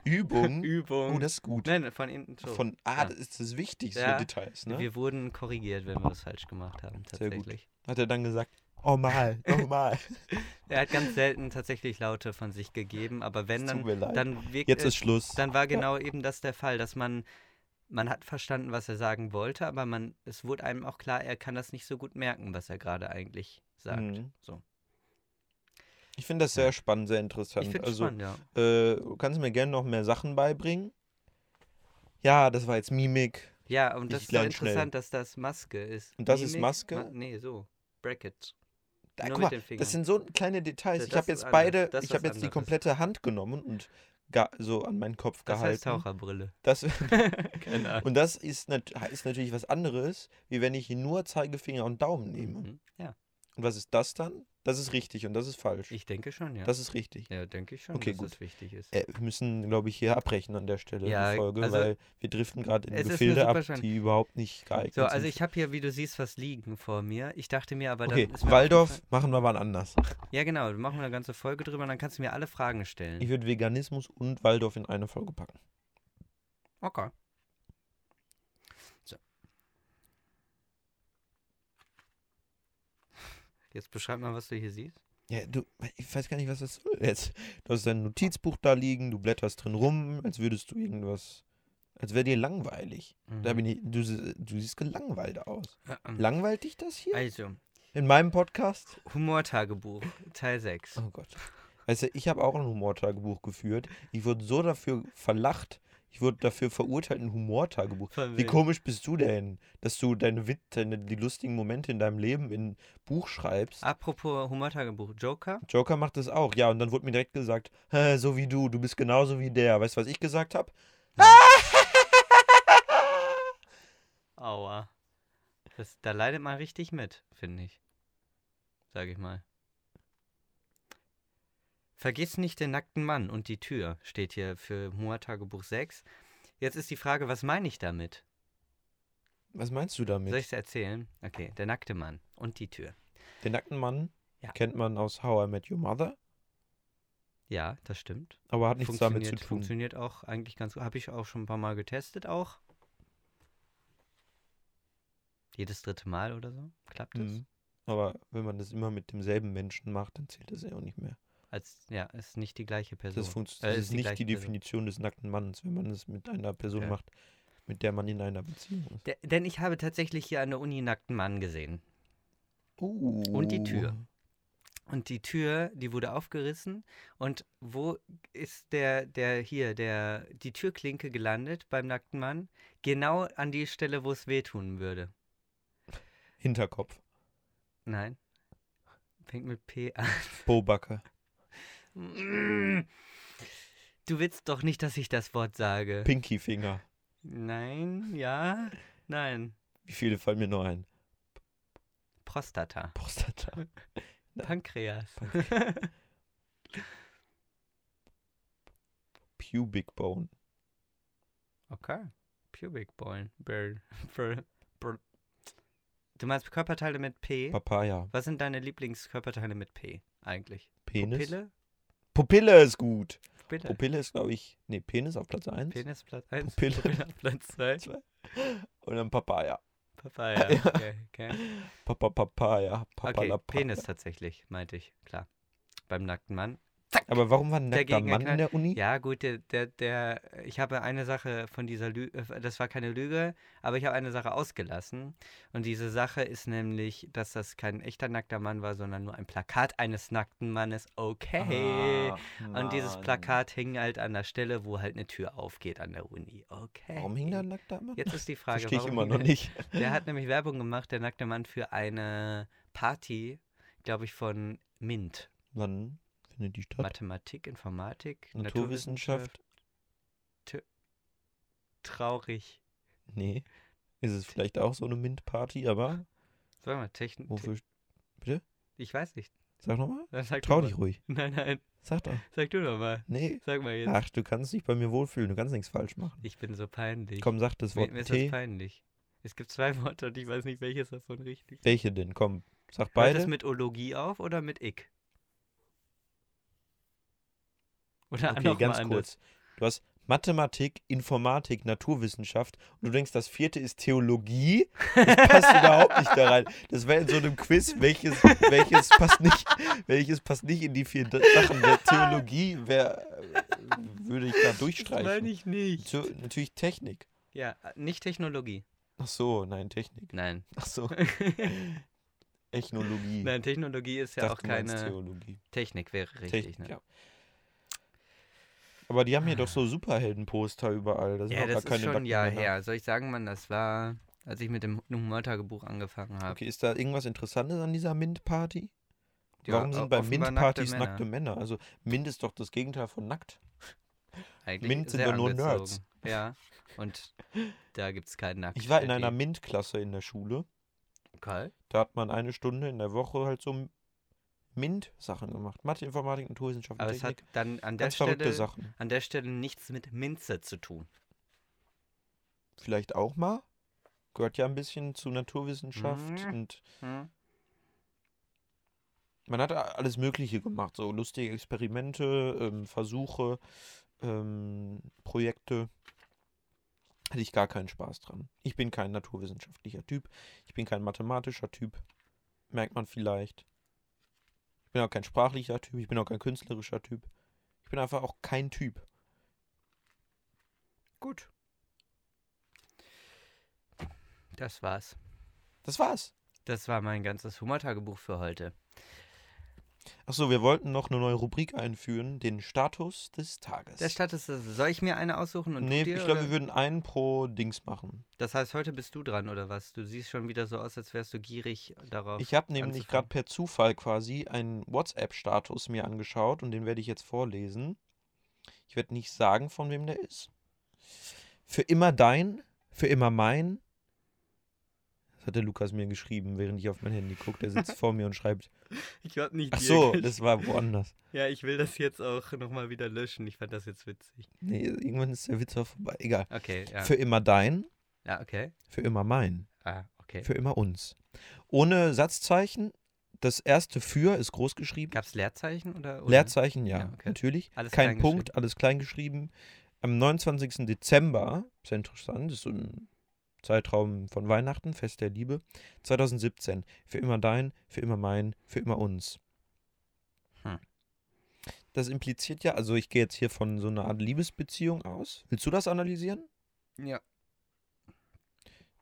[SPEAKER 2] Übung.
[SPEAKER 1] Übung.
[SPEAKER 2] Oh, das ist gut.
[SPEAKER 1] nein, von hinten so.
[SPEAKER 2] Von, ah,
[SPEAKER 1] Ja.
[SPEAKER 2] das ist das Wichtigste,
[SPEAKER 1] Ja.
[SPEAKER 2] Details, ne?
[SPEAKER 1] Wir wurden korrigiert, wenn wir das falsch gemacht haben,
[SPEAKER 2] Sehr gut.
[SPEAKER 1] tatsächlich.
[SPEAKER 2] Hat er dann gesagt, oh mal, oh mal.
[SPEAKER 1] Er hat ganz selten tatsächlich Laute von sich gegeben, aber wenn,
[SPEAKER 2] Es tut
[SPEAKER 1] dann,
[SPEAKER 2] mir leid.
[SPEAKER 1] dann wirkt
[SPEAKER 2] Jetzt
[SPEAKER 1] es-
[SPEAKER 2] ist Schluss.
[SPEAKER 1] dann war genau eben das der Fall, dass man, man hat verstanden, was er sagen wollte, aber man, es wurde einem auch klar, er kann das nicht so gut merken, was er gerade eigentlich sagt.
[SPEAKER 2] Mhm.
[SPEAKER 1] So.
[SPEAKER 2] Ich finde das sehr spannend, sehr
[SPEAKER 1] Ich
[SPEAKER 2] interessant.
[SPEAKER 1] finde
[SPEAKER 2] Also,
[SPEAKER 1] spannend, ja.
[SPEAKER 2] äh, du kannst mir gerne noch mehr Sachen beibringen. Ja, das war jetzt Mimik.
[SPEAKER 1] Ja, und
[SPEAKER 2] ich
[SPEAKER 1] das ist so
[SPEAKER 2] lerne schnell.
[SPEAKER 1] interessant, dass das Maske ist.
[SPEAKER 2] Und das ist Maske?
[SPEAKER 1] nee, so. Bracket.
[SPEAKER 2] Da,
[SPEAKER 1] Nur
[SPEAKER 2] guck
[SPEAKER 1] mit
[SPEAKER 2] mal,
[SPEAKER 1] den Fingern.
[SPEAKER 2] das sind so kleine Details.
[SPEAKER 1] Ja,
[SPEAKER 2] ich
[SPEAKER 1] das
[SPEAKER 2] habe
[SPEAKER 1] ist
[SPEAKER 2] jetzt
[SPEAKER 1] anders.
[SPEAKER 2] beide,
[SPEAKER 1] Das ist
[SPEAKER 2] ich habe
[SPEAKER 1] was
[SPEAKER 2] jetzt die
[SPEAKER 1] anderes.
[SPEAKER 2] komplette Hand genommen und ga, so an meinen Kopf
[SPEAKER 1] Das heißt
[SPEAKER 2] gehalten.
[SPEAKER 1] Taucherbrille.
[SPEAKER 2] Das,
[SPEAKER 1] Keine Ahnung.
[SPEAKER 2] und das ist, nat ist natürlich was anderes, wie wenn ich nur Zeigefinger und Daumen nehme.
[SPEAKER 1] Mhm. Ja,
[SPEAKER 2] Und was ist das dann? Das ist richtig und das ist falsch.
[SPEAKER 1] ich denke schon, ja.
[SPEAKER 2] Das ist richtig.
[SPEAKER 1] ja, denke ich schon,
[SPEAKER 2] Okay,
[SPEAKER 1] dass
[SPEAKER 2] gut.
[SPEAKER 1] das wichtig ist.
[SPEAKER 2] Äh, wir müssen, glaube ich, hier abbrechen an der Stelle
[SPEAKER 1] Ja,
[SPEAKER 2] die Folge,
[SPEAKER 1] also-
[SPEAKER 2] weil wir driften gerade
[SPEAKER 1] Es
[SPEAKER 2] in
[SPEAKER 1] ist mir
[SPEAKER 2] Gefilde ab,
[SPEAKER 1] superschön.
[SPEAKER 2] die überhaupt nicht geeignet
[SPEAKER 1] So, also
[SPEAKER 2] sind.
[SPEAKER 1] ich habe hier, wie du siehst, was liegen vor mir. Ich dachte mir aber, dann
[SPEAKER 2] Okay,
[SPEAKER 1] ist mir
[SPEAKER 2] Waldorf machen wir mal anders.
[SPEAKER 1] aufgefallen- Ja, genau, dann machen wir eine ganze Folge drüber und dann kannst du mir alle Fragen stellen.
[SPEAKER 2] Ich würde Veganismus und Waldorf in eine Folge packen.
[SPEAKER 1] okay. So. Jetzt beschreib mal, was du hier siehst.
[SPEAKER 2] Ja, du, ich weiß gar nicht, was das soll jetzt. Du hast dein Notizbuch da liegen, du blätterst drin rum, als würdest du irgendwas, als wäre dir langweilig. Da bin ich, du, sie- du siehst gelangweilt aus.
[SPEAKER 1] ich.
[SPEAKER 2] Langweilt dich das hier?
[SPEAKER 1] Ähm, Also,
[SPEAKER 2] In meinem Podcast?
[SPEAKER 1] Humortagebuch, Teil 6.
[SPEAKER 2] Oh Gott. Weißt du, ich habe auch ein Humortagebuch geführt. Ich wurde so dafür verlacht. Ich wurde dafür verurteilt, ein Humortagebuch.
[SPEAKER 1] Von
[SPEAKER 2] Wie
[SPEAKER 1] wem?
[SPEAKER 2] komisch bist du denn, dass du deine, Wit- deine die lustigen Momente in deinem Leben in ein Buch schreibst?
[SPEAKER 1] Apropos Humortagebuch, Joker?
[SPEAKER 2] Joker macht das auch, ja. Und dann wurde mir direkt gesagt, "Hä, so wie du, du bist genauso wie der. Weißt du, was ich gesagt habe?
[SPEAKER 1] Aua. Das, da leidet man richtig mit, finde ich. Sag ich mal. Vergiss nicht den nackten Mann und die Tür, steht hier für Moa Tagebuch 6. Jetzt ist die Frage, was meine ich damit?
[SPEAKER 2] Was meinst du damit?
[SPEAKER 1] Soll ich es erzählen? Okay, der nackte Mann und die Tür.
[SPEAKER 2] Den nackten Mann
[SPEAKER 1] Ja.
[SPEAKER 2] kennt man aus How I Met Your Mother,
[SPEAKER 1] Ja, das stimmt.
[SPEAKER 2] aber hat nichts damit zu
[SPEAKER 1] Funktioniert-
[SPEAKER 2] tun.
[SPEAKER 1] Funktioniert auch eigentlich ganz gut. Habe ich auch schon ein paar Mal getestet auch. Jedes dritte Mal oder so. Klappt es?
[SPEAKER 2] Mhm. Aber wenn man das immer mit demselben Menschen macht, dann zählt das ja auch nicht mehr.
[SPEAKER 1] Als, ja, ist nicht die gleiche Person.
[SPEAKER 2] Das, funkt-
[SPEAKER 1] Äh,
[SPEAKER 2] das
[SPEAKER 1] ist
[SPEAKER 2] ist
[SPEAKER 1] die
[SPEAKER 2] nicht
[SPEAKER 1] gleiche
[SPEAKER 2] die
[SPEAKER 1] Person.
[SPEAKER 2] Definition des nackten Mannes, wenn man es mit einer Person
[SPEAKER 1] Ja.
[SPEAKER 2] macht, mit der man in einer Beziehung ist.
[SPEAKER 1] De denn ich habe tatsächlich hier an der Uni nackten Mann gesehen.
[SPEAKER 2] Uh.
[SPEAKER 1] Und die Tür. Und die Tür, die wurde aufgerissen. Und wo ist der, der hier, der, die Türklinke gelandet beim nackten Mann? Genau an die Stelle, wo es wehtun würde.
[SPEAKER 2] Hinterkopf.
[SPEAKER 1] Nein. Fängt mit P an.
[SPEAKER 2] Bobacke.
[SPEAKER 1] Mm. Du willst doch nicht, dass ich das Wort sage.
[SPEAKER 2] Pinkyfinger.
[SPEAKER 1] Nein, ja, nein.
[SPEAKER 2] Wie viele fallen mir noch ein?
[SPEAKER 1] Prostata.
[SPEAKER 2] Prostata.
[SPEAKER 1] Pankreas.
[SPEAKER 2] Pubic Bone.
[SPEAKER 1] Okay. Pubic Bone. Burn. Burn. Burn. Du meinst Körperteile mit P?
[SPEAKER 2] Papaya.
[SPEAKER 1] Was sind deine Lieblingskörperteile mit P eigentlich?
[SPEAKER 2] Penis.
[SPEAKER 1] Pille?
[SPEAKER 2] Pupille ist gut.
[SPEAKER 1] Pille.
[SPEAKER 2] Pupille ist, glaube ich. Nee, Penis auf Platz 1.
[SPEAKER 1] Penis Platz 1.
[SPEAKER 2] Pupille.
[SPEAKER 1] Platz 2.
[SPEAKER 2] Und dann Papaya.
[SPEAKER 1] Papaya.
[SPEAKER 2] Ja.
[SPEAKER 1] Okay, okay.
[SPEAKER 2] Papa Papaya. Papa
[SPEAKER 1] okay Penis tatsächlich, meinte ich. Klar. Beim nackten Mann.
[SPEAKER 2] Aber warum war ein
[SPEAKER 1] Der
[SPEAKER 2] nackter Mann in
[SPEAKER 1] Gegenknall-
[SPEAKER 2] der Uni?
[SPEAKER 1] Ja, gut, der, der, der, ich habe eine Sache von dieser Lüge, das war keine Lüge, aber ich habe eine Sache ausgelassen. Und diese Sache ist nämlich, dass das kein echter nackter Mann war, sondern nur ein Plakat eines nackten Mannes. Okay.
[SPEAKER 2] Ah,
[SPEAKER 1] Und dieses
[SPEAKER 2] Mann.
[SPEAKER 1] Plakat hing halt an der Stelle, wo halt eine Tür aufgeht an der Uni. Okay.
[SPEAKER 2] Warum hing da ein nackter Mann?
[SPEAKER 1] Jetzt ist die Frage,
[SPEAKER 2] Verstehe ich
[SPEAKER 1] warum
[SPEAKER 2] immer
[SPEAKER 1] hing
[SPEAKER 2] noch
[SPEAKER 1] da-
[SPEAKER 2] nicht.
[SPEAKER 1] Der hat nämlich Werbung gemacht, der nackte Mann, für eine Party, glaube ich, von Mint.
[SPEAKER 2] Wann findet die statt?
[SPEAKER 1] Mathematik, Informatik,
[SPEAKER 2] Naturwissenschaft?
[SPEAKER 1] Traurig.
[SPEAKER 2] Nee. Ist es vielleicht auch so eine Mint-Party, aber
[SPEAKER 1] Sag mal, Technik.
[SPEAKER 2] wofür?
[SPEAKER 1] Ich weiß nicht.
[SPEAKER 2] Sag nochmal.
[SPEAKER 1] Dann sag
[SPEAKER 2] Trau
[SPEAKER 1] du
[SPEAKER 2] dich ruhig.
[SPEAKER 1] Mal. Nein, nein.
[SPEAKER 2] Sag doch.
[SPEAKER 1] Sag du doch mal.
[SPEAKER 2] Nee.
[SPEAKER 1] Sag mal jetzt.
[SPEAKER 2] Ach, du kannst dich bei mir wohlfühlen. Du kannst nichts falsch machen.
[SPEAKER 1] Ich bin so peinlich.
[SPEAKER 2] Komm, sag das
[SPEAKER 1] mir,
[SPEAKER 2] Wort
[SPEAKER 1] mir ist das
[SPEAKER 2] T.
[SPEAKER 1] peinlich. Es gibt zwei Worte und ich weiß nicht, welches davon richtig ist.
[SPEAKER 2] Welche denn? Komm, sag
[SPEAKER 1] Hört das
[SPEAKER 2] beide.
[SPEAKER 1] mit Ologie auf oder mit Ick? Oder noch
[SPEAKER 2] Okay,
[SPEAKER 1] mal
[SPEAKER 2] ganz
[SPEAKER 1] anders.
[SPEAKER 2] kurz. Du hast Mathematik, Informatik, Naturwissenschaft und du denkst, das vierte ist Theologie. Das passt überhaupt nicht da rein. Das wäre in so einem Quiz, welches, welches, passt nicht, welches passt nicht in die vier D- Sachen der Theologie, wer, äh, würde ich da
[SPEAKER 1] Das meine
[SPEAKER 2] durchstreichen.
[SPEAKER 1] ich nicht.
[SPEAKER 2] Zu, natürlich Technik.
[SPEAKER 1] Ja, nicht Technologie.
[SPEAKER 2] Ach so, nein, Technik.
[SPEAKER 1] Nein.
[SPEAKER 2] Ach so, Echnologie.
[SPEAKER 1] Nein, Technologie ist
[SPEAKER 2] Ich
[SPEAKER 1] ja
[SPEAKER 2] dachte,
[SPEAKER 1] auch
[SPEAKER 2] du meinst
[SPEAKER 1] keine.
[SPEAKER 2] Theologie.
[SPEAKER 1] Technik wäre richtig,
[SPEAKER 2] Technik,
[SPEAKER 1] ne? Ah.
[SPEAKER 2] ja. Aber die haben hier doch so Superheldenposter überall. Da sind
[SPEAKER 1] Ja,
[SPEAKER 2] doch gar
[SPEAKER 1] das ist
[SPEAKER 2] keine
[SPEAKER 1] schon ein
[SPEAKER 2] nackten
[SPEAKER 1] Jahr
[SPEAKER 2] Männer.
[SPEAKER 1] her. Soll ich sagen, wann das war, als ich mit dem Humortagebuch angefangen habe?
[SPEAKER 2] Okay, ist da irgendwas Interessantes an dieser Mint-Party?
[SPEAKER 1] Ja,
[SPEAKER 2] Warum
[SPEAKER 1] o-
[SPEAKER 2] sind bei
[SPEAKER 1] offenbar
[SPEAKER 2] Mint-Partys
[SPEAKER 1] nackte
[SPEAKER 2] nackte, Männer? Also Mint ist doch das Gegenteil von nackt.
[SPEAKER 1] Eigentlich
[SPEAKER 2] Mint sind
[SPEAKER 1] sehr
[SPEAKER 2] doch nur
[SPEAKER 1] angezogen.
[SPEAKER 2] Nerds.
[SPEAKER 1] Ja, und da gibt es keinen Nackt.
[SPEAKER 2] Ich war in
[SPEAKER 1] für
[SPEAKER 2] einer
[SPEAKER 1] die-
[SPEAKER 2] Mint-Klasse in der Schule.
[SPEAKER 1] Karl?
[SPEAKER 2] Da hat man eine Stunde in der Woche halt so Mint-Sachen gemacht. Mathe, Informatik, Naturwissenschaft und
[SPEAKER 1] Aber es hat
[SPEAKER 2] Technik.
[SPEAKER 1] dann an der,
[SPEAKER 2] Ganz verrückte
[SPEAKER 1] Stelle,
[SPEAKER 2] Sachen.
[SPEAKER 1] an der Stelle nichts mit Minze zu tun.
[SPEAKER 2] Vielleicht auch mal. Gehört ja ein bisschen zu Naturwissenschaft
[SPEAKER 1] Mhm.
[SPEAKER 2] und
[SPEAKER 1] Hm?
[SPEAKER 2] man hat a- alles Mögliche gemacht, so lustige Experimente, ähm, Versuche, ähm, Projekte. Hatte ich gar keinen Spaß dran. Ich bin kein naturwissenschaftlicher Typ. Ich bin kein mathematischer Typ. Merkt man vielleicht. Ich bin auch kein sprachlicher Typ. Ich bin auch kein künstlerischer Typ. Ich bin einfach auch kein Typ.
[SPEAKER 1] Gut. Das war's.
[SPEAKER 2] Das war's.
[SPEAKER 1] Das war mein ganzes Humortagebuch für heute.
[SPEAKER 2] Achso, wir wollten noch eine neue Rubrik einführen: den Status des Tages.
[SPEAKER 1] Der Status ist, soll ich mir eine aussuchen und
[SPEAKER 2] nee,
[SPEAKER 1] du dir,
[SPEAKER 2] ich glaube,
[SPEAKER 1] oder?
[SPEAKER 2] wir würden einen pro Dings machen.
[SPEAKER 1] Das heißt, heute bist du dran, oder was? Du siehst schon wieder so aus, als wärst du gierig darauf.
[SPEAKER 2] Ich habe nämlich
[SPEAKER 1] anzufangen.
[SPEAKER 2] gerade per Zufall quasi einen WhatsApp-Status mir angeschaut und den werde ich jetzt vorlesen. Ich werde nicht sagen, von wem der ist. Für immer dein, für immer mein. Das hat der Lukas mir geschrieben, während ich auf mein Handy gucke. Der sitzt vor mir und schreibt.
[SPEAKER 1] Ich hab nicht
[SPEAKER 2] Ach
[SPEAKER 1] dir
[SPEAKER 2] so,
[SPEAKER 1] gesch-
[SPEAKER 2] das war woanders.
[SPEAKER 1] Ja, ich will das jetzt auch nochmal wieder löschen. Ich fand das jetzt witzig.
[SPEAKER 2] Nee, irgendwann ist der Witz auch vorbei. Egal.
[SPEAKER 1] Okay, ja.
[SPEAKER 2] Für immer dein,
[SPEAKER 1] ja, okay.
[SPEAKER 2] für immer mein,
[SPEAKER 1] Ah, okay.
[SPEAKER 2] für immer uns. Ohne Satzzeichen. Das erste für ist groß geschrieben.
[SPEAKER 1] Gab's Leerzeichen oder? oder?
[SPEAKER 2] Leerzeichen, ja,
[SPEAKER 1] Ja, okay.
[SPEAKER 2] natürlich.
[SPEAKER 1] Alles klein
[SPEAKER 2] Kein Punkt, alles klein geschrieben. Am 29. Dezember, ist ja interessant, ist so ein Zeitraum von Weihnachten, Fest der Liebe, 2017. Für immer dein, für immer mein, für immer uns.
[SPEAKER 1] Hm.
[SPEAKER 2] Das impliziert ja, also ich gehe jetzt hier von so einer Art Liebesbeziehung aus. Willst du das analysieren?
[SPEAKER 1] Ja.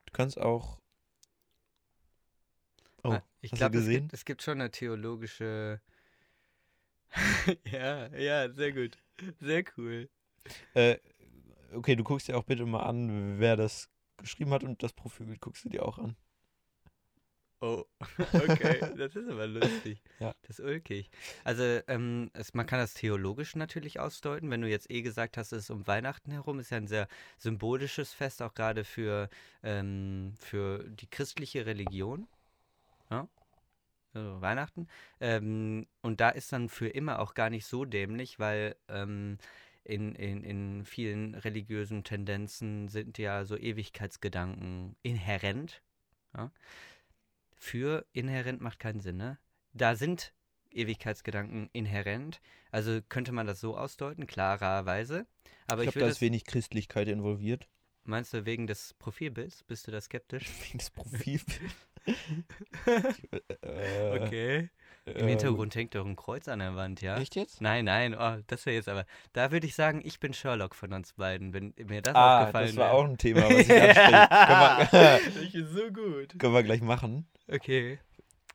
[SPEAKER 2] Du kannst auch. Oh,
[SPEAKER 1] Ah, ich
[SPEAKER 2] hast du
[SPEAKER 1] glaube, es,
[SPEAKER 2] gesehen?
[SPEAKER 1] gibt- es gibt schon eine theologische. ja, ja, sehr gut. Sehr cool.
[SPEAKER 2] äh, okay, du guckst dir auch bitte mal an, wer das geschrieben hat und das Profilbild guckst du dir auch an.
[SPEAKER 1] Oh, okay, das ist aber lustig.
[SPEAKER 2] Ja.
[SPEAKER 1] Das ist ulkig. Also, ähm, es, man kann das theologisch natürlich ausdeuten. Wenn du jetzt eh gesagt hast, es ist um Weihnachten herum, ist ja ein sehr symbolisches Fest, auch gerade für, ähm, für die christliche Religion. Ja? Also Weihnachten. Ähm, und da ist dann für immer auch gar nicht so dämlich, weil ähm, in, in, in vielen religiösen Tendenzen sind ja so Ewigkeitsgedanken inhärent für inhärent macht keinen Sinn, ne? Da sind Ewigkeitsgedanken inhärent. Also könnte man das so ausdeuten, klarerweise. Aber ich,
[SPEAKER 2] ich glaube, da
[SPEAKER 1] würde
[SPEAKER 2] ist
[SPEAKER 1] das,
[SPEAKER 2] wenig Christlichkeit involviert.
[SPEAKER 1] meinst du, wegen des Profilbilds bist du da skeptisch?
[SPEAKER 2] Wegen des Profilbildes. Äh,
[SPEAKER 1] okay. Im
[SPEAKER 2] ähm,
[SPEAKER 1] Hintergrund hängt doch ein Kreuz an der Wand, ja?
[SPEAKER 2] Echt jetzt?
[SPEAKER 1] Nein, nein, oh, das wäre jetzt aber. Da würde ich sagen, ich bin Sherlock von uns beiden, wenn mir das
[SPEAKER 2] ah,
[SPEAKER 1] aufgefallen
[SPEAKER 2] das war
[SPEAKER 1] wäre.
[SPEAKER 2] auch ein Thema, was ich anspreche. Können, wir,
[SPEAKER 1] das ist so gut.
[SPEAKER 2] können wir gleich machen.
[SPEAKER 1] Okay.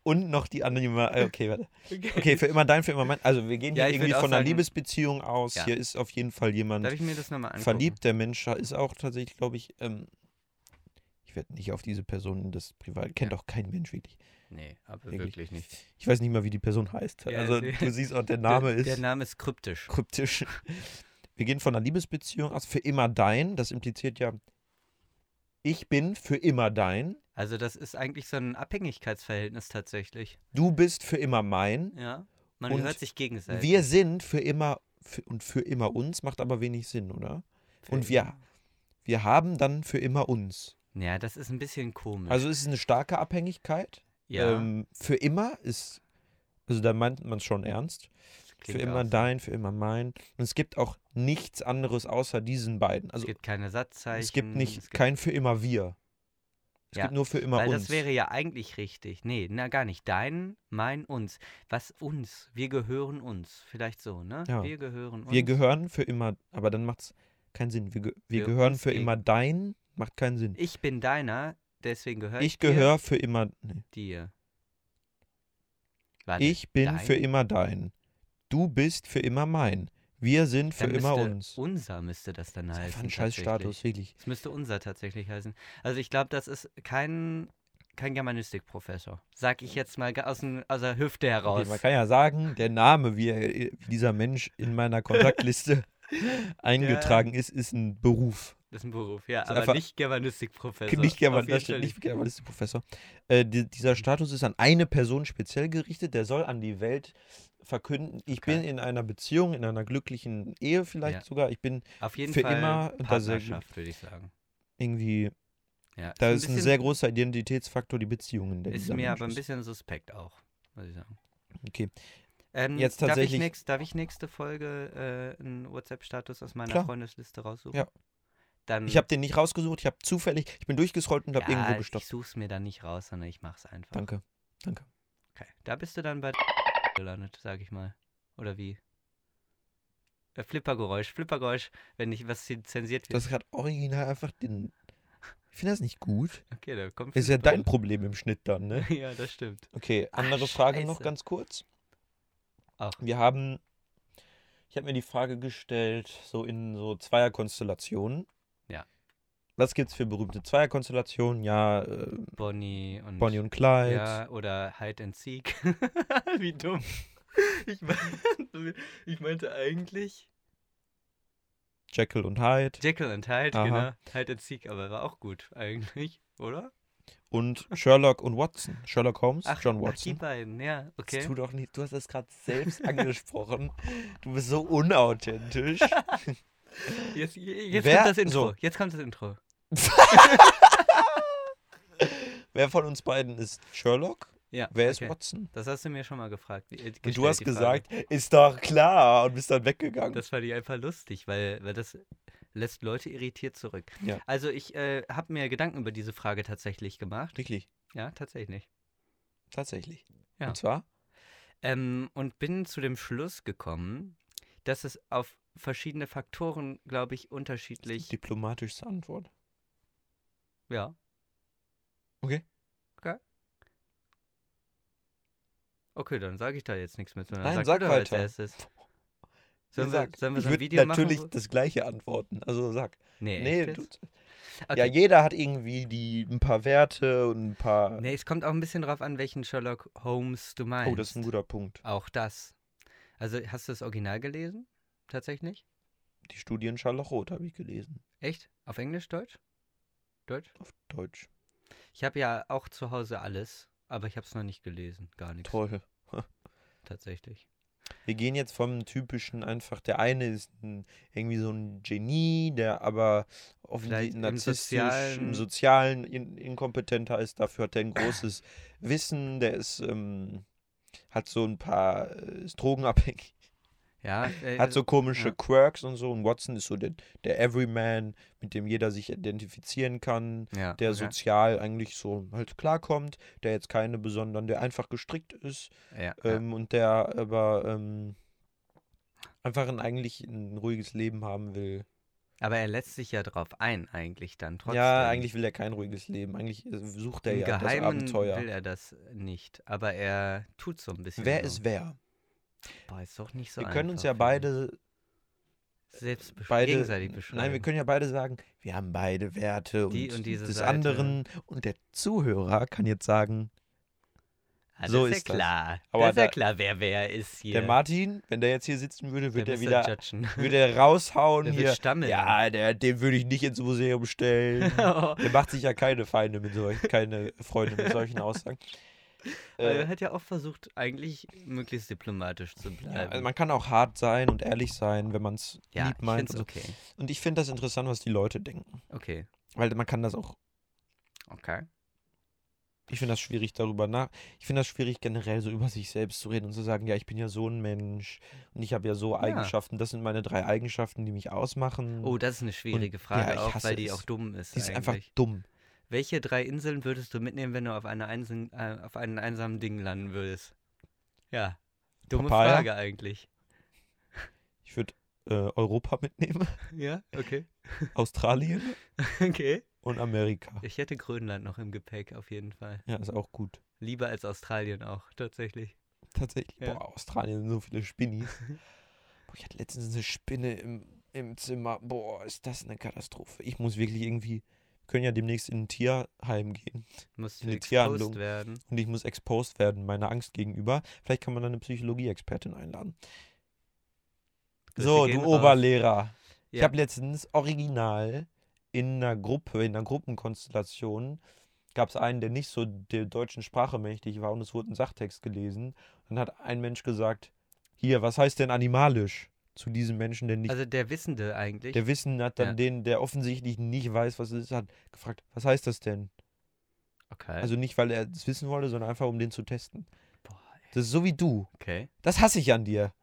[SPEAKER 2] Und noch die anonyme. äh, Okay, warte.
[SPEAKER 1] okay.
[SPEAKER 2] Okay, für immer dein, für immer mein. Also, wir gehen
[SPEAKER 1] Ja,
[SPEAKER 2] hier
[SPEAKER 1] ich
[SPEAKER 2] irgendwie
[SPEAKER 1] würd auch
[SPEAKER 2] von einer
[SPEAKER 1] sagen-
[SPEAKER 2] Liebesbeziehung aus.
[SPEAKER 1] Ja.
[SPEAKER 2] Hier ist auf jeden Fall jemand
[SPEAKER 1] Darf ich mir das nochmal angucken?
[SPEAKER 2] verliebt. Der Mensch ist auch tatsächlich, glaube ich, ähm, ich werde nicht auf diese Person das privat. Kennt auch kein Mensch wirklich.
[SPEAKER 1] Nee, aber
[SPEAKER 2] Wirklich.
[SPEAKER 1] wirklich nicht.
[SPEAKER 2] Ich weiß nicht mal, wie die Person heißt.
[SPEAKER 1] Ja,
[SPEAKER 2] also,
[SPEAKER 1] nee.
[SPEAKER 2] du siehst auch, der Name
[SPEAKER 1] der,
[SPEAKER 2] ist.
[SPEAKER 1] Der Name ist kryptisch.
[SPEAKER 2] kryptisch. Wir gehen von einer Liebesbeziehung aus. Für immer dein. Das impliziert ja, ich bin für immer dein.
[SPEAKER 1] Also das ist eigentlich so ein Abhängigkeitsverhältnis tatsächlich.
[SPEAKER 2] Du bist für immer mein.
[SPEAKER 1] Ja. Man
[SPEAKER 2] Und
[SPEAKER 1] hört sich gegenseitig.
[SPEAKER 2] Wir sind für immer für, und für immer uns. Macht aber wenig Sinn, oder? und wir- Wir haben dann für immer uns.
[SPEAKER 1] Ja, das ist ein bisschen komisch.
[SPEAKER 2] Also es ist eine starke Abhängigkeit.
[SPEAKER 1] Hm. ja,
[SPEAKER 2] Ähm, für immer ist, also da meint man es schon ernst.
[SPEAKER 1] das
[SPEAKER 2] Für
[SPEAKER 1] klingt
[SPEAKER 2] immer
[SPEAKER 1] aus.
[SPEAKER 2] dein, für immer mein. Und es gibt auch nichts anderes außer diesen beiden.
[SPEAKER 1] es
[SPEAKER 2] Also
[SPEAKER 1] gibt keine Satzzeichen.
[SPEAKER 2] es gibt nicht
[SPEAKER 1] es gibt-
[SPEAKER 2] kein für immer wir. Es
[SPEAKER 1] Ja,
[SPEAKER 2] gibt nur für immer
[SPEAKER 1] Weil
[SPEAKER 2] uns.
[SPEAKER 1] das wäre ja eigentlich richtig. Nee, na gar nicht. Dein, mein, uns. Was uns? Wir gehören uns. Vielleicht so, ne?
[SPEAKER 2] Ja.
[SPEAKER 1] Wir gehören uns.
[SPEAKER 2] Wir gehören für immer, aber dann macht's keinen Sinn. Wir, ge wir
[SPEAKER 1] Für
[SPEAKER 2] gehören
[SPEAKER 1] uns
[SPEAKER 2] für immer dein, macht keinen Sinn.
[SPEAKER 1] ich bin deiner, deswegen gehöre
[SPEAKER 2] Ich gehöre für immer, nee.
[SPEAKER 1] dir. Warte,
[SPEAKER 2] ich bin
[SPEAKER 1] dein?
[SPEAKER 2] für immer dein. Du bist für immer mein. Wir sind für
[SPEAKER 1] dann
[SPEAKER 2] immer
[SPEAKER 1] müsste
[SPEAKER 2] uns.
[SPEAKER 1] Unser müsste das dann
[SPEAKER 2] Das ist
[SPEAKER 1] heißen.
[SPEAKER 2] einfach ein
[SPEAKER 1] tatsächlich.
[SPEAKER 2] Scheißstatus, wirklich.
[SPEAKER 1] Es müsste unser tatsächlich heißen. Also ich glaube, das ist kein, kein Germanistikprofessor. Sag ich jetzt mal ga- aus, dem, aus der Hüfte heraus.
[SPEAKER 2] Okay, man kann ja sagen, der Name, wie er- wie dieser Mensch in meiner Kontaktliste eingetragen ist, ist ein Beruf.
[SPEAKER 1] das ist ein Beruf, ja.
[SPEAKER 2] Ist
[SPEAKER 1] Aber
[SPEAKER 2] einfach-
[SPEAKER 1] nicht Germanistikprofessor.
[SPEAKER 2] nicht
[SPEAKER 1] Auf
[SPEAKER 2] German,
[SPEAKER 1] jeden
[SPEAKER 2] da steht
[SPEAKER 1] Fall
[SPEAKER 2] nicht Germanistik, Professor. Äh, di dieser Status ist an eine Person speziell gerichtet. Der soll an die Welt verkünden. Ich
[SPEAKER 1] Okay.
[SPEAKER 2] bin in einer Beziehung, in einer glücklichen Ehe vielleicht
[SPEAKER 1] Ja.
[SPEAKER 2] sogar. Ich bin
[SPEAKER 1] Auf jeden
[SPEAKER 2] für
[SPEAKER 1] Fall
[SPEAKER 2] immer unter sehr-
[SPEAKER 1] Partnerschaft, würde ich sagen.
[SPEAKER 2] irgendwie.
[SPEAKER 1] Ja,
[SPEAKER 2] Da
[SPEAKER 1] ein
[SPEAKER 2] ist ein
[SPEAKER 1] bisschen-
[SPEAKER 2] sehr großer Identitätsfaktor die Beziehung in der
[SPEAKER 1] Ist
[SPEAKER 2] dieser
[SPEAKER 1] mir
[SPEAKER 2] Mensch
[SPEAKER 1] aber ein bisschen suspekt auch, muss ich sagen.
[SPEAKER 2] Okay.
[SPEAKER 1] Ähm,
[SPEAKER 2] Jetzt
[SPEAKER 1] Darf ich,
[SPEAKER 2] tatsächlich-
[SPEAKER 1] nächst, darf ich nächste Folge äh, einen WhatsApp-Status aus meiner
[SPEAKER 2] Klar.
[SPEAKER 1] Freundesliste raussuchen?
[SPEAKER 2] Ja.
[SPEAKER 1] Dann
[SPEAKER 2] Ich habe den nicht rausgesucht. Ich habe zufällig. Ich bin durchgescrollt und habe
[SPEAKER 1] ja,
[SPEAKER 2] irgendwo
[SPEAKER 1] ich
[SPEAKER 2] gestoppt.
[SPEAKER 1] suche es mir dann nicht raus, sondern ich mache es einfach.
[SPEAKER 2] Danke. Danke.
[SPEAKER 1] Okay. Da bist du dann bei gelandet, sag ich mal. Oder wie? Äh, Flippergeräusch, Flippergeräusch, wenn nicht was hier zensiert wird.
[SPEAKER 2] Das hat original einfach den. Ich finde das nicht gut.
[SPEAKER 1] okay, da kommt.
[SPEAKER 2] Ist ja
[SPEAKER 1] Flipper.
[SPEAKER 2] dein Problem im Schnitt dann, ne?
[SPEAKER 1] ja, das stimmt.
[SPEAKER 2] Okay,
[SPEAKER 1] Ah,
[SPEAKER 2] andere Frage noch
[SPEAKER 1] scheiße.
[SPEAKER 2] ganz kurz.
[SPEAKER 1] Ach.
[SPEAKER 2] Wir haben, ich habe mir die Frage gestellt, so in so Zweierkonstellationen.
[SPEAKER 1] Ja.
[SPEAKER 2] Was gibt's für berühmte Zweierkonstellationen? Ja, äh,
[SPEAKER 1] Bonnie und.
[SPEAKER 2] Bonnie und Clyde.
[SPEAKER 1] Ja, oder Hide and Seek. wie dumm. Ich meinte, ich meinte eigentlich.
[SPEAKER 2] Jekyll und Hyde
[SPEAKER 1] Jekyll and Hyde,
[SPEAKER 2] Aha.
[SPEAKER 1] genau. Hide and Seek, aber war auch gut eigentlich, oder?
[SPEAKER 2] und Sherlock und Watson. Sherlock Holmes,
[SPEAKER 1] Ach,
[SPEAKER 2] John
[SPEAKER 1] Ach, die
[SPEAKER 2] Watson.
[SPEAKER 1] beiden, ja, okay.
[SPEAKER 2] Das tu doch nicht, du hast das gerade selbst angesprochen. Du bist so unauthentisch.
[SPEAKER 1] Jetzt, jetzt
[SPEAKER 2] Wer-
[SPEAKER 1] kommt das Intro.
[SPEAKER 2] so.
[SPEAKER 1] Jetzt kommt das Intro.
[SPEAKER 2] Wer von uns beiden ist Sherlock?
[SPEAKER 1] Ja.
[SPEAKER 2] Wer ist
[SPEAKER 1] okay.
[SPEAKER 2] Watson?
[SPEAKER 1] Das hast du mir schon mal gefragt. äh,
[SPEAKER 2] Und
[SPEAKER 1] gestellt,
[SPEAKER 2] du hast
[SPEAKER 1] die Frage.
[SPEAKER 2] gesagt, ähm, ist doch klar und bist dann weggegangen.
[SPEAKER 1] Das fand ich einfach lustig, weil, weil das lässt Leute irritiert zurück.
[SPEAKER 2] Ja.
[SPEAKER 1] Also ich äh, habe mir Gedanken über diese Frage tatsächlich gemacht.
[SPEAKER 2] Wirklich,
[SPEAKER 1] Ja, tatsächlich.
[SPEAKER 2] tatsächlich.
[SPEAKER 1] Ja.
[SPEAKER 2] Und zwar?
[SPEAKER 1] Ähm, und bin zu dem Schluss gekommen, dass es auf verschiedene Faktoren, glaube ich, unterschiedlich.
[SPEAKER 2] Diplomatischste Antwort.
[SPEAKER 1] Ja.
[SPEAKER 2] Okay.
[SPEAKER 1] Okay. Okay, dann sage ich da jetzt nichts mit, sondern
[SPEAKER 2] Nein,
[SPEAKER 1] sag,
[SPEAKER 2] sag
[SPEAKER 1] du als
[SPEAKER 2] weiter.
[SPEAKER 1] erstes.
[SPEAKER 2] Wie
[SPEAKER 1] Sollen wir,
[SPEAKER 2] gesagt,
[SPEAKER 1] sollen wir
[SPEAKER 2] ich
[SPEAKER 1] so ein
[SPEAKER 2] würde
[SPEAKER 1] Video
[SPEAKER 2] natürlich
[SPEAKER 1] machen? wo-
[SPEAKER 2] das gleiche antworten. Also sag.
[SPEAKER 1] Nee,
[SPEAKER 2] nee,
[SPEAKER 1] echt
[SPEAKER 2] du,
[SPEAKER 1] jetzt?
[SPEAKER 2] ja,
[SPEAKER 1] okay.
[SPEAKER 2] jeder hat irgendwie die ein paar Werte und ein paar.
[SPEAKER 1] nee, es kommt auch ein bisschen drauf an, welchen Sherlock Holmes du meinst.
[SPEAKER 2] oh, das ist ein guter Punkt.
[SPEAKER 1] Auch das. Also hast du das Original gelesen? Tatsächlich?
[SPEAKER 2] Die Studien Scharlachrot habe ich gelesen.
[SPEAKER 1] Echt? Auf Englisch, Deutsch? Deutsch?
[SPEAKER 2] Auf Deutsch.
[SPEAKER 1] Ich habe ja auch zu Hause alles, aber ich habe es noch nicht gelesen. Gar nichts.
[SPEAKER 2] Toll.
[SPEAKER 1] Tatsächlich.
[SPEAKER 2] Wir gehen jetzt vom typischen einfach, der eine ist ein, irgendwie so ein Genie, der aber
[SPEAKER 1] Vielleicht
[SPEAKER 2] offensichtlich
[SPEAKER 1] im
[SPEAKER 2] narzisstisch,
[SPEAKER 1] Sozialen-
[SPEAKER 2] im Sozialen in, inkompetenter ist, dafür hat er ein großes Wissen, der ist, ähm, hat so ein paar, äh, ist drogenabhängig,
[SPEAKER 1] Ja, äh,
[SPEAKER 2] hat so komische
[SPEAKER 1] ja.
[SPEAKER 2] Quirks und so und Watson ist so der, der Everyman, mit dem jeder sich identifizieren kann,
[SPEAKER 1] ja,
[SPEAKER 2] der
[SPEAKER 1] okay.
[SPEAKER 2] sozial eigentlich so halt klarkommt, der jetzt keine besonderen, der einfach gestrickt ist
[SPEAKER 1] Ja, ja.
[SPEAKER 2] ähm, und der aber ähm, einfach ein, eigentlich ein ruhiges Leben haben will.
[SPEAKER 1] Aber er lässt sich ja drauf ein, eigentlich dann trotzdem.
[SPEAKER 2] Ja, eigentlich will er kein ruhiges Leben. Eigentlich äh, sucht er
[SPEAKER 1] Im
[SPEAKER 2] ja das
[SPEAKER 1] Geheimen will
[SPEAKER 2] Abenteuer.
[SPEAKER 1] er das nicht, aber er tut so ein bisschen.
[SPEAKER 2] Wer
[SPEAKER 1] so.
[SPEAKER 2] ist wer?
[SPEAKER 1] Boah, ist doch nicht so
[SPEAKER 2] Wir können uns
[SPEAKER 1] einfach,
[SPEAKER 2] ja
[SPEAKER 1] finde
[SPEAKER 2] beide,
[SPEAKER 1] ich. selbst besch
[SPEAKER 2] beide
[SPEAKER 1] gegenseitig beschreiben.
[SPEAKER 2] nein, wir können ja beide sagen, wir haben beide Werte
[SPEAKER 1] Die
[SPEAKER 2] und,
[SPEAKER 1] und diese
[SPEAKER 2] des
[SPEAKER 1] Seite.
[SPEAKER 2] anderen und der Zuhörer kann jetzt sagen,
[SPEAKER 1] ah, das
[SPEAKER 2] so
[SPEAKER 1] ist ja
[SPEAKER 2] ist das.
[SPEAKER 1] klar.
[SPEAKER 2] Aber
[SPEAKER 1] das ist ja
[SPEAKER 2] da-
[SPEAKER 1] klar, wer wer ist hier.
[SPEAKER 2] der Martin, wenn der jetzt hier sitzen würde, wird er
[SPEAKER 1] müsste
[SPEAKER 2] wieder
[SPEAKER 1] judgen.
[SPEAKER 2] würde er raushauen
[SPEAKER 1] Der wird
[SPEAKER 2] hier.
[SPEAKER 1] stammeln.
[SPEAKER 2] Ja, der, den würde ich nicht ins Museum stellen. Der macht sich ja keine Feinde mit solchen, keine Freunde mit solchen Aussagen.
[SPEAKER 1] Weil halt er
[SPEAKER 2] Äh,
[SPEAKER 1] hat ja auch versucht, eigentlich möglichst diplomatisch zu bleiben.
[SPEAKER 2] ja, also man kann auch hart sein und ehrlich sein, wenn man es
[SPEAKER 1] Ja,
[SPEAKER 2] lieb
[SPEAKER 1] ich
[SPEAKER 2] meint.
[SPEAKER 1] finde es
[SPEAKER 2] Und, so.
[SPEAKER 1] okay.
[SPEAKER 2] und ich finde das interessant, was die Leute denken.
[SPEAKER 1] Okay,
[SPEAKER 2] Weil man kann das auch,
[SPEAKER 1] okay.
[SPEAKER 2] ich finde das schwierig darüber nach. Ich finde das schwierig, generell so über sich selbst zu reden und zu sagen, ja, ich bin ja so ein Mensch und ich habe ja so Eigenschaften. Das sind meine drei Eigenschaften, die mich ausmachen.
[SPEAKER 1] Oh, das ist eine schwierige Frage,
[SPEAKER 2] ja, ich
[SPEAKER 1] auch
[SPEAKER 2] hasse
[SPEAKER 1] weil die
[SPEAKER 2] es.
[SPEAKER 1] auch dumm ist.
[SPEAKER 2] die ist
[SPEAKER 1] eigentlich.
[SPEAKER 2] einfach dumm.
[SPEAKER 1] Welche drei Inseln würdest du mitnehmen, wenn du auf, einer Einsen, äh, auf einem einsamen Ding landen würdest? Ja, dumme
[SPEAKER 2] Papaya?
[SPEAKER 1] Frage eigentlich.
[SPEAKER 2] Ich würde äh, Europa mitnehmen,
[SPEAKER 1] Ja, okay.
[SPEAKER 2] Australien
[SPEAKER 1] Okay.
[SPEAKER 2] und Amerika.
[SPEAKER 1] Ich hätte Grönland noch im Gepäck auf jeden Fall.
[SPEAKER 2] Ja, ist auch gut.
[SPEAKER 1] Lieber als Australien auch, tatsächlich.
[SPEAKER 2] Tatsächlich.
[SPEAKER 1] Ja.
[SPEAKER 2] Boah, Australien sind so viele Spinnis. Boah, ich hatte letztens eine Spinne im, im Zimmer. Boah, ist das eine Katastrophe. Ich muss wirklich irgendwie. Wir können ja demnächst in ein Tierheim gehen.
[SPEAKER 1] Musst du
[SPEAKER 2] Eine
[SPEAKER 1] exposed
[SPEAKER 2] Tierhandlung.
[SPEAKER 1] werden.
[SPEAKER 2] Und ich muss exposed werden meiner Angst gegenüber. Vielleicht kann man da eine Psychologie-Expertin einladen.
[SPEAKER 1] Grüße
[SPEAKER 2] so,
[SPEAKER 1] gehen
[SPEAKER 2] du
[SPEAKER 1] raus.
[SPEAKER 2] Oberlehrer. Ich
[SPEAKER 1] Ja.
[SPEAKER 2] habe letztens original in einer Gruppe, in einer Gruppenkonstellation, gab es einen, der nicht so der deutschen Sprache mächtig war und es wurde ein Sachtext gelesen. Dann hat ein Mensch gesagt, hier, was heißt denn animalisch? Zu diesem Menschen, der nicht,
[SPEAKER 1] Also der Wissende eigentlich.
[SPEAKER 2] der Wissen hat, dann
[SPEAKER 1] ja.
[SPEAKER 2] den, der offensichtlich nicht weiß, was es ist, hat gefragt, was heißt das denn?
[SPEAKER 1] okay.
[SPEAKER 2] Also nicht, weil er es wissen wollte, sondern einfach, um den zu testen.
[SPEAKER 1] Boah, ey,
[SPEAKER 2] Das ist so wie du.
[SPEAKER 1] okay.
[SPEAKER 2] Das hasse ich an dir.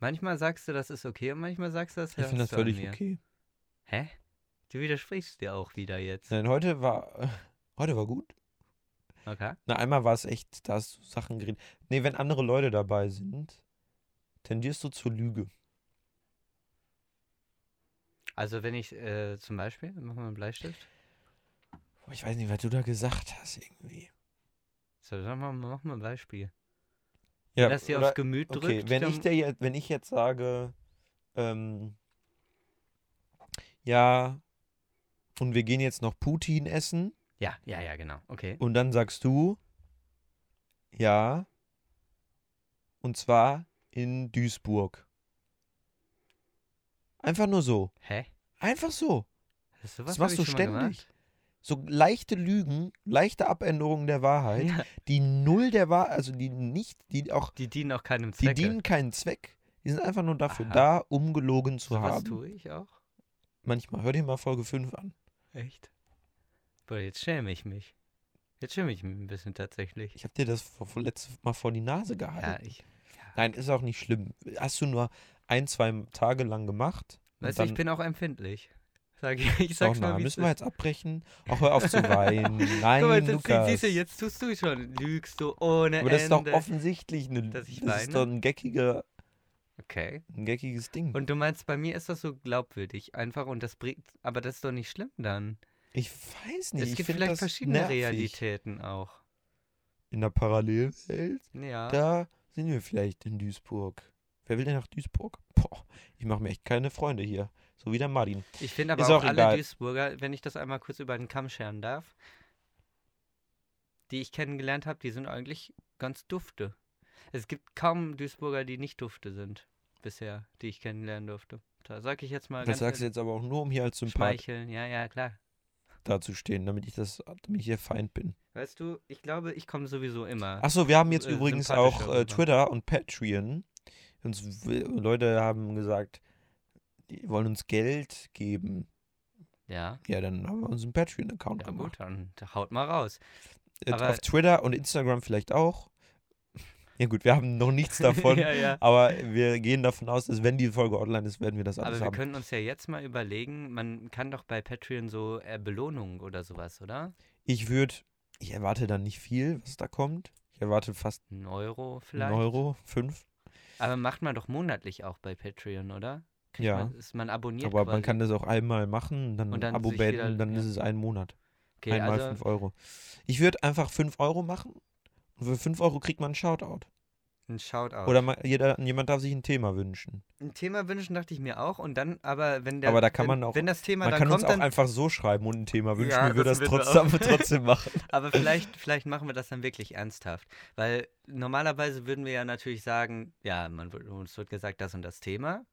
[SPEAKER 1] Manchmal sagst du, das ist okay und manchmal sagst du, das
[SPEAKER 2] Ich finde
[SPEAKER 1] hörst
[SPEAKER 2] das
[SPEAKER 1] du an
[SPEAKER 2] völlig
[SPEAKER 1] mir.
[SPEAKER 2] okay.
[SPEAKER 1] Hä? Du widersprichst dir auch wieder jetzt.
[SPEAKER 2] Nein, heute war, heute war gut.
[SPEAKER 1] Okay.
[SPEAKER 2] Na, einmal war es echt, da hast du Sachen geredet. Nee, wenn andere Leute dabei sind, tendierst du zur Lüge.
[SPEAKER 1] Also wenn ich äh, zum Beispiel, mach mal einen Bleistift.
[SPEAKER 2] Boah, Ich weiß nicht, was du da gesagt hast irgendwie.
[SPEAKER 1] So, sag mal, mach mal ein Beispiel.
[SPEAKER 2] Ja,
[SPEAKER 1] Lass dir
[SPEAKER 2] oder-
[SPEAKER 1] aufs Gemüt drückt.
[SPEAKER 2] okay, wenn
[SPEAKER 1] dann,
[SPEAKER 2] ich, dir jetzt, wenn ich jetzt sage, ähm, ja, und wir gehen jetzt noch Putin essen,
[SPEAKER 1] Ja, ja, ja, genau. Okay.
[SPEAKER 2] und dann sagst du, ja, und zwar in Duisburg. Einfach nur so.
[SPEAKER 1] Hä?
[SPEAKER 2] Einfach so.
[SPEAKER 1] Das,
[SPEAKER 2] Das machst du ständig. So leichte Lügen, leichte Abänderungen der Wahrheit,
[SPEAKER 1] Ja,
[SPEAKER 2] die null der Wahrheit, also die nicht, die auch,
[SPEAKER 1] die dienen auch keinem
[SPEAKER 2] die
[SPEAKER 1] Zweck.
[SPEAKER 2] dienen keinen Zweck. Die sind einfach nur dafür
[SPEAKER 1] Aha.
[SPEAKER 2] da, um gelogen zu
[SPEAKER 1] Was
[SPEAKER 2] haben.
[SPEAKER 1] tue ich auch?
[SPEAKER 2] Manchmal. Hör dir mal Folge 5 an.
[SPEAKER 1] Echt? Boah, jetzt schäme ich mich. Jetzt schäme ich mich ein bisschen tatsächlich.
[SPEAKER 2] Ich habe dir das vor, vor, letztes Mal vor die Nase
[SPEAKER 1] Ja,
[SPEAKER 2] gehalten.
[SPEAKER 1] ich.
[SPEAKER 2] Nein, ist auch nicht schlimm. Hast du nur ein, zwei Tage lang gemacht? und
[SPEAKER 1] Weißt du, ich
[SPEAKER 2] dann-
[SPEAKER 1] bin auch empfindlich. Sag, ich- ich sag's
[SPEAKER 2] Och,
[SPEAKER 1] mal,
[SPEAKER 2] na,
[SPEAKER 1] wie
[SPEAKER 2] müssen
[SPEAKER 1] es
[SPEAKER 2] wir
[SPEAKER 1] ist.
[SPEAKER 2] jetzt abbrechen? Auch hör auf zu weinen. Nein,
[SPEAKER 1] Guck mal, jetzt,
[SPEAKER 2] Lukas.
[SPEAKER 1] siehst du, jetzt tust du schon. Lügst du ohne
[SPEAKER 2] Aber das ist doch
[SPEAKER 1] Ende.
[SPEAKER 2] offensichtlich eine,
[SPEAKER 1] dass ich
[SPEAKER 2] das
[SPEAKER 1] weine?
[SPEAKER 2] ist doch ein, geckiger,
[SPEAKER 1] Okay.
[SPEAKER 2] ein geckiges Ding.
[SPEAKER 1] Und du meinst, bei mir ist das so glaubwürdig einfach und das bringt, aber das ist doch nicht schlimm dann.
[SPEAKER 2] Ich weiß nicht.
[SPEAKER 1] es
[SPEAKER 2] ich
[SPEAKER 1] gibt
[SPEAKER 2] find
[SPEAKER 1] vielleicht
[SPEAKER 2] das
[SPEAKER 1] verschiedene
[SPEAKER 2] nervig.
[SPEAKER 1] Realitäten auch.
[SPEAKER 2] In der Parallelwelt,
[SPEAKER 1] Ja.
[SPEAKER 2] da sind wir vielleicht in Duisburg. Wer will denn nach Duisburg? Boah, ich mache mir echt keine Freunde hier. So wie der Martin.
[SPEAKER 1] Ich finde aber
[SPEAKER 2] Ist
[SPEAKER 1] auch,
[SPEAKER 2] auch
[SPEAKER 1] alle
[SPEAKER 2] egal.
[SPEAKER 1] Duisburger, wenn ich das einmal kurz über den Kamm scheren darf, die ich kennengelernt habe, die sind eigentlich ganz dufte. Es gibt kaum Duisburger, die nicht dufte sind bisher, die ich kennenlernen durfte. Da sag ich jetzt mal
[SPEAKER 2] Das
[SPEAKER 1] ganz
[SPEAKER 2] sagst du jetzt aber auch nur, um hier als Sympath
[SPEAKER 1] schmeicheln. Ja, ja, klar.
[SPEAKER 2] dazustehen, damit ich das, damit ich hier Feind bin.
[SPEAKER 1] Weißt du, ich glaube, ich komme sowieso immer.
[SPEAKER 2] Achso, wir haben jetzt
[SPEAKER 1] äh,
[SPEAKER 2] übrigens
[SPEAKER 1] sympathischer
[SPEAKER 2] auch äh,
[SPEAKER 1] rüber.
[SPEAKER 2] Twitter und Patreon. Uns will, Leute haben gesagt, die wollen uns Geld geben.
[SPEAKER 1] Ja.
[SPEAKER 2] Ja, dann haben wir uns einen Patreon-Account
[SPEAKER 1] Ja
[SPEAKER 2] gemacht.
[SPEAKER 1] gut, dann haut mal raus.
[SPEAKER 2] Äh,
[SPEAKER 1] aber-
[SPEAKER 2] Auf Twitter und Instagram vielleicht auch. Ja gut, wir haben noch nichts davon.
[SPEAKER 1] ja, ja.
[SPEAKER 2] Aber wir gehen davon aus, dass wenn die Folge online ist, werden wir das
[SPEAKER 1] Aber
[SPEAKER 2] alles
[SPEAKER 1] wir
[SPEAKER 2] haben.
[SPEAKER 1] können uns ja jetzt mal überlegen, man kann doch bei Patreon so äh, Belohnungen oder sowas, oder?
[SPEAKER 2] Ich würde, ich erwarte dann nicht viel, was da kommt. Ich erwarte fast
[SPEAKER 1] Ein Euro vielleicht?
[SPEAKER 2] einen Euro, fünf.
[SPEAKER 1] Aber macht man doch monatlich auch bei Patreon, oder? Kriegt
[SPEAKER 2] Ja.
[SPEAKER 1] Man, ist man abonniert
[SPEAKER 2] Aber man
[SPEAKER 1] quasi.
[SPEAKER 2] kann das auch einmal machen, dann,
[SPEAKER 1] Und dann
[SPEAKER 2] ein Abo
[SPEAKER 1] sich wieder-
[SPEAKER 2] beenden, dann
[SPEAKER 1] ja.
[SPEAKER 2] ist es ein Monat.
[SPEAKER 1] okay,
[SPEAKER 2] einmal
[SPEAKER 1] also,
[SPEAKER 2] fünf Euro. Ich würde einfach fünf Euro machen und für fünf Euro kriegt man einen Shoutout.
[SPEAKER 1] ein Shoutout.
[SPEAKER 2] Oder man, jeder, jemand darf sich ein Thema wünschen.
[SPEAKER 1] ein Thema wünschen dachte ich mir auch und dann, aber wenn der,
[SPEAKER 2] Aber da kann
[SPEAKER 1] wenn,
[SPEAKER 2] man auch-
[SPEAKER 1] wenn das Thema
[SPEAKER 2] Man
[SPEAKER 1] dann
[SPEAKER 2] kann
[SPEAKER 1] kommt,
[SPEAKER 2] uns auch
[SPEAKER 1] dann,
[SPEAKER 2] einfach so schreiben und ein Thema wünschen,
[SPEAKER 1] Ja,
[SPEAKER 2] wie wir
[SPEAKER 1] das
[SPEAKER 2] das,
[SPEAKER 1] würden wir
[SPEAKER 2] trotzdem, trotzdem machen.
[SPEAKER 1] aber vielleicht, vielleicht machen wir das dann wirklich ernsthaft, weil normalerweise würden wir ja natürlich sagen, ja, man wird, uns wird gesagt, das und das Thema,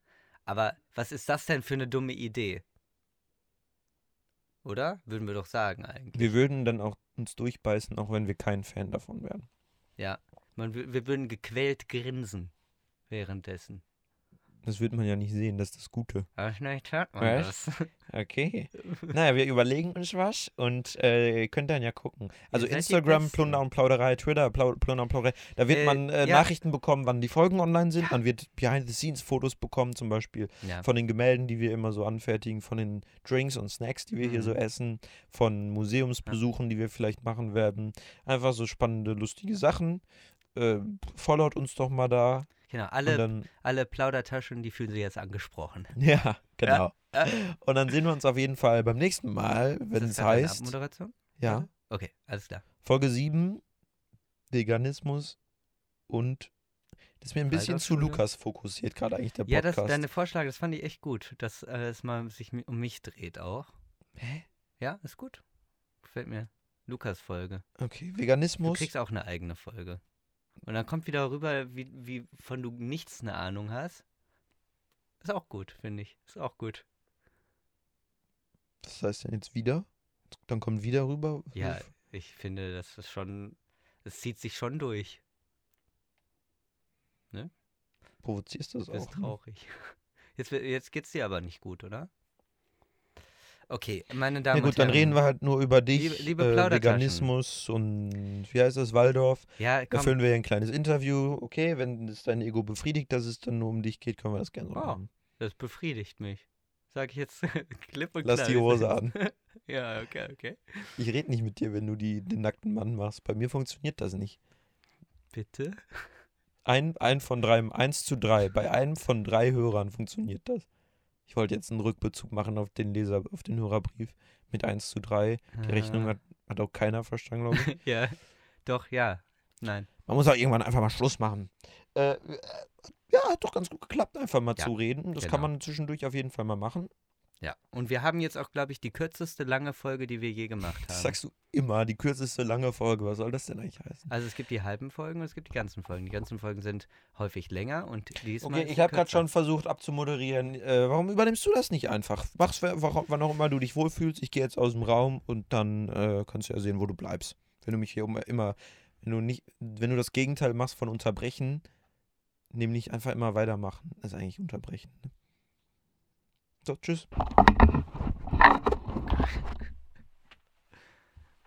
[SPEAKER 1] aber was ist das denn für eine dumme Idee? Oder? Würden wir doch sagen eigentlich.
[SPEAKER 2] Wir würden dann auch uns durchbeißen, auch wenn wir kein Fan davon wären.
[SPEAKER 1] Man, wür- wir würden gequält grinsen währenddessen.
[SPEAKER 2] Das wird man ja nicht sehen, das ist das Gute.
[SPEAKER 1] Aber vielleicht hört man
[SPEAKER 2] Was?
[SPEAKER 1] das.
[SPEAKER 2] Okay. Naja, wir überlegen uns was und äh, ihr könnt dann ja gucken. Also
[SPEAKER 1] seid die
[SPEAKER 2] Instagram,
[SPEAKER 1] Besten.
[SPEAKER 2] Plunder und Plauderei, Twitter, Plau Plunder und Plauderei. Da wird
[SPEAKER 1] Äh,
[SPEAKER 2] man äh,
[SPEAKER 1] ja.
[SPEAKER 2] Nachrichten bekommen, wann die Folgen online sind. Man wird Behind-the-Scenes-Fotos bekommen, zum Beispiel
[SPEAKER 1] Ja.
[SPEAKER 2] von den Gemälden, die wir immer so anfertigen, von den Drinks und Snacks, die wir hier
[SPEAKER 1] Mhm.
[SPEAKER 2] so essen, von Museumsbesuchen, die wir vielleicht machen werden. Einfach so spannende, lustige Sachen. Äh, followt uns doch mal da.
[SPEAKER 1] Genau,
[SPEAKER 2] Und
[SPEAKER 1] alle,
[SPEAKER 2] dann,
[SPEAKER 1] alle Plaudertaschen, die fühlen sich jetzt angesprochen.
[SPEAKER 2] ja, genau.
[SPEAKER 1] Äh,
[SPEAKER 2] Und dann sehen wir uns auf jeden Fall beim nächsten Mal,
[SPEAKER 1] ist
[SPEAKER 2] wenn
[SPEAKER 1] das
[SPEAKER 2] es
[SPEAKER 1] gerade eine
[SPEAKER 2] heißt.
[SPEAKER 1] Abmoderation?
[SPEAKER 2] Ja.
[SPEAKER 1] Oder? Okay, alles klar.
[SPEAKER 2] Folge 7, Veganismus und das ist mir ein bisschen zu
[SPEAKER 1] Altersschule.
[SPEAKER 2] Lukas fokussiert, gerade eigentlich der
[SPEAKER 1] Ja, das,
[SPEAKER 2] Podcast.
[SPEAKER 1] deine Vorschläge, das fand ich echt gut, dass äh, es mal sich mi- um mich dreht auch.
[SPEAKER 2] Hä?
[SPEAKER 1] Ja, ist gut. Gefällt mir. Lukas-Folge.
[SPEAKER 2] Okay,
[SPEAKER 1] Du
[SPEAKER 2] Veganismus.
[SPEAKER 1] kriegst auch eine eigene Folge. Und dann kommt wieder rüber, wie, wie von du nichts eine Ahnung hast. Ist auch gut, finde ich. Ist auch gut.
[SPEAKER 2] Das heißt denn jetzt wieder? Dann kommt wieder rüber.
[SPEAKER 1] Ja, ich finde, das ist schon, es zieht sich schon durch.
[SPEAKER 2] Provozierst du es
[SPEAKER 1] Das ist
[SPEAKER 2] auch? ne?
[SPEAKER 1] traurig. Jetzt, wi- jetzt geht's dir aber nicht gut, oder? Okay, meine
[SPEAKER 2] Na
[SPEAKER 1] Damen
[SPEAKER 2] gut,
[SPEAKER 1] und
[SPEAKER 2] dann
[SPEAKER 1] Herren.
[SPEAKER 2] reden wir halt nur über dich,
[SPEAKER 1] Liebe- liebe
[SPEAKER 2] äh,
[SPEAKER 1] Plaudertaschen.
[SPEAKER 2] Veganismus und wie heißt das, Waldorf.
[SPEAKER 1] Ja,
[SPEAKER 2] Da
[SPEAKER 1] komm.
[SPEAKER 2] führen wir hier ein kleines Interview. Okay, wenn es dein Ego befriedigt, dass es dann nur um dich geht, können wir das gerne so
[SPEAKER 1] Wow.
[SPEAKER 2] machen.
[SPEAKER 1] Das befriedigt mich. Sag ich jetzt klipp und
[SPEAKER 2] Lass die
[SPEAKER 1] klar, wie es
[SPEAKER 2] Hose
[SPEAKER 1] ist.
[SPEAKER 2] an.
[SPEAKER 1] Ja, okay, okay.
[SPEAKER 2] Ich rede nicht mit dir, wenn du die, den nackten Mann machst. Bei mir funktioniert das nicht.
[SPEAKER 1] Bitte?
[SPEAKER 2] Ein, ein von drei, eins zu drei. Bei einem von drei Hörern funktioniert das. Ich wollte jetzt einen Rückbezug machen auf den Leser, auf den Hörerbrief mit 1 zu 3. Die Rechnung hat, hat auch keiner verstanden, glaube ich.
[SPEAKER 1] Ah, Ja, doch, ja. Nein.
[SPEAKER 2] Man muss auch irgendwann einfach mal Schluss machen. Äh, äh, ja, hat doch ganz gut geklappt, einfach mal
[SPEAKER 1] Ja,
[SPEAKER 2] zu reden. Das kann
[SPEAKER 1] genau.
[SPEAKER 2] man zwischendurch auf jeden Fall mal machen.
[SPEAKER 1] Ja. Und wir haben jetzt auch, glaube ich, die kürzeste lange Folge, die wir je gemacht
[SPEAKER 2] Das
[SPEAKER 1] haben.
[SPEAKER 2] sagst du immer, die kürzeste lange Folge. Was soll das denn eigentlich heißen?
[SPEAKER 1] Also es gibt die halben Folgen und es gibt die ganzen Folgen. Die ganzen Folgen sind häufig länger und diesmal.
[SPEAKER 2] Okay,
[SPEAKER 1] ist
[SPEAKER 2] ich
[SPEAKER 1] sie
[SPEAKER 2] habe gerade
[SPEAKER 1] kürzer.
[SPEAKER 2] schon versucht abzudemoderieren. Äh, warum übernimmst du das nicht einfach? Mach's, wer- wa- wann auch immer du dich wohlfühlst. Ich gehe jetzt aus dem Raum und dann äh, kannst du ja sehen, wo du bleibst. Wenn du mich hier um- immer, wenn du nicht, wenn du das Gegenteil machst von unterbrechen, nämlich einfach immer weitermachen, ist eigentlich unterbrechen. Ne? So, tschüss.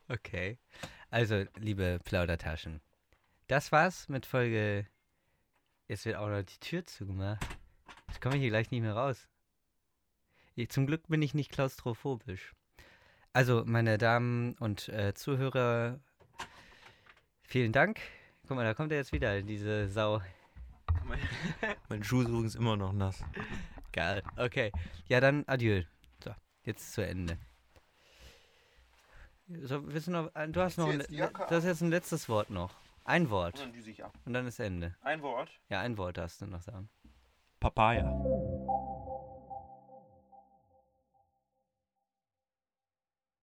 [SPEAKER 1] Okay. Also, liebe Plaudertaschen, das war's mit Folge. Jetzt wird auch noch die Tür zugemacht. Jetzt komme ich hier gleich nicht mehr raus. Ich, zum Glück bin ich nicht klaustrophobisch. Also, meine Damen und äh, Zuhörer, vielen Dank. Guck mal, da kommt er jetzt wieder, diese Sau.
[SPEAKER 2] Mein Schuh ist übrigens immer noch nass.
[SPEAKER 1] Geil. Okay. Ja, dann adieu. So, jetzt zu Ende. So, willst du, noch, äh, du hast noch ein,
[SPEAKER 2] jetzt die Jacke
[SPEAKER 1] das ist jetzt ein letztes Wort noch. Ein Wort
[SPEAKER 2] düse ich ab.
[SPEAKER 1] und dann ist Ende.
[SPEAKER 2] Ein Wort.
[SPEAKER 1] Ja, ein Wort darfst du noch sagen.
[SPEAKER 2] Papaya.